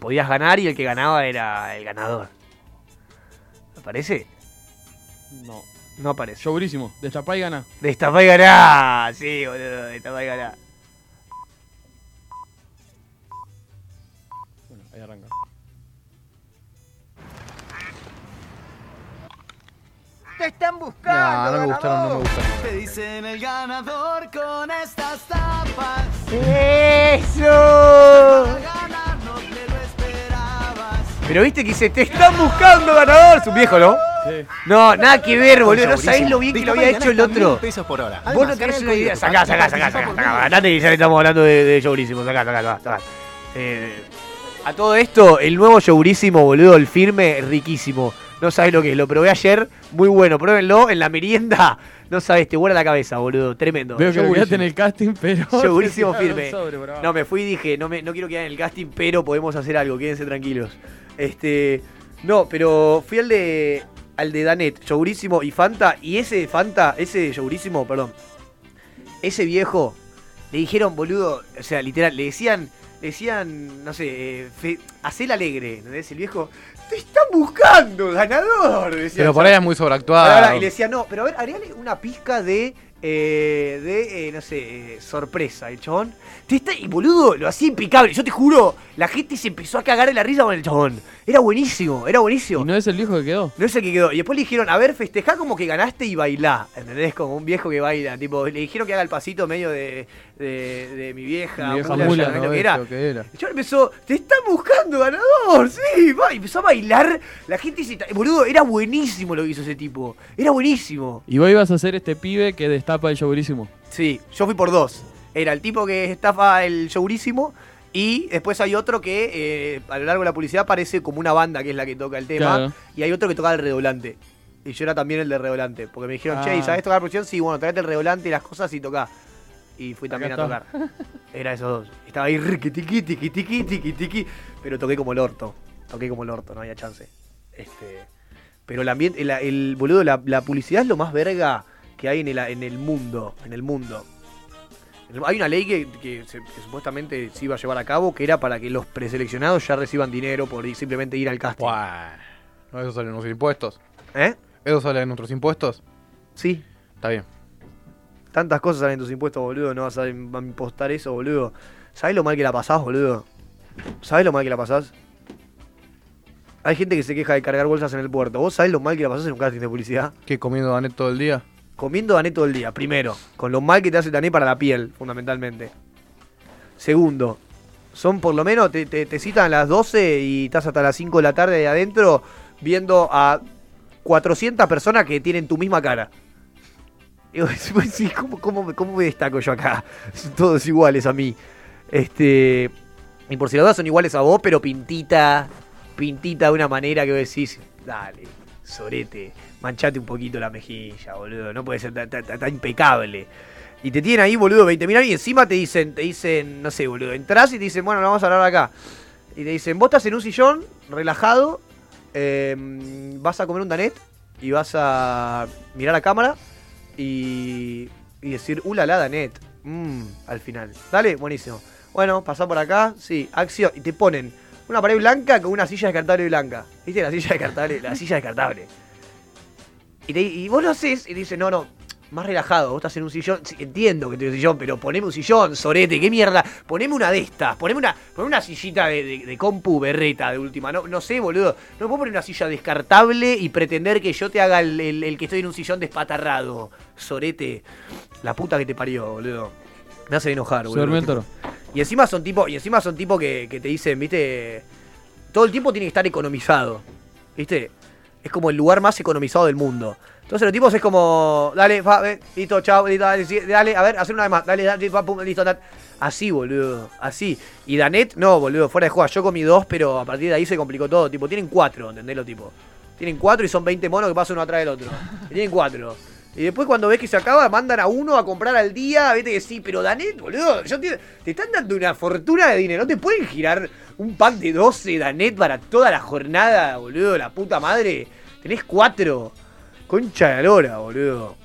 [SPEAKER 1] Podías ganar y el que ganaba era el ganador. ¿Aparece?
[SPEAKER 5] No.
[SPEAKER 1] No aparece.
[SPEAKER 5] Segurísimo. Destapá y ganá.
[SPEAKER 1] Destapá y ganá. Sí, boludo. Destapá y ganá.
[SPEAKER 5] Bueno, ahí arranca.
[SPEAKER 16] Te están
[SPEAKER 11] No, no me gustaron, no me gustaron.
[SPEAKER 16] Te dicen el ganador con estas tapas.
[SPEAKER 1] ¡Eso! Pero viste que dice, te están buscando ganador, su viejo, ¿no?
[SPEAKER 5] Sí.
[SPEAKER 1] No, nada que ver, boludo. No sabés lo bien que lo había hecho el otro.
[SPEAKER 19] pesos por hora.
[SPEAKER 1] Vos no tenés una idea. Sacá, sacá, sacá, sacá. sacá. Andate que ya estamos hablando de, de yogurísimo. Sacá, sacá, sacá. sacá. Eh, a todo esto, el nuevo yogurísimo, boludo, el firme, riquísimo. No sabés lo que es. Lo probé ayer. Muy bueno. Pruébenlo en la merienda. No sabés, te vuela la cabeza, boludo. Tremendo.
[SPEAKER 5] Veo que
[SPEAKER 1] Yogurísimo.
[SPEAKER 5] olvidaste en el casting, pero.
[SPEAKER 1] Segurísimo
[SPEAKER 5] te tiraron
[SPEAKER 1] firme.
[SPEAKER 5] sobre, bravo.
[SPEAKER 1] No, me fui y dije, no, me, no quiero quedar en el casting, pero podemos hacer algo, quédense tranquilos. Este. No, pero fui al de. al de Danet, Yogurísimo y Fanta, y ese de Fanta, ese de Yogurísimo, perdón. Ese viejo, le dijeron, boludo, o sea, literal, le decían. Le decían, no sé, eh, fe- hacé el alegre, ¿entendés? El viejo, te están buscando, ganador. decía
[SPEAKER 11] Pero por
[SPEAKER 1] el chabón.
[SPEAKER 11] ahí es muy sobreactuado.
[SPEAKER 1] Pará, pará, y le decía, no, pero a ver, agregale una pizca de. eh, de, eh, no sé, eh, sorpresa, el chabón. Te está- y boludo, lo hacía impecable. Yo te juro, la gente se empezó a cagar de la risa con el chabón. Era buenísimo, era buenísimo.
[SPEAKER 5] ¿No es el viejo que quedó?
[SPEAKER 1] No es el que quedó. Y después le dijeron, a ver, festejá como que ganaste y bailá. ¿Entendés? Como un viejo que baila. Tipo, le dijeron que haga el pasito medio de, de, de mi vieja.
[SPEAKER 11] Mi vieja
[SPEAKER 1] mula,
[SPEAKER 11] mula,
[SPEAKER 1] ya no sé
[SPEAKER 11] ¿no?
[SPEAKER 1] lo que era.
[SPEAKER 11] Eso que era.
[SPEAKER 1] El chabón empezó, te están buscando, ganador, sí, va. Y empezó a bailar. La gente se... ta- Boludo, era buenísimo lo que hizo ese tipo. Era buenísimo.
[SPEAKER 5] Y vos ibas a ser este pibe que destapa el yogurísimo.
[SPEAKER 1] Sí, yo fui por dos. Era el tipo que estafa el showrísimo y después hay otro que eh, a lo largo de la publicidad aparece como una banda que es la que toca el tema
[SPEAKER 5] Claro.
[SPEAKER 1] y hay otro que toca el redoblante. Y yo era también el de redoblante, porque me dijeron,
[SPEAKER 5] Ah.
[SPEAKER 1] che, ¿y ¿sabés tocar producción? Sí, bueno, traete el redoblante y las cosas y tocá. Y fui también
[SPEAKER 5] Acá
[SPEAKER 1] a
[SPEAKER 5] está.
[SPEAKER 1] tocar. Era esos dos. Estaba ahí riqui, tiqui, tiqui, tiqui, tiqui, tiqui, pero toqué como el orto. Toqué como el orto, no había chance. Este, pero el ambiente, el, el- boludo, la, la publicidad es lo más verga que hay en el, en el mundo. En el mundo. Hay una ley que, que se- que supuestamente se iba a llevar a cabo que era para que los preseleccionados ya reciban dinero por ir- simplemente ir al casting.
[SPEAKER 11] No, eso sale en nuestros impuestos.
[SPEAKER 1] ¿Eh?
[SPEAKER 11] ¿Eso sale en nuestros impuestos?
[SPEAKER 1] Sí.
[SPEAKER 11] Está bien.
[SPEAKER 1] Tantas cosas salen en tus impuestos, boludo. No vas a im- a impostar eso, boludo. ¿Sabés lo mal que la pasás, boludo? ¿Sabés lo mal que la pasás? Hay gente que se queja de cargar bolsas en el puerto. ¿Vos sabés lo mal que la pasás en un casting de publicidad?
[SPEAKER 11] ¿Qué, comiendo Danet todo el día?
[SPEAKER 1] Comiendo Dané todo el día, primero. Con lo mal que te hace Dané para la piel, fundamentalmente. Segundo, son por lo menos, te, te- te citan a las 12 y estás hasta las 5 de la tarde ahí adentro viendo a 400 personas que tienen tu misma cara. Y vos decís, "Pues sí, ¿cómo, cómo, me- cómo me destaco yo acá? Son todos iguales a mí. Este, y por si las dudas son iguales a vos, pero pintita, pintita de una manera que vos decís, dale, sorete, manchate un poquito la mejilla, boludo. No puede ser tan, tan- tan- tan impecable. Y te tienen ahí, boludo, 20 mil y encima te dicen, te dicen, no sé, boludo, entras y te dicen, bueno, no vamos a hablar acá. Y te dicen, vos estás en un sillón, relajado, eh, vas a comer un danet y vas a mirar a cámara y, y decir, ulala, la danet, mm", al final. Dale, buenísimo. Bueno, pasá por acá, sí, acción. Y te ponen una pared blanca con una silla descartable blanca. ¿Viste la silla descartable? La silla descartable. Y, te- y vos lo haces y te dicen, no, no, más relajado, vos estás en un sillón. Sí, entiendo que estoy en un sillón, pero poneme un sillón, sorete, qué mierda. Poneme una de estas, poneme una, poneme una sillita de, de- de compu berreta de última. No, no sé, boludo. No puedo poner una silla descartable y pretender que yo te haga el, el- el que estoy en un sillón despatarrado. Sorete, la puta que te parió, boludo. Me hace enojar,
[SPEAKER 5] Se
[SPEAKER 1] boludo.
[SPEAKER 5] durmió el toro.
[SPEAKER 1] Y encima son tipo, y encima son tipo que, que te dicen, viste, todo el tiempo tiene que estar economizado. ¿Viste? Es como el lugar más economizado del mundo. Entonces los tipos es como, dale, va, ve, listo, chao, listo, dale, sí, dale, a ver, hacer una vez más, dale, dale, va, pum, listo, dale. Así, boludo, así. Y Danet, no, boludo, fuera de juego. Yo comí dos, pero a partir de ahí se complicó todo. Tipo, tienen cuatro, ¿entendés los tipos? Tienen cuatro y son 20 monos que pasan uno atrás del otro. Y tienen cuatro. Y después cuando ves que se acaba, mandan a uno a comprar al día, vete que sí, pero Danet, boludo, yo te, te están dando una fortuna de dinero, no te pueden girar un pan de 12 Danet para toda la jornada, boludo, la puta madre. Tenés cuatro. Concha de la lora, boludo.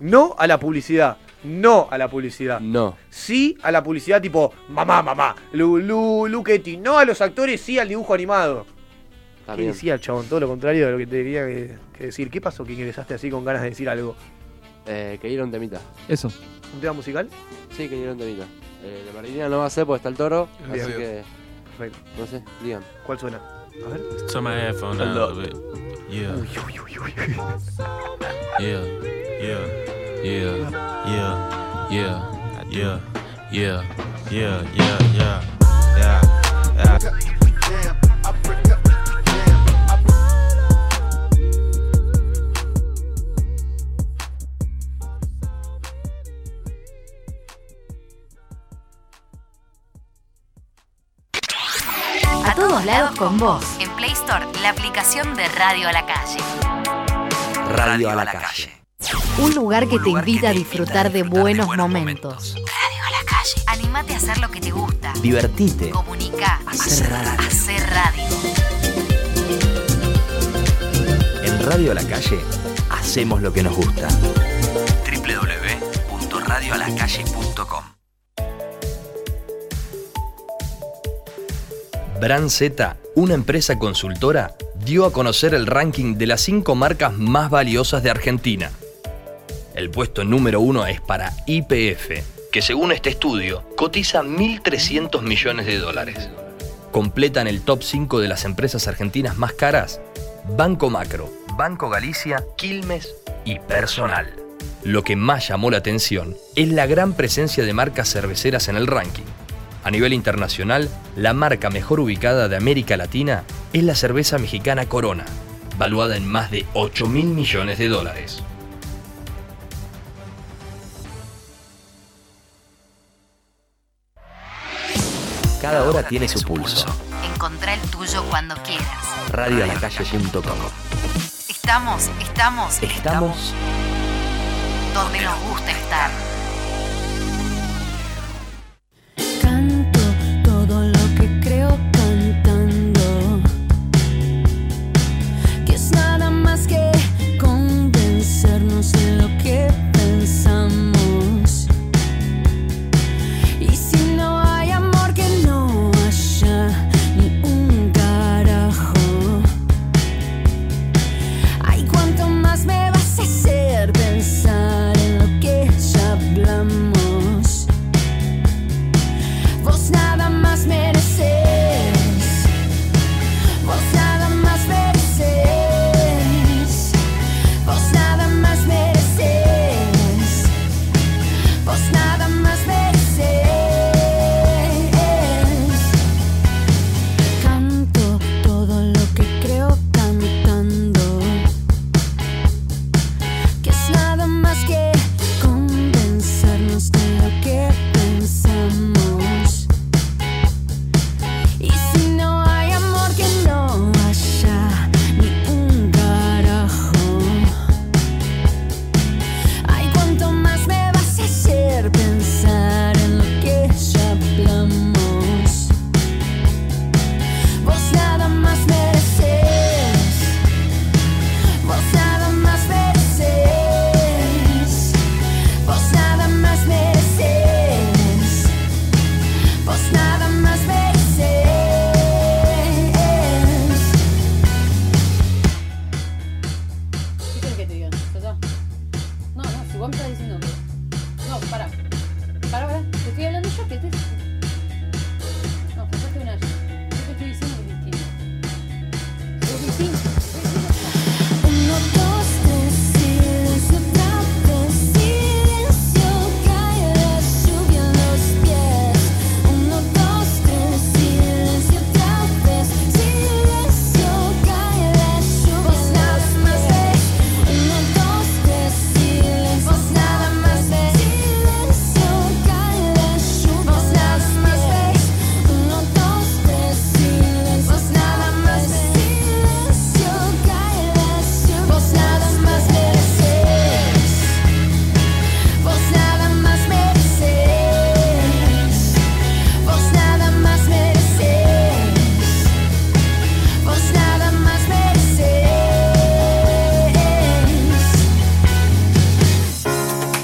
[SPEAKER 1] No a la publicidad. No a la publicidad.
[SPEAKER 2] No.
[SPEAKER 1] Sí a la publicidad tipo, mamá, mamá, Lulu, Luquetti. No a los actores, sí al dibujo animado. ¿Qué
[SPEAKER 2] También.
[SPEAKER 1] decía el chabón? Todo lo contrario de lo que te tenía que, que decir. ¿Qué pasó que ingresaste así con ganas de decir algo?
[SPEAKER 2] Eh, que dieron temita.
[SPEAKER 5] Eso.
[SPEAKER 1] ¿Un tema musical?
[SPEAKER 2] Sí, que dieron temita. Eh, la Marinera no va a ser porque está el toro.
[SPEAKER 1] Bien.
[SPEAKER 2] Así que. No sé, digan.
[SPEAKER 1] ¿Cuál suena? A ver.
[SPEAKER 19] Turn my headphone down a little bit. Yeah. Yeah. Yeah. Yeah. Yeah. Yeah. Yeah. Yeah. Yeah. Yeah. Yeah. Yeah. Yeah.
[SPEAKER 20] A todos lados con vos. En Play Store, la aplicación de Radio a la Calle.
[SPEAKER 9] Radio a la calle.
[SPEAKER 20] Un lugar que te invita a disfrutar de buenos momentos. Radio a la Calle. Animate a hacer lo que te gusta.
[SPEAKER 9] Divertite.
[SPEAKER 20] Comunica. Hacer radio. Hacer radio.
[SPEAKER 9] En Radio a la calle hacemos lo que nos gusta. www.radioalacalle.com Bran Z, una empresa consultora, dio a conocer el ranking de las cinco marcas más valiosas de Argentina. El puesto número uno es para IPF, que según este estudio cotiza 1.300 millones de dólares. Completan el top 5 de las empresas argentinas más caras Banco Macro, Banco Galicia, Quilmes y Personal. Lo que más llamó la atención es la gran presencia de marcas cerveceras en el ranking. A nivel internacional, la marca mejor ubicada de América Latina es la cerveza mexicana Corona, valuada en más de 8 mil millones de dólares.
[SPEAKER 20] Cada
[SPEAKER 9] hora tiene su pulso.
[SPEAKER 20] Encontrá el tuyo cuando quieras.
[SPEAKER 9] Radioalacalle.com.
[SPEAKER 20] Estamos, estamos
[SPEAKER 9] Estamos
[SPEAKER 20] donde nos gusta estar.
[SPEAKER 21] Canto todo lo que creo cantando, que es nada más que convencernos de lo que pensamos. Y si no hay amor, que no haya ni un carajo. Ay, cuánto más me vas a hacer pensar en lo que ya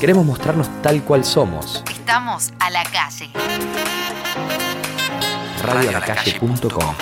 [SPEAKER 9] Queremos mostrarnos tal cual somos.
[SPEAKER 20] Estamos a la calle.
[SPEAKER 9] Radioalacalle.com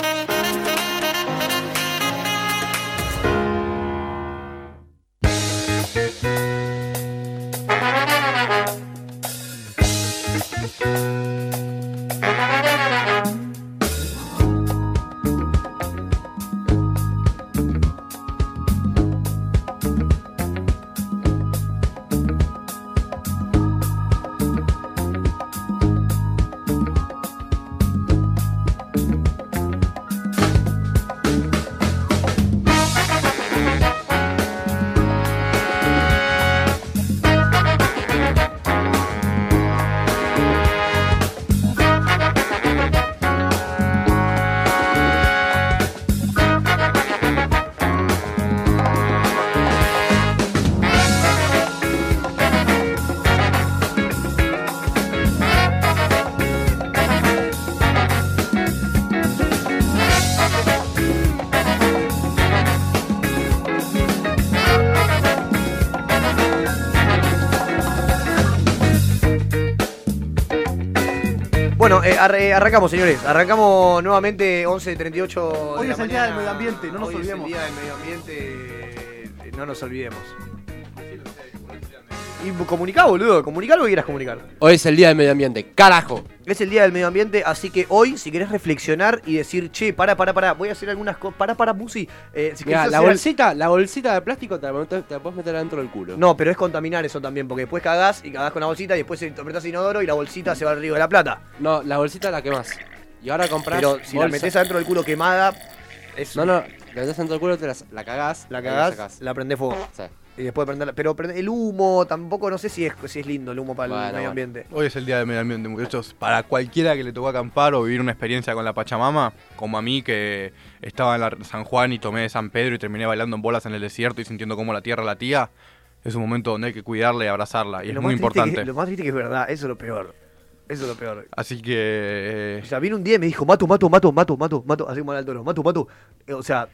[SPEAKER 1] Bueno, eh, arre- arrancamos, señores. Arrancamos nuevamente 11.38
[SPEAKER 7] Hoy
[SPEAKER 1] de la
[SPEAKER 7] es el Día del
[SPEAKER 1] mañana.
[SPEAKER 7] Medio Ambiente, no nos
[SPEAKER 1] Hoy es el
[SPEAKER 7] olvidemos.
[SPEAKER 1] Día del Medio Ambiente, eh, no nos olvidemos. Y comunicá, boludo. Comunicá lo que quieras comunicar.
[SPEAKER 2] Hoy es el día del medio ambiente, carajo.
[SPEAKER 1] Es el Día del Medio Ambiente, así que hoy, si querés reflexionar y decir, che, para, para, para, voy a hacer algunas cosas. Para, para, Musi. Eh, si
[SPEAKER 2] Mirá,
[SPEAKER 1] querés
[SPEAKER 2] la
[SPEAKER 1] hacer-
[SPEAKER 2] bolsita, la bolsita de plástico te la, te la podés meter adentro del culo.
[SPEAKER 1] No, pero es contaminar eso también, porque después cagás y cagás con la bolsita y después te apretás inodoro y la bolsita se va al río de la plata.
[SPEAKER 2] No, la bolsita la quemás. Y ahora comprás.
[SPEAKER 1] Pero si la
[SPEAKER 2] bolsa-
[SPEAKER 1] metés adentro del culo quemada, es.
[SPEAKER 2] No, no, la metés adentro del culo, te la, la cagás.
[SPEAKER 1] La
[SPEAKER 2] ahí
[SPEAKER 1] cagás,
[SPEAKER 2] sacás.
[SPEAKER 1] la prendés fuego. Y después prenderla. Pero prende- el humo, tampoco no sé si es, si es lindo el humo para el
[SPEAKER 3] Bueno,
[SPEAKER 1] medio
[SPEAKER 3] bueno.
[SPEAKER 1] ambiente.
[SPEAKER 3] Hoy es el día del medio ambiente, muchachos. Para cualquiera que le tocó acampar o vivir una experiencia con la Pachamama, como a mí que estaba en la San Juan y tomé de San Pedro y terminé bailando en bolas en el desierto y sintiendo cómo la tierra latía, es un momento donde hay que cuidarla y abrazarla. Y
[SPEAKER 1] Lo
[SPEAKER 3] es
[SPEAKER 1] más
[SPEAKER 3] muy
[SPEAKER 1] triste que-
[SPEAKER 3] importante.
[SPEAKER 1] lo más triste que es verdad, eso es lo peor. Eso es lo peor.
[SPEAKER 3] Así que. eh,
[SPEAKER 1] O sea, vino un día y me dijo, mato, mato, mato, mato, mato, mato, así como al toro, mato, mato. Eh, O sea,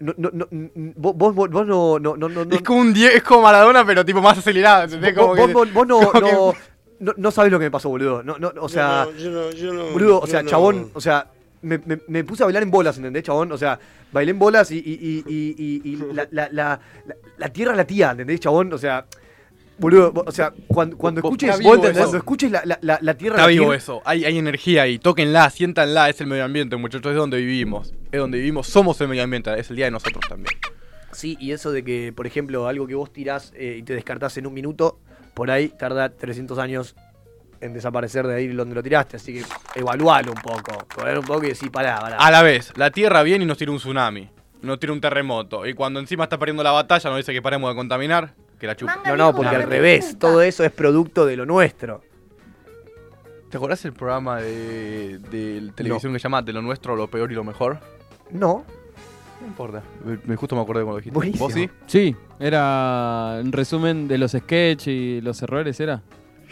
[SPEAKER 1] no, no, no, n- vos, vos, vos- vos no, no, no, no, no-
[SPEAKER 3] es como un die- es como Maradona, pero tipo más acelerado. ¿entendés?
[SPEAKER 1] vos,
[SPEAKER 3] Como
[SPEAKER 1] vos,
[SPEAKER 3] que-
[SPEAKER 1] vos- vos no,
[SPEAKER 3] como que-
[SPEAKER 1] no, no, no sabés lo que me pasó, boludo. No, no, o sea,
[SPEAKER 19] yo no, yo no-
[SPEAKER 1] boludo, o
[SPEAKER 19] yo
[SPEAKER 1] sea,
[SPEAKER 19] no-
[SPEAKER 1] chabón, o sea, me, me- me puse a bailar en bolas, ¿entendés, chabón? O sea, bailé en bolas y, y, y, y- y- y la, la, la, la, la tierra latía, ¿entendés, chabón? O sea, boludo, o sea, cuando, cuando
[SPEAKER 3] Vos-
[SPEAKER 1] escuches,
[SPEAKER 3] está vivo
[SPEAKER 1] cuando
[SPEAKER 3] eso.
[SPEAKER 1] escuches la, la, la, la tierra
[SPEAKER 3] Está vivo
[SPEAKER 1] latir-
[SPEAKER 3] eso, hay, hay energía ahí, tóquenla, siéntanla, es el medio ambiente, muchachos, es donde vivimos, es donde vivimos, somos el medio ambiente, es el día de nosotros también.
[SPEAKER 1] Sí, y eso de que, por ejemplo, algo que vos tirás eh, y te descartás en un minuto, por ahí tarda 300 años en desaparecer de ahí donde lo tiraste. Así que evalualo un poco. Evalualo un poco y decís, pará, pará.
[SPEAKER 3] A la vez, la Tierra viene y nos tira un tsunami, nos tira un terremoto, y cuando encima está perdiendo la batalla nos dice que paremos de contaminar, que la chupa.
[SPEAKER 1] No, no, porque al revés. Todo eso es producto de lo nuestro.
[SPEAKER 3] ¿Te acordás el programa de, de televisión que se llama De lo nuestro, lo peor y lo mejor?
[SPEAKER 1] No.
[SPEAKER 3] No importa. Me, me- justo me acordé cuando lo dijiste. ¿Vos sí?
[SPEAKER 5] Sí, era un resumen de los sketches y los errores, ¿era?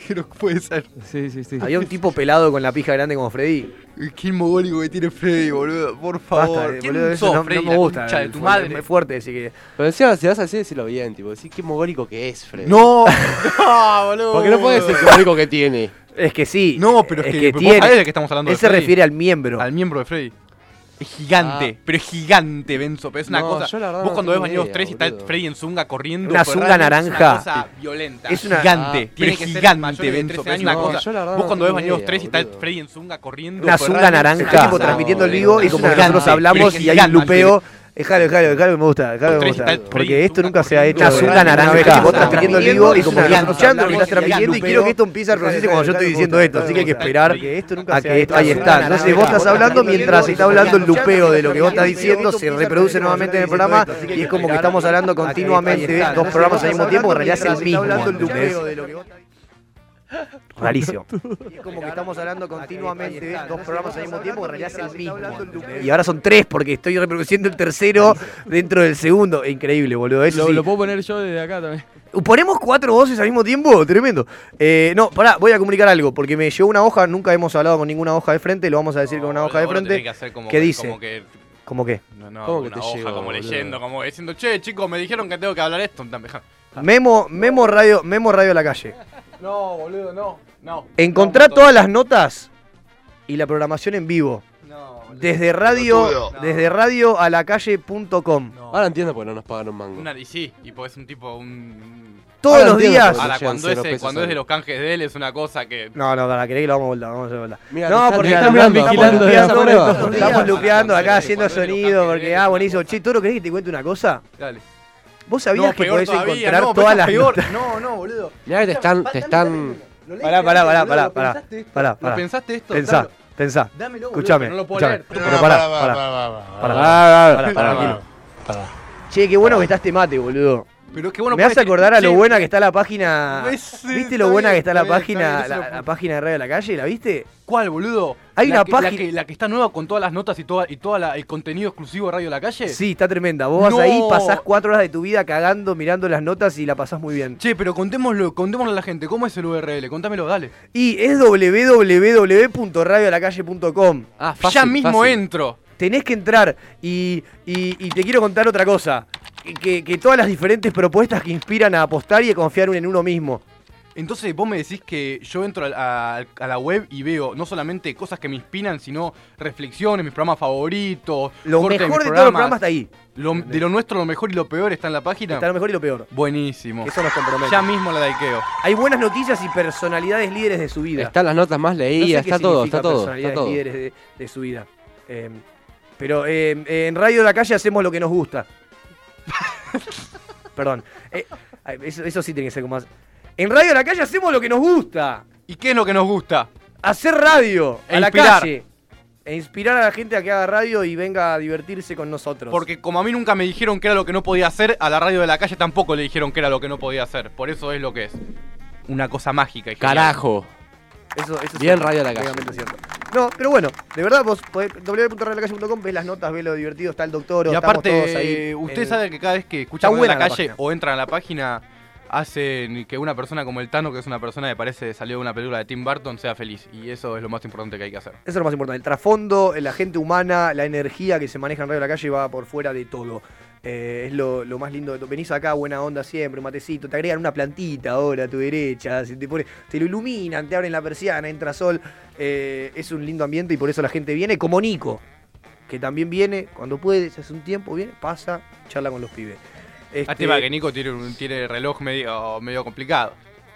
[SPEAKER 3] Creo que puede ser.
[SPEAKER 5] Sí, sí, sí.
[SPEAKER 1] Había un tipo pelado con la pija grande como Freddy.
[SPEAKER 3] Qué mogólico que tiene Freddy, boludo. Por favor.
[SPEAKER 1] Basta, eh,
[SPEAKER 3] ¿Quién
[SPEAKER 1] boludo, eso
[SPEAKER 3] sos,
[SPEAKER 1] no,
[SPEAKER 3] Freddy,
[SPEAKER 1] no me
[SPEAKER 3] la
[SPEAKER 1] gusta.
[SPEAKER 3] concha de
[SPEAKER 1] el
[SPEAKER 3] tu
[SPEAKER 1] fu-
[SPEAKER 3] madre?
[SPEAKER 1] Es fuerte, así que.
[SPEAKER 2] Pero encima, si vas así, decirlo bien, tipo, decís qué mogólico que es, Fred.
[SPEAKER 3] ¡No! ¡No, Ah, boludo!
[SPEAKER 2] Porque no puedes decir qué mogólico que tiene.
[SPEAKER 1] Es que sí.
[SPEAKER 3] No, pero es,
[SPEAKER 1] Es
[SPEAKER 3] que,
[SPEAKER 1] que
[SPEAKER 3] vos
[SPEAKER 1] tiene-
[SPEAKER 3] sabés de qué estamos hablando.
[SPEAKER 1] él se refiere al miembro. Ah.
[SPEAKER 3] Al miembro de Freddy. Es gigante, pero es gigante, Benzo. Pero es una
[SPEAKER 1] No,
[SPEAKER 3] cosa.
[SPEAKER 1] yo la verdad
[SPEAKER 3] vos
[SPEAKER 1] no
[SPEAKER 3] cuando ves
[SPEAKER 1] tengo
[SPEAKER 3] Bañeros
[SPEAKER 1] idea,
[SPEAKER 3] 3 y está
[SPEAKER 1] boludo.
[SPEAKER 3] Freddy en zunga corriendo.
[SPEAKER 1] Una
[SPEAKER 2] Pues
[SPEAKER 3] pero
[SPEAKER 1] zunga
[SPEAKER 3] realmente
[SPEAKER 1] naranja.
[SPEAKER 3] Es una cosa
[SPEAKER 1] Sí.
[SPEAKER 3] violenta.
[SPEAKER 1] Es una- Ah,
[SPEAKER 3] Gigante, pero
[SPEAKER 1] tiene
[SPEAKER 3] es
[SPEAKER 1] que ser
[SPEAKER 3] gigante,
[SPEAKER 1] mayor de
[SPEAKER 3] Benzo.
[SPEAKER 1] 13
[SPEAKER 3] Es una
[SPEAKER 1] años. No,
[SPEAKER 3] cosa.
[SPEAKER 1] yo la verdad
[SPEAKER 3] vos
[SPEAKER 1] no
[SPEAKER 3] cuando ves
[SPEAKER 1] tengo
[SPEAKER 3] Bañeros
[SPEAKER 1] idea,
[SPEAKER 3] 3 y está Freddy en zunga corriendo.
[SPEAKER 1] Una
[SPEAKER 3] pero
[SPEAKER 1] zunga
[SPEAKER 3] realmente es
[SPEAKER 1] naranja.
[SPEAKER 3] cosa,
[SPEAKER 1] El tipo transmitiendo el
[SPEAKER 3] boludo.
[SPEAKER 1] vivo y
[SPEAKER 3] Es
[SPEAKER 1] como que
[SPEAKER 3] gigante,
[SPEAKER 1] nosotros
[SPEAKER 3] pero es
[SPEAKER 1] hablamos y hay un
[SPEAKER 3] gigante.
[SPEAKER 1] lupeo. Dejalo, dejalo, dejalo que me gusta, dejalo que me gusta. Porque esto nunca se ha hecho.
[SPEAKER 7] Una zunga
[SPEAKER 1] ¿verdad?
[SPEAKER 7] naranja.
[SPEAKER 1] Una vez que vos
[SPEAKER 7] Una
[SPEAKER 1] transmitiendo el
[SPEAKER 7] zunga
[SPEAKER 1] vivo y
[SPEAKER 7] naranja.
[SPEAKER 1] como que estás
[SPEAKER 7] Hablamos
[SPEAKER 1] escuchando,
[SPEAKER 7] y
[SPEAKER 1] lo estás
[SPEAKER 7] hay un
[SPEAKER 1] transmitiendo y
[SPEAKER 7] lupeo.
[SPEAKER 1] quiero que esto empiece a reproducirse cuando yo estoy diciendo esto. Así que hay que esperar
[SPEAKER 7] Porque esto nunca
[SPEAKER 1] a
[SPEAKER 7] se ha
[SPEAKER 1] que
[SPEAKER 7] hecho.
[SPEAKER 1] esto. Ahí está. Entonces vos estás hablando mientras está hablando el lupeo de lo que vos estás diciendo, se reproduce nuevamente en el programa y es como que estamos hablando continuamente dos programas al mismo tiempo que en realidad es el mismo. ¿entendés? Rarísimo. Es como que estamos hablando continuamente de dos programas al mismo tiempo, en realidad es el mismo. Y ahora son tres porque estoy reproduciendo el tercero dentro del segundo. Increíble, boludo. Eso
[SPEAKER 5] Lo,
[SPEAKER 1] sí. Uh,
[SPEAKER 5] lo puedo poner yo desde acá también.
[SPEAKER 1] ¿Ponemos cuatro voces al mismo tiempo? Tremendo. Eh, no, pará, voy a comunicar algo, porque me llegó una hoja, nunca hemos hablado con ninguna hoja de frente, lo vamos a decir con una hoja de
[SPEAKER 3] Vos lo tenés
[SPEAKER 1] frente.
[SPEAKER 3] que hacer como-
[SPEAKER 1] ¿Qué dice?
[SPEAKER 3] Como que
[SPEAKER 1] ¿Cómo qué?
[SPEAKER 3] No, no,
[SPEAKER 1] ¿Cómo
[SPEAKER 3] una
[SPEAKER 1] que te
[SPEAKER 3] hoja
[SPEAKER 1] llegó,
[SPEAKER 3] como
[SPEAKER 1] boludo?
[SPEAKER 3] leyendo, como diciendo, che, chicos, me dijeron que tengo que hablar esto. tam- ja.
[SPEAKER 1] Memo, Memo Radio, Memo Radio La Calle.
[SPEAKER 3] No, boludo, no. No.
[SPEAKER 1] Encontrá todas las notas y la programación en vivo. desde radio,
[SPEAKER 3] Pelotudo.
[SPEAKER 1] desde radio a la calle.com.
[SPEAKER 2] Ahora entiendo por qué no nos pagaron mango.
[SPEAKER 3] Una, y sí, y pues es un tipo, un...
[SPEAKER 1] Todos
[SPEAKER 2] Ahora
[SPEAKER 1] los
[SPEAKER 2] entiendo
[SPEAKER 1] días.
[SPEAKER 2] por qué
[SPEAKER 3] Ahora,
[SPEAKER 2] llegan
[SPEAKER 3] cuando,
[SPEAKER 2] cero
[SPEAKER 3] es,
[SPEAKER 2] pesos
[SPEAKER 3] cuando
[SPEAKER 2] al
[SPEAKER 3] es de los canjes de él es una cosa que...
[SPEAKER 1] No, no, para, querés que lo vamos a volver, vamos a volver.
[SPEAKER 3] Mira,
[SPEAKER 1] no,
[SPEAKER 3] están-
[SPEAKER 1] porque
[SPEAKER 3] están
[SPEAKER 1] estamos
[SPEAKER 3] lupeando esa
[SPEAKER 1] lupeando,
[SPEAKER 3] prueba.
[SPEAKER 1] estamos
[SPEAKER 3] Estamos
[SPEAKER 1] lupeando acá haciendo sonido, porque ah, buenísimo. Che, Toro, ¿querés que te cuente una cosa?
[SPEAKER 3] Dale.
[SPEAKER 1] ¿Vos sabías
[SPEAKER 3] No,
[SPEAKER 1] que
[SPEAKER 3] peor
[SPEAKER 1] podés
[SPEAKER 3] todavía,
[SPEAKER 1] encontrar
[SPEAKER 3] no, pero
[SPEAKER 1] todas
[SPEAKER 3] eso
[SPEAKER 1] las
[SPEAKER 3] es peor.
[SPEAKER 1] notas?
[SPEAKER 3] No, no, boludo.
[SPEAKER 2] Mirá que te están, te están.
[SPEAKER 1] Pará, pará, pará, pará,
[SPEAKER 3] Lo
[SPEAKER 1] pará.
[SPEAKER 3] pensaste esto.
[SPEAKER 1] Pará,
[SPEAKER 3] Lo
[SPEAKER 1] pará.
[SPEAKER 3] pensaste esto,
[SPEAKER 1] Pensá,
[SPEAKER 3] Taro.
[SPEAKER 1] pensá.
[SPEAKER 3] Dámelo, boludo,
[SPEAKER 1] Escuchame.
[SPEAKER 3] que no lo puedo
[SPEAKER 1] escuchame.
[SPEAKER 3] leer.
[SPEAKER 1] Pero
[SPEAKER 3] No,
[SPEAKER 1] pará,
[SPEAKER 3] pará, pará,
[SPEAKER 1] pará.
[SPEAKER 3] pará,
[SPEAKER 1] Pará,
[SPEAKER 3] pará,
[SPEAKER 1] pará,
[SPEAKER 3] pará,
[SPEAKER 1] tranquilo.
[SPEAKER 3] pará.
[SPEAKER 1] Che, qué bueno que está este mate, boludo.
[SPEAKER 3] Pero es que bueno
[SPEAKER 1] Me hace
[SPEAKER 3] parece-
[SPEAKER 1] acordar a lo
[SPEAKER 3] Sí.
[SPEAKER 1] buena que está la página.
[SPEAKER 3] Es-
[SPEAKER 1] ¿Viste
[SPEAKER 3] está
[SPEAKER 1] lo
[SPEAKER 3] bien,
[SPEAKER 1] buena que está la
[SPEAKER 3] está bien, está
[SPEAKER 1] página,
[SPEAKER 3] bien,
[SPEAKER 1] la
[SPEAKER 3] eso
[SPEAKER 1] la página de Radio de la Calle? ¿La viste?
[SPEAKER 3] ¿Cuál, boludo?
[SPEAKER 1] Hay
[SPEAKER 3] La
[SPEAKER 1] una
[SPEAKER 3] que- la
[SPEAKER 1] página-
[SPEAKER 3] que- La que está nueva con todas las notas y todo y toda la- el contenido exclusivo de Radio La Calle.
[SPEAKER 1] Sí, está tremenda. Vos vas
[SPEAKER 3] No.
[SPEAKER 1] ahí, pasás cuatro horas de tu vida cagando, mirando las notas y la pasás muy bien.
[SPEAKER 3] Che, pero contémoslo, contémoslo a la gente. ¿Cómo es el URL? Contámelo, dale.
[SPEAKER 1] Y es www.radioalacalle.com.
[SPEAKER 3] Ah, fácil, Ya mismo fácil. entro.
[SPEAKER 1] Tenés que entrar y, y- y te quiero contar otra cosa. Que, que todas las diferentes propuestas que inspiran a apostar y a confiar en uno mismo.
[SPEAKER 3] Entonces vos me decís que yo entro al- a, a la web y veo no solamente cosas que me inspiran, sino reflexiones, mis programas favoritos.
[SPEAKER 1] Lo
[SPEAKER 3] cortes mis
[SPEAKER 1] mejor de todos los programas está ahí.
[SPEAKER 3] Lo- de lo nuestro, lo mejor y lo peor está en la página.
[SPEAKER 1] Está lo mejor y lo peor.
[SPEAKER 3] Buenísimo.
[SPEAKER 1] Eso nos compromete.
[SPEAKER 3] Ya mismo la daikeo.
[SPEAKER 1] Hay buenas noticias y personalidades líderes de su vida.
[SPEAKER 2] Están las notas más
[SPEAKER 1] No sé
[SPEAKER 2] leídas,
[SPEAKER 1] qué
[SPEAKER 2] está todo,
[SPEAKER 1] significa
[SPEAKER 2] está todo. Está
[SPEAKER 1] personalidades
[SPEAKER 2] todo.
[SPEAKER 1] líderes de, de su vida. Eh, pero eh, eh, en Radio de la Calle hacemos lo que nos gusta. Perdón. Eh, ay, eso, eso sí tiene que ser como más. En Radio de la Calle hacemos lo que nos gusta.
[SPEAKER 3] ¿Y qué es lo que nos gusta?
[SPEAKER 1] Hacer radio
[SPEAKER 3] E
[SPEAKER 1] a la
[SPEAKER 3] inspirar.
[SPEAKER 1] calle. E inspirar a la gente a que haga radio y venga a divertirse con nosotros.
[SPEAKER 3] Porque como a mí nunca me dijeron que era lo que no podía hacer, a la radio de la calle tampoco le dijeron que era lo que no podía hacer. Por eso es lo que es. Una cosa mágica y genial.
[SPEAKER 2] Carajo.
[SPEAKER 1] Eso, eso es
[SPEAKER 2] Bien
[SPEAKER 1] cierto,
[SPEAKER 2] Radio de la Calle.
[SPEAKER 1] plenamente cierto. No, pero bueno, de verdad, vos podés www.radiolacalle.com, ves las notas, ves lo divertido, está el doctor,
[SPEAKER 3] Y
[SPEAKER 1] estamos todos ahí.
[SPEAKER 3] aparte, eh, ustedes
[SPEAKER 1] Eh,
[SPEAKER 3] saben que cada vez que escuchan
[SPEAKER 1] está
[SPEAKER 3] Radio de la
[SPEAKER 1] buena la
[SPEAKER 3] calle
[SPEAKER 1] página.
[SPEAKER 3] o entran a la página, hacen que una persona como el Tano, que es una persona que parece salió de una película de Tim Burton, sea feliz. Y eso es lo más importante que hay que hacer.
[SPEAKER 1] Eso es lo más importante. El trasfondo, eh, la gente humana, la energía que se maneja en Radio de la Calle va por fuera de todo. Eh, es lo, lo más lindo de todo. Venís acá, buena onda siempre, un matecito, te agregan una plantita ahora a tu derecha, se te, pone- te lo iluminan, te abren la persiana, entra sol. Eh, es un lindo ambiente y por eso la gente viene, como Nico, que también viene cuando puede, se hace un tiempo, viene, pasa, charla con los pibes. Este,
[SPEAKER 3] Lástima Ah, que Nico tiene, un, tiene el reloj medio, medio complicado.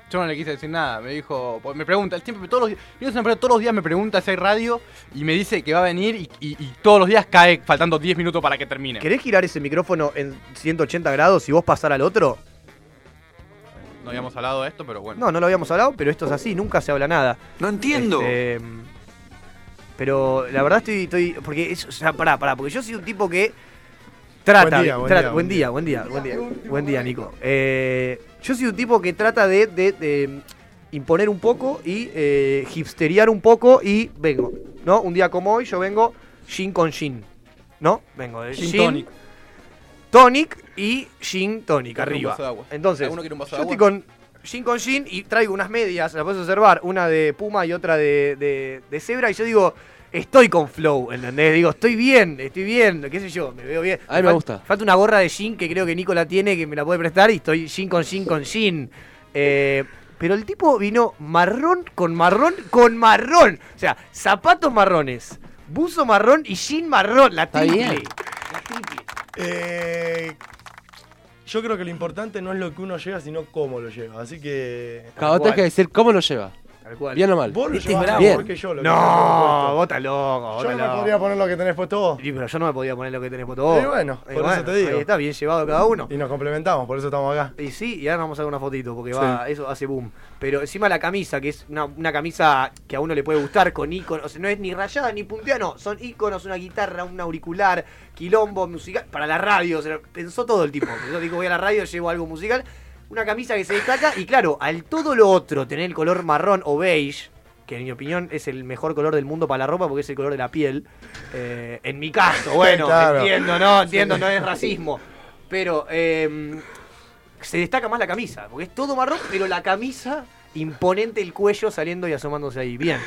[SPEAKER 3] Yo no le quise decir nada, me dijo, pues, me pregunta, él siempre, todos los, días- Nico es una persona que todos los días me pregunta si hay radio y me dice que va a venir y, y- y todos los días cae faltando 10 minutos para que termine.
[SPEAKER 1] ¿Querés girar ese micrófono en 180 grados y vos pasar al otro?
[SPEAKER 3] No habíamos hablado de esto, pero bueno.
[SPEAKER 1] No, no lo habíamos hablado, pero esto es así, nunca se habla nada.
[SPEAKER 3] No entiendo.
[SPEAKER 1] Este, pero la verdad estoy. estoy porque es, o sea, pará, pará, porque yo soy un tipo que. Trata.
[SPEAKER 7] Buen día,
[SPEAKER 1] de-
[SPEAKER 7] buen
[SPEAKER 1] trata-
[SPEAKER 7] día,
[SPEAKER 1] buen
[SPEAKER 7] buen
[SPEAKER 1] día,
[SPEAKER 7] día.
[SPEAKER 1] buen día, buen día. Buen día, Nico. Eh, yo soy un tipo que trata de, de- de mm, imponer un poco y eh, hipsteriar un poco y vengo. ¿No? Un día como hoy yo vengo shin con shin. ¿No? Vengo eh. de
[SPEAKER 3] Gin
[SPEAKER 1] gin
[SPEAKER 3] tonic.
[SPEAKER 1] tonic y gin tonic
[SPEAKER 3] Quiero un
[SPEAKER 1] arriba.
[SPEAKER 3] vaso de agua.
[SPEAKER 1] Entonces,
[SPEAKER 3] ¿Alguno quiere un vaso
[SPEAKER 1] yo
[SPEAKER 3] de
[SPEAKER 1] estoy
[SPEAKER 3] agua?
[SPEAKER 1] con gin con gin y traigo unas medias, las puedes observar, una de Puma y otra de, de, de Zebra, y yo digo, estoy con flow, ¿entendés? Digo, estoy bien, estoy bien, qué sé yo, me veo bien.
[SPEAKER 2] A mí me
[SPEAKER 1] Fal-
[SPEAKER 2] gusta.
[SPEAKER 1] Falta una gorra de gin que creo que Nicola tiene, que me la puede prestar, y estoy gin con gin con gin. Eh, pero el tipo vino marrón con marrón con marrón. O sea, zapatos marrones, buzo marrón y jean marrón, la
[SPEAKER 2] Está
[SPEAKER 1] triple.
[SPEAKER 2] bien.
[SPEAKER 7] Eh, yo creo que lo importante no es lo que uno lleva, sino cómo lo lleva. Así que.
[SPEAKER 2] Cada tenés que decir cómo lo lleva.
[SPEAKER 1] Tal cual.
[SPEAKER 2] Bien o mal. Este
[SPEAKER 7] Vos lo llevás
[SPEAKER 2] bravo.
[SPEAKER 7] mejor
[SPEAKER 2] Bien.
[SPEAKER 7] que yo. Lo que tenés
[SPEAKER 1] No,
[SPEAKER 7] puesto.
[SPEAKER 1] vos estás loco. vos
[SPEAKER 7] Yo no
[SPEAKER 1] estás
[SPEAKER 7] me
[SPEAKER 1] loco.
[SPEAKER 7] podría poner lo que tenés puesto vos.
[SPEAKER 1] Y pero yo no me podía poner lo que tenés puesto vos.
[SPEAKER 7] Y bueno,
[SPEAKER 1] Y
[SPEAKER 7] por
[SPEAKER 1] bueno,
[SPEAKER 7] eso te digo.
[SPEAKER 1] Ahí está, bien llevado cada uno.
[SPEAKER 7] Y nos complementamos, por eso estamos acá.
[SPEAKER 1] Y sí, y ahora vamos a hacer una fotito, porque va, eso hace boom. Pero encima la camisa, que es una, una camisa que a uno le puede gustar, con iconos, o sea, no es ni rayada ni punteada, no, son iconos, una guitarra, un auricular, quilombo, musical, para la radio, o sea, pensó todo el tipo. Yo digo, voy a la radio, llevo algo musical, una camisa que se destaca, y claro, al todo lo otro, tener el color marrón o beige, que en mi opinión es el mejor color del mundo para la ropa porque es el color de la piel, eh, en mi caso, bueno,
[SPEAKER 7] Claro.
[SPEAKER 1] entiendo, no, entiendo,
[SPEAKER 7] Sí.
[SPEAKER 1] no es racismo, pero... em, se destaca más la camisa, porque es todo marrón, pero la camisa imponente el cuello saliendo y asomándose ahí. Bien,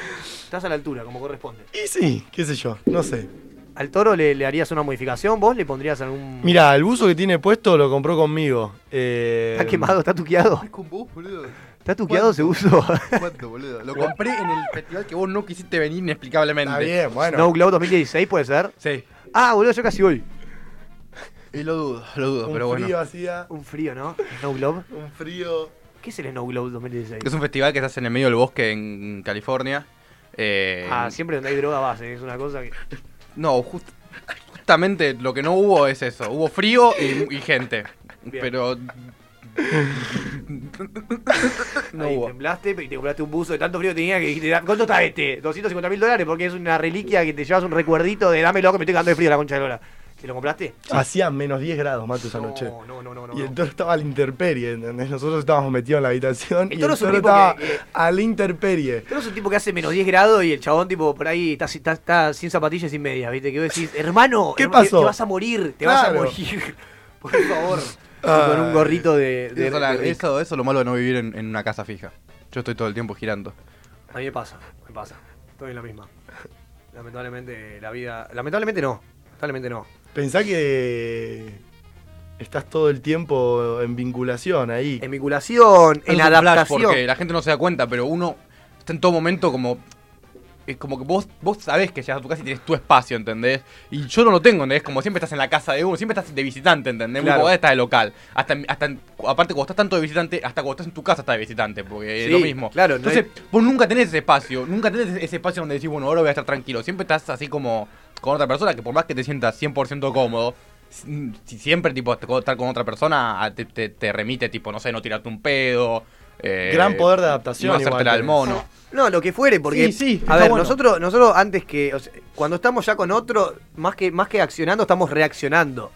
[SPEAKER 1] estás a la altura, como corresponde.
[SPEAKER 7] Y sí, qué sé yo, no sé.
[SPEAKER 1] ¿Al toro le, le harías una modificación? ¿Vos le pondrías algún.?
[SPEAKER 7] Mira, el buzo que tiene puesto lo compró conmigo. Eh,
[SPEAKER 1] Está quemado, está tuqueado.
[SPEAKER 3] con vos, boludo.
[SPEAKER 1] Está tuqueado ese buzo.
[SPEAKER 3] ¿Cuánto, boludo? Lo compré en el festival que vos no quisiste venir inexplicablemente.
[SPEAKER 7] Está bien, bueno.
[SPEAKER 1] No Glow 2016 puede ser.
[SPEAKER 3] Sí.
[SPEAKER 1] Ah, boludo, yo casi voy.
[SPEAKER 3] Y lo dudo, lo dudo,
[SPEAKER 7] Un
[SPEAKER 3] pero bueno.
[SPEAKER 7] frío hacía.
[SPEAKER 1] Un frío, ¿no? Snow Globe.
[SPEAKER 3] Un frío.
[SPEAKER 1] ¿Qué es el Snow Globe 2016?
[SPEAKER 3] Es un festival que se hace en el medio del bosque en California. Eh,
[SPEAKER 1] Ah, siempre donde hay droga base, es una cosa que.
[SPEAKER 3] No, just- justamente lo que no hubo es eso. Hubo frío y, y gente. Pero
[SPEAKER 1] No Ahí temblaste y te compraste un buzo de tanto frío que tenía que dijiste, "Da- ¿cuánto está este? 250 mil dólares porque es una reliquia que te llevas un recuerdito de dámelo que me estoy cagando de frío la concha de Lola. ¿Te lo compraste?
[SPEAKER 7] Hacía menos 10 grados, Mato, esa noche.
[SPEAKER 1] No, no, no, no.
[SPEAKER 7] Y el toro estaba a la interperie, ¿entendés? Nosotros estábamos metidos en la habitación y
[SPEAKER 1] toro
[SPEAKER 7] el
[SPEAKER 1] es un
[SPEAKER 7] toro
[SPEAKER 1] tipo
[SPEAKER 7] estaba
[SPEAKER 1] que- eh, que-
[SPEAKER 7] a la interperie.
[SPEAKER 1] Pero es un tipo que hace menos 10 grados y el chabón, tipo, por ahí está, está, está sin zapatillas y sin medias, ¿viste? Que vos decís, hermano,
[SPEAKER 7] ¿Qué
[SPEAKER 1] herma- te-
[SPEAKER 7] pasó?
[SPEAKER 1] Te, vas a morir, te
[SPEAKER 7] Claro. Ah.
[SPEAKER 1] vas a morir. Por favor. Ah, con un gorrito de. de-
[SPEAKER 3] eso, la-
[SPEAKER 1] de-
[SPEAKER 3] eso, eso es lo malo de no vivir en, en una casa fija. Yo estoy todo el tiempo girando.
[SPEAKER 1] A mí me pasa, me pasa. Estoy en la misma. Lamentablemente, la vida. Lamentablemente no. Lamentablemente no.
[SPEAKER 7] Pensá que estás todo el tiempo en vinculación ahí.
[SPEAKER 1] En vinculación,
[SPEAKER 3] Eso es un flash porque la gente no se da cuenta, pero uno está en todo momento como. Es como que vos, vos sabés que llegas a tu casa y tienes tu espacio, ¿entendés? Y yo no lo tengo, ¿entendés? Como siempre estás en la casa de uno, siempre estás de visitante, ¿entendés?
[SPEAKER 1] Claro.
[SPEAKER 3] Claro. estás de local. Hasta, hasta, aparte, cuando estás tanto de visitante, hasta cuando estás en tu casa estás de visitante, porque es
[SPEAKER 1] Sí,
[SPEAKER 3] Eh, lo mismo.
[SPEAKER 1] claro, no
[SPEAKER 3] Entonces, vos nunca tenés ese espacio, nunca tenés ese espacio donde decís, bueno, ahora voy a estar tranquilo. Siempre estás así como con otra persona, que por más que te sientas 100% cómodo, si- si siempre, tipo, estar con otra persona ah, te, te- te remite, tipo, no sé, no tirarte un pedo. eh,
[SPEAKER 7] Gran poder de adaptación
[SPEAKER 3] No
[SPEAKER 7] igual
[SPEAKER 3] hacértela al
[SPEAKER 7] tenés.
[SPEAKER 3] mono.
[SPEAKER 1] No, lo que fuere, porque.
[SPEAKER 7] Sí, sí,
[SPEAKER 1] a
[SPEAKER 7] está
[SPEAKER 1] ver,
[SPEAKER 7] bueno.
[SPEAKER 1] nosotros, nosotros antes que. o sea, cuando estamos ya con otro, más que, más que accionando, estamos reaccionando.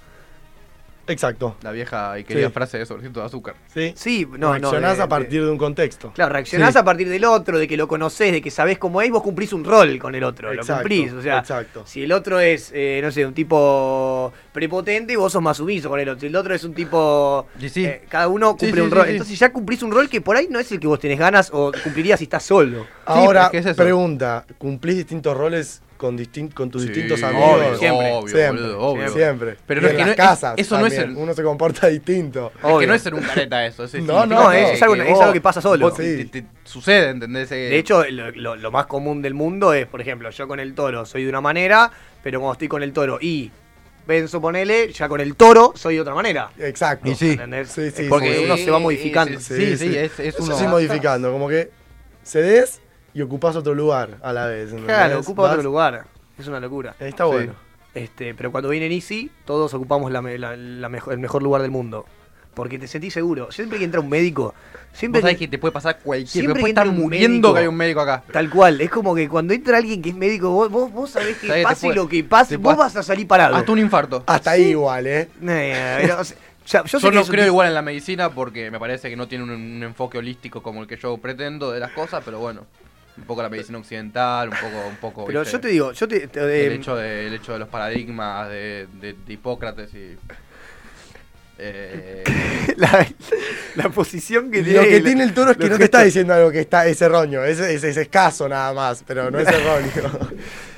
[SPEAKER 7] Exacto.
[SPEAKER 3] La vieja y querida
[SPEAKER 7] Sí.
[SPEAKER 3] frase de sobrecito de azúcar.
[SPEAKER 7] Sí.
[SPEAKER 1] Sí, no, no,
[SPEAKER 7] Reaccionás
[SPEAKER 1] de-
[SPEAKER 7] a partir de, un contexto.
[SPEAKER 1] Claro, reaccionás
[SPEAKER 7] Sí.
[SPEAKER 1] a partir del otro, de que lo conocés, de que sabés cómo es, vos cumplís un rol con el otro. lo
[SPEAKER 7] Exacto,
[SPEAKER 1] cumplís. O sea,
[SPEAKER 7] exacto.
[SPEAKER 1] si el otro es, eh, no sé, un tipo prepotente, vos sos más sumiso con el otro. Si el otro es un tipo. eh, cada uno
[SPEAKER 3] Sí,
[SPEAKER 1] cumple
[SPEAKER 3] sí,
[SPEAKER 1] un
[SPEAKER 3] sí,
[SPEAKER 1] rol.
[SPEAKER 3] sí.
[SPEAKER 1] Entonces ya cumplís un rol que por ahí no es el que vos tenés ganas o cumplirías si estás solo.
[SPEAKER 7] Ahora,
[SPEAKER 1] pero es que es eso.
[SPEAKER 7] pregunta, ¿cumplís distintos roles con, distin- con tus
[SPEAKER 3] Sí,
[SPEAKER 7] distintos
[SPEAKER 3] obvio,
[SPEAKER 7] amigos?
[SPEAKER 3] siempre.
[SPEAKER 7] Siempre,
[SPEAKER 3] obvio, boludo, obvio.
[SPEAKER 7] siempre.
[SPEAKER 3] Pero
[SPEAKER 7] Y
[SPEAKER 3] no es
[SPEAKER 7] en
[SPEAKER 3] que
[SPEAKER 7] las
[SPEAKER 3] no- es-
[SPEAKER 7] casas
[SPEAKER 3] eso no es
[SPEAKER 7] también,
[SPEAKER 3] el-
[SPEAKER 7] Uno se comporta distinto.
[SPEAKER 3] Es que no es ser un careta eso. Es,
[SPEAKER 7] No, no,
[SPEAKER 3] significa
[SPEAKER 7] no,
[SPEAKER 1] es algo- es
[SPEAKER 3] vos-
[SPEAKER 1] algo que pasa solo.
[SPEAKER 3] vos te-
[SPEAKER 1] Sí.
[SPEAKER 3] te- te sucede, ¿entendés? Eh,
[SPEAKER 1] De hecho, lo, lo- lo más común del mundo es, por ejemplo, yo con el toro soy de una manera, pero cuando estoy con el toro y Benzo ponele, ya con el toro soy de otra manera.
[SPEAKER 7] Exacto.
[SPEAKER 3] Y sí.
[SPEAKER 1] ¿Entendés?
[SPEAKER 7] Sí, sí,
[SPEAKER 1] Es porque
[SPEAKER 7] sí.
[SPEAKER 1] uno se va modificando.
[SPEAKER 3] Sí, sí, sí, es, es
[SPEAKER 7] Eso
[SPEAKER 3] uno.
[SPEAKER 7] sí, modificando, como que cedes y ocupás otro lugar a la vez. ¿entendés?
[SPEAKER 1] Claro, ocupa
[SPEAKER 7] Vas- Eh,
[SPEAKER 1] otro lugar. Es una locura.
[SPEAKER 7] Está bueno.
[SPEAKER 1] Este, pero cuando viene Easy, todos ocupamos la me- la- la mejo- el mejor lugar del mundo. Porque te sentís seguro. Siempre que entra un médico, siempre
[SPEAKER 3] Vos sabés
[SPEAKER 1] que-
[SPEAKER 3] que te puede pasar cualquier.
[SPEAKER 1] Siempre
[SPEAKER 3] Siempre puede
[SPEAKER 1] que
[SPEAKER 3] estar
[SPEAKER 1] entra un
[SPEAKER 3] muriendo
[SPEAKER 1] médico.
[SPEAKER 3] que hay un médico acá.
[SPEAKER 1] Tal cual, es como que cuando entra alguien que es médico, vos, vos, vos sabés que
[SPEAKER 3] Sabés que te
[SPEAKER 1] pase
[SPEAKER 3] puede-
[SPEAKER 1] lo que pase,
[SPEAKER 3] te
[SPEAKER 1] vos
[SPEAKER 3] puede-
[SPEAKER 1] vas a salir parado.
[SPEAKER 3] Hasta un infarto.
[SPEAKER 7] Hasta ahí igual, ¿eh?
[SPEAKER 1] Eh, pero, o sea, ya- yo
[SPEAKER 3] Yo,
[SPEAKER 1] sé que
[SPEAKER 3] no
[SPEAKER 1] es un
[SPEAKER 3] creo
[SPEAKER 1] tipo-
[SPEAKER 3] igual en la medicina porque me parece que no tiene un, un enfoque holístico como el que yo pretendo de las cosas, pero bueno, un poco la medicina occidental, un poco, un poco.
[SPEAKER 1] Pero
[SPEAKER 3] ¿viste?
[SPEAKER 1] yo te digo, yo te. te- eh,
[SPEAKER 3] el hecho de, el hecho de los paradigmas de, de- de Hipócrates y. eh,
[SPEAKER 1] la, la posición que tiene.
[SPEAKER 7] Lo que
[SPEAKER 1] el-
[SPEAKER 7] tiene el toro es que
[SPEAKER 1] los
[SPEAKER 7] no te está
[SPEAKER 1] gestos.
[SPEAKER 7] diciendo algo que está, es erróneo. Es, es, es escaso nada más, pero no es erróneo.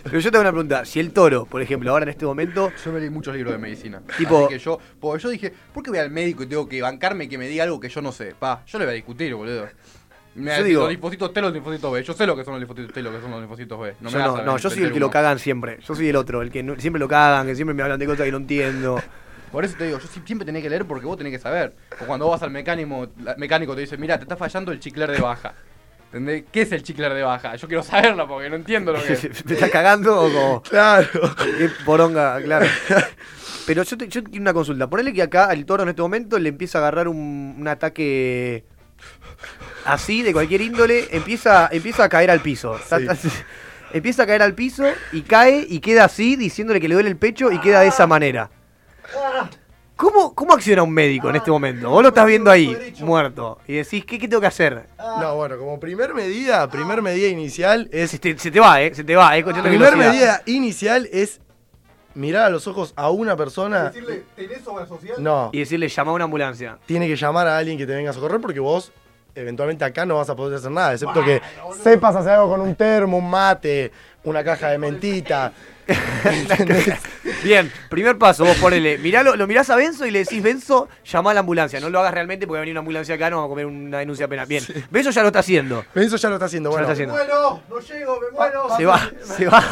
[SPEAKER 1] Pero yo te voy a preguntar, si el toro, por ejemplo, ahora en este momento.
[SPEAKER 3] yo me leí muchos libros de medicina.
[SPEAKER 1] Tipo-
[SPEAKER 3] Así que yo, porque yo dije, ¿por qué voy al médico y tengo que bancarme que me diga algo que yo no sé? Pa, yo le voy a discutir, boludo. Me
[SPEAKER 1] Yo
[SPEAKER 3] yo
[SPEAKER 1] digo-
[SPEAKER 3] los linfocitos T, los linfocitos B. Yo sé lo que son los linfocitos T, y lo que son los linfocitos B. No me
[SPEAKER 1] yo
[SPEAKER 3] hagas
[SPEAKER 1] no,
[SPEAKER 3] saber
[SPEAKER 1] no, yo soy el
[SPEAKER 3] inventar
[SPEAKER 1] que lo
[SPEAKER 3] uno.
[SPEAKER 1] cagan siempre. Yo soy el otro, el que no- siempre lo cagan, que siempre me hablan de cosas que no entiendo.
[SPEAKER 3] Por eso te digo, yo siempre tenés que leer porque vos tenés que saber. O cuando vas al mecánico, la- mecánico te dice, mira, te está fallando el chicler de baja. ¿Entendés? ¿Qué es el chicler de baja? Yo quiero saberlo porque no entiendo lo que es.
[SPEAKER 1] ¿Me estás cagando o como.?
[SPEAKER 7] Claro.
[SPEAKER 1] Qué poronga, claro. Pero yo, te- yo tengo una consulta. Ponele que acá al toro en este momento le empieza a agarrar un, un ataque así, de cualquier índole, empieza, empieza a caer al piso. Ta- ta- empieza a caer al piso y cae y queda así, diciéndole que le duele el pecho y queda de esa manera. ¿Cómo, cómo acciona un médico en este momento? Vos lo estás viendo ahí, muerto, y decís, ¿qué, qué tengo que hacer?
[SPEAKER 7] No, bueno, como primer medida, primer medida inicial es.
[SPEAKER 1] Se te, se te va, ¿eh? Se te va, ¿eh? Cuestión de
[SPEAKER 7] primer
[SPEAKER 1] velocidad.
[SPEAKER 7] medida inicial es mirar a los ojos a una persona.
[SPEAKER 3] ¿tenés obra social?
[SPEAKER 7] No,
[SPEAKER 1] Y decirle, llama a una ambulancia.
[SPEAKER 7] tiene que llamar a alguien que te venga a socorrer porque vos eventualmente acá no vas a poder hacer nada, excepto que sepas hacer algo con un termo, un mate, una caja de mentita,
[SPEAKER 1] Bien, primer paso, vos ponele. Miralo, lo mirás a Benzo y le decís, Benzo, llama a la ambulancia. No lo hagas realmente porque va a venir una ambulancia acá, no vamos a comer una denuncia penal. Bien, Benzo ya lo está haciendo.
[SPEAKER 7] Benzo ya lo está haciendo,
[SPEAKER 1] Ya lo
[SPEAKER 7] bueno.
[SPEAKER 1] está haciendo. Ah,
[SPEAKER 7] Bueno, no llego, me muero.
[SPEAKER 1] Se va, se va.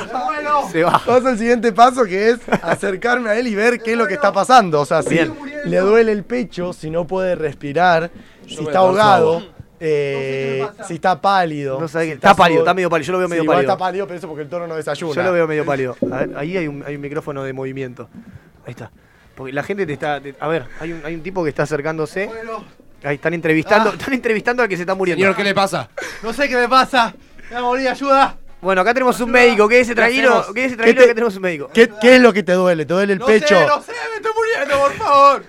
[SPEAKER 1] Se va.
[SPEAKER 7] Pasa el siguiente paso que es acercarme a él y ver qué es lo que está pasando. O sea, si
[SPEAKER 1] Bien.
[SPEAKER 7] le duele el pecho, si no puede respirar, si
[SPEAKER 1] voy a
[SPEAKER 7] está
[SPEAKER 1] tomar
[SPEAKER 7] ahogado,
[SPEAKER 1] su agua.
[SPEAKER 7] eh, si está pálido.
[SPEAKER 1] No sabe
[SPEAKER 7] si
[SPEAKER 1] qué- está pálido, está medio pálido, yo lo veo
[SPEAKER 7] Sí,
[SPEAKER 1] medio
[SPEAKER 7] igual
[SPEAKER 1] pálido.
[SPEAKER 7] Está pálido, pero eso porque el toro no desayuna.
[SPEAKER 1] Yo lo veo medio pálido. A ver, ahí hay un, hay un micrófono de movimiento. Ahí está. Porque la gente te está. te- a ver, hay un, hay un tipo que está acercándose. Ahí están entrevistando,
[SPEAKER 7] Ah.
[SPEAKER 1] están entrevistando al que se está muriendo.
[SPEAKER 6] Señor, ¿qué le pasa?
[SPEAKER 1] No sé qué me pasa. Me voy a morir, ayuda. Bueno, acá tenemos un médico, quédese
[SPEAKER 7] ¿Qué
[SPEAKER 1] tranquilo,
[SPEAKER 7] hacemos?
[SPEAKER 1] quédese
[SPEAKER 7] ¿Qué
[SPEAKER 1] tranquilo
[SPEAKER 7] te-
[SPEAKER 1] que tenemos un médico.
[SPEAKER 7] ¿Qué, qué es lo que te duele? ¿Te duele el pecho?
[SPEAKER 1] sé, me estoy muriendo, por favor.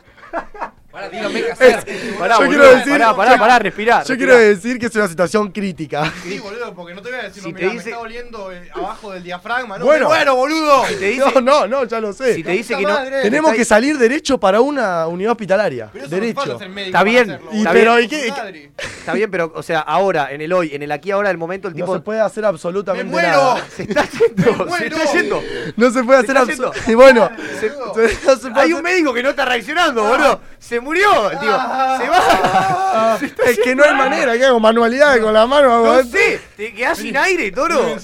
[SPEAKER 6] Para, dígame qué hacer.
[SPEAKER 1] Pará,
[SPEAKER 7] yo
[SPEAKER 1] boludo,
[SPEAKER 7] quiero decir,
[SPEAKER 1] pará, pará,
[SPEAKER 7] yo-
[SPEAKER 1] pará, respirá,
[SPEAKER 7] Yo
[SPEAKER 1] respirá.
[SPEAKER 7] quiero decir que es una situación crítica.
[SPEAKER 6] Sí, boludo, porque no te voy a decir,
[SPEAKER 1] Si
[SPEAKER 6] no,
[SPEAKER 1] te
[SPEAKER 6] mirá,
[SPEAKER 1] dice-
[SPEAKER 6] me está doliendo eh, abajo del diafragma, ¿no?
[SPEAKER 7] Bueno.
[SPEAKER 6] Me muero, boludo.
[SPEAKER 1] Si te dice-
[SPEAKER 7] no, no, no, ya lo sé.
[SPEAKER 1] Si te dice
[SPEAKER 6] puta
[SPEAKER 1] que no.
[SPEAKER 6] madre.
[SPEAKER 7] Tenemos
[SPEAKER 1] Está-
[SPEAKER 7] que salir derecho para una unidad hospitalaria.
[SPEAKER 6] Pero eso no te
[SPEAKER 7] derecho.
[SPEAKER 6] pasa ser médico
[SPEAKER 1] Está
[SPEAKER 6] para
[SPEAKER 1] bien,
[SPEAKER 6] hacerlo,
[SPEAKER 7] Y
[SPEAKER 1] está bien,
[SPEAKER 7] pero, ¿y qué-
[SPEAKER 6] madre.
[SPEAKER 1] está bien, pero, o sea, ahora, en el hoy, en el aquí, ahora, el momento, el
[SPEAKER 7] No
[SPEAKER 1] tipo.
[SPEAKER 7] se puede hacer absolutamente
[SPEAKER 6] ¡Me muero!
[SPEAKER 7] nada.
[SPEAKER 1] Se está yendo, se
[SPEAKER 6] muero!
[SPEAKER 1] está yendo.
[SPEAKER 7] No se puede
[SPEAKER 1] Se
[SPEAKER 7] hacer
[SPEAKER 1] está yendo.
[SPEAKER 7] absolutamente Y bueno,
[SPEAKER 1] Se-
[SPEAKER 7] no se puede
[SPEAKER 1] hay
[SPEAKER 7] hacer- Ah,
[SPEAKER 1] un médico que no está reaccionando, boludo. Se murió, el tipo. Se va.
[SPEAKER 7] ah, es que no hay manera, que hago manualidades con la mano. hago
[SPEAKER 1] No
[SPEAKER 7] esto.
[SPEAKER 1] sé, te quedás sin aire, toro.
[SPEAKER 7] eh.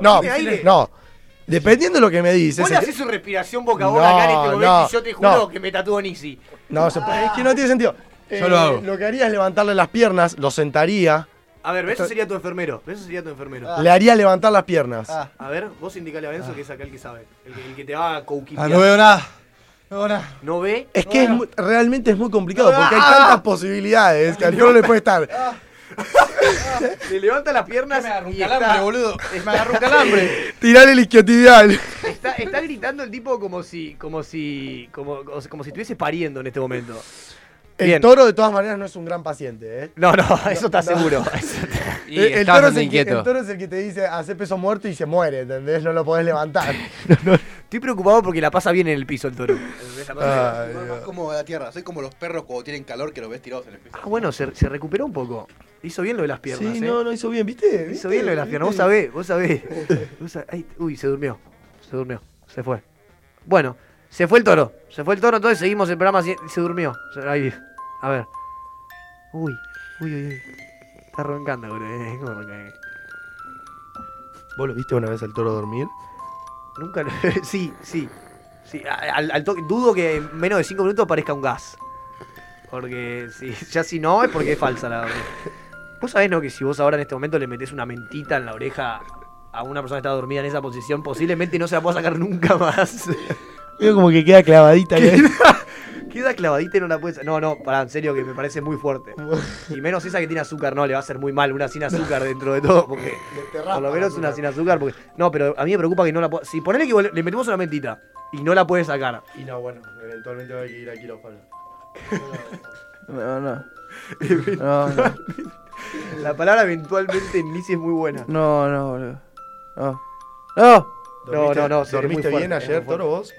[SPEAKER 7] no,
[SPEAKER 1] tiene aire.
[SPEAKER 7] no. Dependiendo de lo que me dices.
[SPEAKER 1] Vos le
[SPEAKER 7] es que-
[SPEAKER 1] haces su respiración boca a boca acá en este
[SPEAKER 7] No,
[SPEAKER 1] momento
[SPEAKER 7] no,
[SPEAKER 1] y yo te juro
[SPEAKER 7] no.
[SPEAKER 1] que me tatúo Nisi.
[SPEAKER 7] No, se puede- es que no tiene sentido. Eh,
[SPEAKER 1] Yo lo hago.
[SPEAKER 7] que haría es levantarle las piernas, lo sentaría,
[SPEAKER 1] A ver, Benzo sería tu enfermero. Benzo sería tu enfermero. Ah.
[SPEAKER 7] le haría levantar las piernas. Ah.
[SPEAKER 1] A ver, vos indicale a Benzo que es aquel que sabe. El que, el que te va a coquipear.
[SPEAKER 6] Ah, no veo nada. No veo nada.
[SPEAKER 1] ¿No ve?
[SPEAKER 7] Es que es mu- realmente es muy complicado
[SPEAKER 1] No,
[SPEAKER 7] porque hay
[SPEAKER 1] ah,
[SPEAKER 7] tantas posibilidades que al toro le puede estar.
[SPEAKER 1] Le levanta las piernas.
[SPEAKER 6] Un
[SPEAKER 1] y
[SPEAKER 6] calambre,
[SPEAKER 1] está-
[SPEAKER 6] boludo. Me agarró un calambre.
[SPEAKER 7] Tirar el isquiotibial.
[SPEAKER 1] Está, está gritando el tipo como si, como si, como, como si- como si estuviese pariendo en este momento.
[SPEAKER 7] El
[SPEAKER 1] Bien.
[SPEAKER 7] toro de todas maneras no es un gran paciente, ¿eh?
[SPEAKER 1] No, no, eso está
[SPEAKER 7] no.
[SPEAKER 1] seguro.
[SPEAKER 2] Y
[SPEAKER 7] el, el
[SPEAKER 2] estaba
[SPEAKER 7] toro es el,
[SPEAKER 2] bastante
[SPEAKER 7] que,
[SPEAKER 2] inquieto.
[SPEAKER 7] el toro es el que te dice, hace peso muerto y se muere, ¿entendés? No lo podés levantar.
[SPEAKER 1] Estoy preocupado porque la pasa bien en el piso el toro. La pasa
[SPEAKER 7] Ay,
[SPEAKER 1] bien.
[SPEAKER 6] Más
[SPEAKER 7] Dios.
[SPEAKER 6] cómodo de la tierra. Soy como los perros cuando tienen calor que los ves tirados en el piso.
[SPEAKER 1] Ah, bueno, se, se recuperó un poco. Hizo bien lo de las piernas.
[SPEAKER 7] sí,
[SPEAKER 1] ¿eh?
[SPEAKER 7] no, no hizo bien, ¿viste?
[SPEAKER 1] Hizo
[SPEAKER 7] ¿Viste?
[SPEAKER 1] bien lo de las piernas. Vos
[SPEAKER 7] ¿Viste?
[SPEAKER 1] sabés, vos sabés. Vos sab- ay, uy, se durmió. Se durmió. Se fue. Bueno, se fue el toro. Se fue el toro, entonces seguimos el programa. así- Se durmió. Se- Ahí. A ver. Uy, uy, uy, uy. Está roncando, boludo. eh, ¿Cómo ronca, eh?
[SPEAKER 7] ¿Vos lo viste una vez al toro dormir?
[SPEAKER 1] Nunca lo... Sí, sí. sí. a- Al, al toque- Dudo que en menos de 5 minutos aparezca un gas. Porque si, ya si no, es porque es falsa la Vos sabés, ¿no? Que si vos ahora en este momento le metés una mentita en la oreja a una persona que está dormida en esa posición, posiblemente no se la pueda sacar nunca más.
[SPEAKER 7] Veo como que queda clavadita. ahí.
[SPEAKER 1] Queda clavadita y no la puedes... No, no, pará, en serio, que me parece muy fuerte. Y menos esa que tiene azúcar, no, le va a hacer muy mal una sin azúcar dentro de todo, porque... Por lo menos una sin azúcar, porque... No, pero a mí me preocupa que no la pueda... Si ponele que vol- le metemos una mentita y no la puede sacar.
[SPEAKER 7] Y no, bueno, eventualmente va a ir a quirófano.
[SPEAKER 3] No, no. No, no.
[SPEAKER 1] La palabra eventualmente en Lisi es muy buena.
[SPEAKER 3] No, no, boludo. No. ¡No!
[SPEAKER 1] No, no, no, sí, es muy
[SPEAKER 7] ¿Dormiste bien
[SPEAKER 1] fuerte, es
[SPEAKER 7] ayer,
[SPEAKER 1] muy fuerte.
[SPEAKER 7] Toro, vos?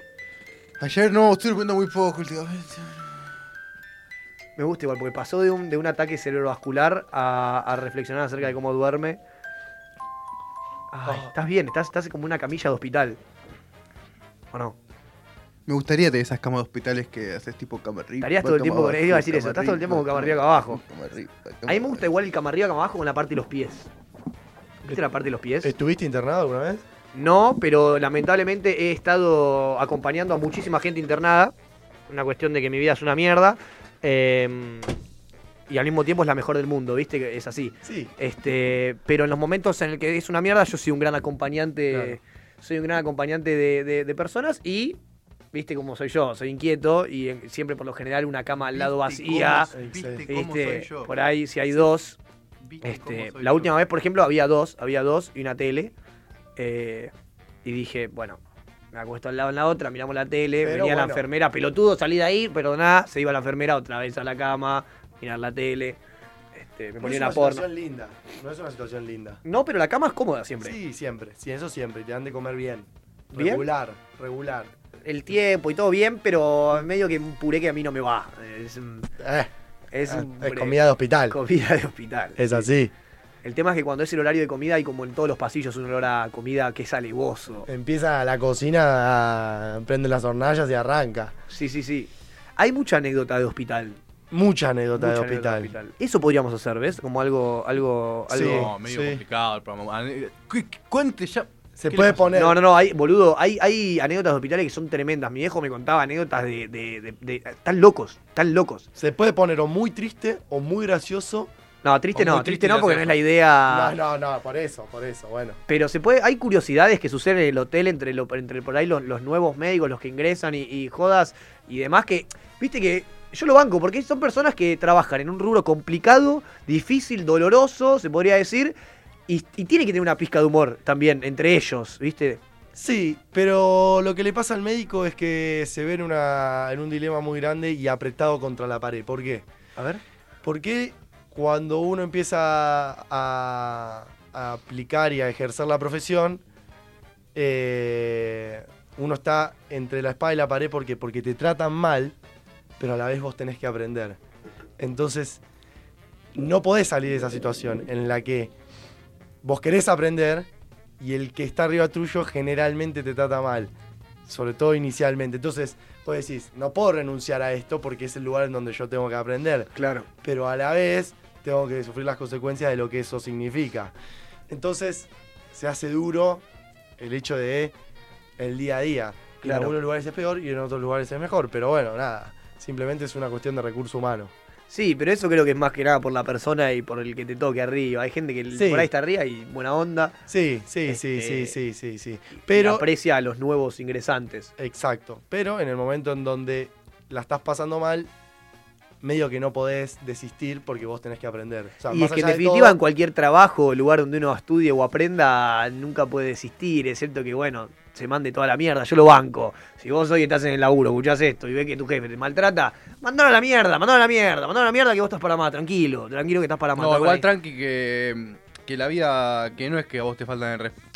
[SPEAKER 6] Ayer no, estoy durmiendo muy poco últimamente.
[SPEAKER 1] Me gusta igual, porque pasó de un, de un ataque cerebrovascular a, a reflexionar acerca de cómo duerme. Ay, estás bien, estás, estás como una camilla de hospital. ¿O no?
[SPEAKER 11] Me gustaría de esas camas de hospitales que haces tipo cama arriba.
[SPEAKER 1] Estarías todo el
[SPEAKER 11] cama
[SPEAKER 1] tiempo con-
[SPEAKER 11] abajo,
[SPEAKER 1] iba a decir
[SPEAKER 11] cama
[SPEAKER 1] eso, estás todo el tiempo con cama arriba, cama abajo.
[SPEAKER 11] cama arriba, cama
[SPEAKER 1] A mí me gusta igual el cama arriba, cama abajo con la parte de los pies. ¿Viste la parte de los pies?
[SPEAKER 7] ¿Estuviste internado alguna vez?
[SPEAKER 1] No, pero lamentablemente he estado acompañando a muchísima gente internada. Una cuestión de que mi vida es una mierda. eh, y al mismo tiempo es la mejor del mundo, ¿viste? Que es así.
[SPEAKER 7] Sí.
[SPEAKER 1] Este, pero en los momentos en el que es una mierda, yo soy un gran acompañante. Soy un gran acompañante de, de- de personas y. ¿Viste cómo soy yo? Soy inquieto y eh, siempre por lo general una cama al lado vacía.
[SPEAKER 11] ¿Viste cómo soy
[SPEAKER 1] ¿Viste?
[SPEAKER 11] yo?
[SPEAKER 1] Por ahí, si hay dos.
[SPEAKER 11] cómo
[SPEAKER 1] Este,
[SPEAKER 11] soy
[SPEAKER 1] la
[SPEAKER 11] yo?
[SPEAKER 1] última vez, por ejemplo, había dos, había dos y una tele. eh, y dije, bueno, me acuesto al lado en la otra, miramos la tele,
[SPEAKER 7] Pero
[SPEAKER 1] venía la
[SPEAKER 7] bueno.
[SPEAKER 1] enfermera, pelotudo, salí de ahí, perdoná, se iba la enfermera otra vez a la cama, mirar la tele, este, me ponía
[SPEAKER 7] no es
[SPEAKER 1] una
[SPEAKER 7] una
[SPEAKER 1] porno.
[SPEAKER 7] situación linda. No es una situación linda.
[SPEAKER 1] No, pero la cama es cómoda siempre.
[SPEAKER 7] Sí, siempre. Sí, eso siempre. Te dan de comer bien.
[SPEAKER 1] ¿Bien?
[SPEAKER 7] Regular, regular.
[SPEAKER 1] El tiempo y todo bien, pero medio que un puré que a mí no me va. Es, un-
[SPEAKER 7] Eh,
[SPEAKER 1] es
[SPEAKER 7] ah,
[SPEAKER 1] un
[SPEAKER 7] es
[SPEAKER 1] puré.
[SPEAKER 7] comida de hospital.
[SPEAKER 1] Comida de hospital.
[SPEAKER 7] Es así.
[SPEAKER 1] El tema es que cuando es el horario de comida hay como en todos los pasillos un olor a comida que es alevoso.
[SPEAKER 7] Empieza la cocina, a- prende las hornallas y arranca.
[SPEAKER 1] Sí, sí, sí. Hay mucha anécdota de hospital.
[SPEAKER 7] Mucha anécdota de
[SPEAKER 1] Mucha
[SPEAKER 7] hospital.
[SPEAKER 1] Eso podríamos hacer, ¿ves? Como algo, algo,
[SPEAKER 7] Sí,
[SPEAKER 1] algo.
[SPEAKER 3] No, medio complicado el programa. Ah, eh, Ane- cu- cu- Cuente ya. ¿Qué le pasa?
[SPEAKER 1] No, no, no, hay, boludo, hay, hay anécdotas de hospitales que son tremendas. Mi viejo me contaba anécdotas de. de, de- de- tan locos, tan locos.
[SPEAKER 7] Se puede poner o muy triste o muy gracioso.
[SPEAKER 1] No, triste
[SPEAKER 7] O muy
[SPEAKER 1] no, triste
[SPEAKER 7] triste y
[SPEAKER 1] no, porque no es la
[SPEAKER 7] gracioso.
[SPEAKER 1] idea.
[SPEAKER 7] No, no, no, por eso, por eso, bueno.
[SPEAKER 1] Pero se puede, hay curiosidades que suceden en el hotel entre, lo- entre por ahí los, los nuevos médicos, los que ingresan y, y jodas y demás que, viste que yo lo banco porque son personas que trabajan en un rubro complicado, difícil, doloroso, se podría decir, y, y tiene que tener una pizca de humor también entre ellos, viste.
[SPEAKER 7] Sí, pero lo que le pasa al médico es que se ve en, una- en un dilema muy grande y apretado contra la pared. ¿Por qué?
[SPEAKER 1] A ver.
[SPEAKER 7] Porque cuando uno empieza a, a aplicar y a ejercer la profesión, eh, uno está entre la espada y la pared porque, porque te tratan mal, pero a la vez vos tenés que aprender. Entonces, no podés salir de esa situación en la que vos querés aprender y el que está arriba tuyo generalmente te trata mal. Sobre todo inicialmente. Entonces, vos decís, no puedo renunciar a esto porque es el lugar en donde yo tengo que aprender.
[SPEAKER 1] Claro.
[SPEAKER 7] Pero a la vez tengo que sufrir las consecuencias de lo que eso significa. Entonces, se hace duro el hecho de el día a día. Y En
[SPEAKER 1] Claro.
[SPEAKER 7] algunos lugares es peor y en otros lugares es mejor. Pero bueno, nada. Simplemente es una cuestión de recurso humano.
[SPEAKER 1] Sí, pero eso creo que es más que nada por la persona y por el que te toque arriba. Hay gente que
[SPEAKER 7] Sí.
[SPEAKER 1] por ahí está arriba y buena onda. Este,
[SPEAKER 7] Sí, sí, sí, sí, sí, sí, sí. Pero-
[SPEAKER 1] eh, aprecia a los nuevos ingresantes.
[SPEAKER 7] Exacto. Pero en el momento en donde la estás pasando mal, medio que no podés desistir porque vos tenés que aprender. O sea,
[SPEAKER 1] Y
[SPEAKER 7] más
[SPEAKER 1] es que en
[SPEAKER 7] allá de
[SPEAKER 1] definitiva
[SPEAKER 7] todo-
[SPEAKER 1] en cualquier trabajo o lugar donde uno estudie o aprenda nunca puede desistir, excepto que bueno, se mande toda la mierda, yo lo banco. Si vos hoy estás en el laburo, escuchás esto y ves que tu jefe te maltrata, mandalo a la mierda, mandalo a la mierda, mandalo a la mierda que vos estás para más, tranquilo, tranquilo que estás para más.
[SPEAKER 3] No,
[SPEAKER 1] estás
[SPEAKER 3] igual
[SPEAKER 1] para ahí.
[SPEAKER 3] tranqui que, que la vida, que no es que a vos te faltan el respeto.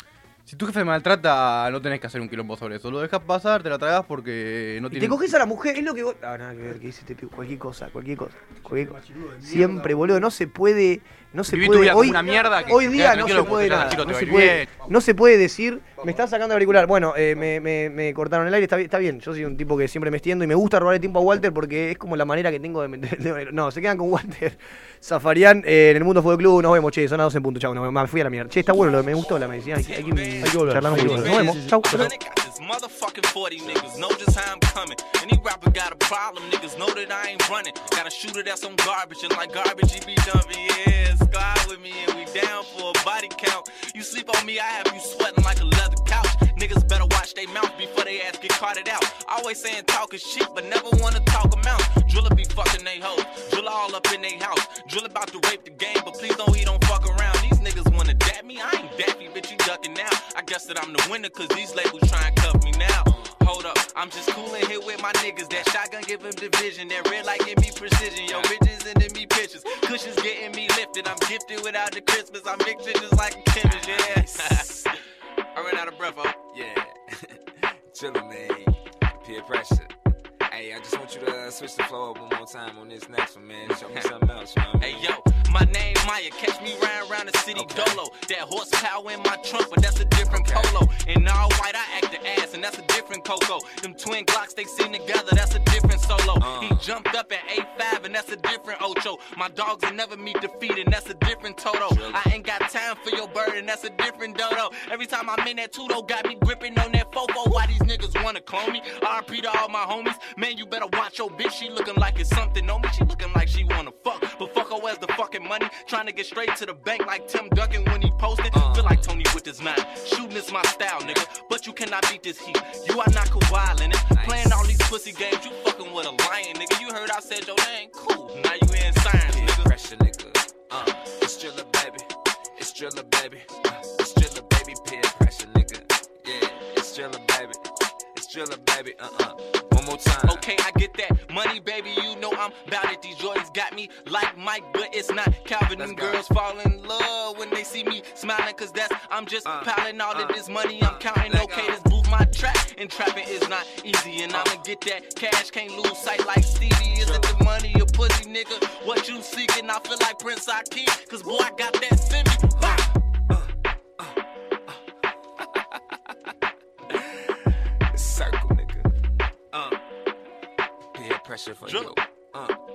[SPEAKER 3] Si tu jefe maltrata, no tenés que hacer un quilombo sobre eso. Lo dejas pasar, te la tragas porque no
[SPEAKER 1] Y
[SPEAKER 3] tiene...
[SPEAKER 1] te coges a la mujer, es lo que vos. Ah, nada que ver, que dice este pibe, cualquier cosa, cualquier cosa. cualquier cosa. Siempre, boludo, no se puede. No se
[SPEAKER 3] Viví tu
[SPEAKER 1] puede.
[SPEAKER 3] vida como
[SPEAKER 1] Hoy,
[SPEAKER 3] una mierda que
[SPEAKER 1] hoy
[SPEAKER 3] te
[SPEAKER 1] día
[SPEAKER 3] quedas
[SPEAKER 1] no se
[SPEAKER 3] tranquilo porque
[SPEAKER 1] puede
[SPEAKER 3] nada,
[SPEAKER 1] nada.
[SPEAKER 3] chico, te
[SPEAKER 1] No
[SPEAKER 3] va a
[SPEAKER 1] se
[SPEAKER 3] ir
[SPEAKER 1] puede,
[SPEAKER 3] bien.
[SPEAKER 1] no se puede decir. Me están sacando auricular. Bueno, eh, me, me- me cortaron el aire, está, bi- está bien. Yo soy un tipo que siempre me extiendo y me gusta robarle tiempo a Walter porque es como la manera que tengo de. meter- de- no, se quedan con Walter. Zafarian eh, en el Mundo Fue Club. Nos vemos, che. Son las 12 en punto. Chau, no, me fui a la mierda. Che, está bueno, lo, me gustó la medicina. Hay, hay que,
[SPEAKER 7] volver,
[SPEAKER 1] charlar un
[SPEAKER 7] hay que
[SPEAKER 1] poquito.
[SPEAKER 7] volver.
[SPEAKER 1] Nos vemos. Chau. chau.
[SPEAKER 22] This motherfucking 40 niggas know just how I'm coming. Any rapper got a problem, niggas know that I ain't running. Got a shooter that's on garbage, and like garbage, he be dumping. Yeah, squad with me, and we down for a body count. You sleep on me, I have you sweating like a leather couch. Niggas better watch they mouth before they ass get carted out. Always saying talk is cheap, but never wanna talk amount. Driller be fucking they hoes, driller all up in they house. Drill about to rape the game, but please know he don't fuck around. These niggas wanna dap me, I ain't dappy, bitch, you ducking now. I guess that I'm the winner, cause these labels try and cuff me now. Hold up, I'm just coolin' here with my niggas. That shotgun give him division, that red light give me precision. Yo, bitches sending me pictures, cushions getting me lifted. I'm gifted without the Christmas, I mix it just like a chemist, yeah. I ran out of breath, huh?
[SPEAKER 23] oh, Yeah. Chillin', man. Peer pressure. Hey, I just want you to uh, switch the flow up one more time on this next one, man. Show me something else, you know what I
[SPEAKER 22] Hey
[SPEAKER 23] mean?
[SPEAKER 22] yo, my name Maya, catch me round round the city dolo. That horsepower in my trunk, but that's a different polo. In all white, I act the ass, and that's a different Coco. Them twin Glocks they seen together, that's a different solo. He jumped up at A5, and that's a different Ocho. My dogs will never meet defeat, and that's a different Toto. I ain't got time for your bird, and that's a different Dodo. Every time I'm in that Tudo, got me gripping on that fofo. Why these niggas wanna clone me? RP to all my homies. Man, you better watch your bitch, she looking like it's something on me. She looking like she wanna fuck, but fuck her as the fucking money. Trying to get straight to the bank like Tim Duncan when he posted. Feel like Tony with his mind. Shooting is my style, nigga. But you cannot beat this heat. You are not Kawhi Leonard. Playing all these pussy games, you fucking with a lion, nigga. You heard I said your name, cool. Now you in science, nigga.
[SPEAKER 23] Pressure, nigga. Uh, it's drill a baby. It's drill a baby. Uh, it's drill a baby. Peer pressure, nigga. Yeah, it's drill a baby. It's drill a baby. Uh uh. One more time.
[SPEAKER 22] Okay, I get that money, baby. You know I'm about it. These Jordans got me like Mike, but it's not Calvin. Them girls fall in love when they see me smiling, cause that's I'm just piling all of this money. I'm counting. Okay, this booth my trap, and trapping is not easy. And I'ma get that cash, can't lose sight like Stevie. Is it the money or pussy, nigga? What you seeking? I feel like Prince Akeem, cause boy, I got that semi. circle, nigga. Uh, peer pressure for you. Uh,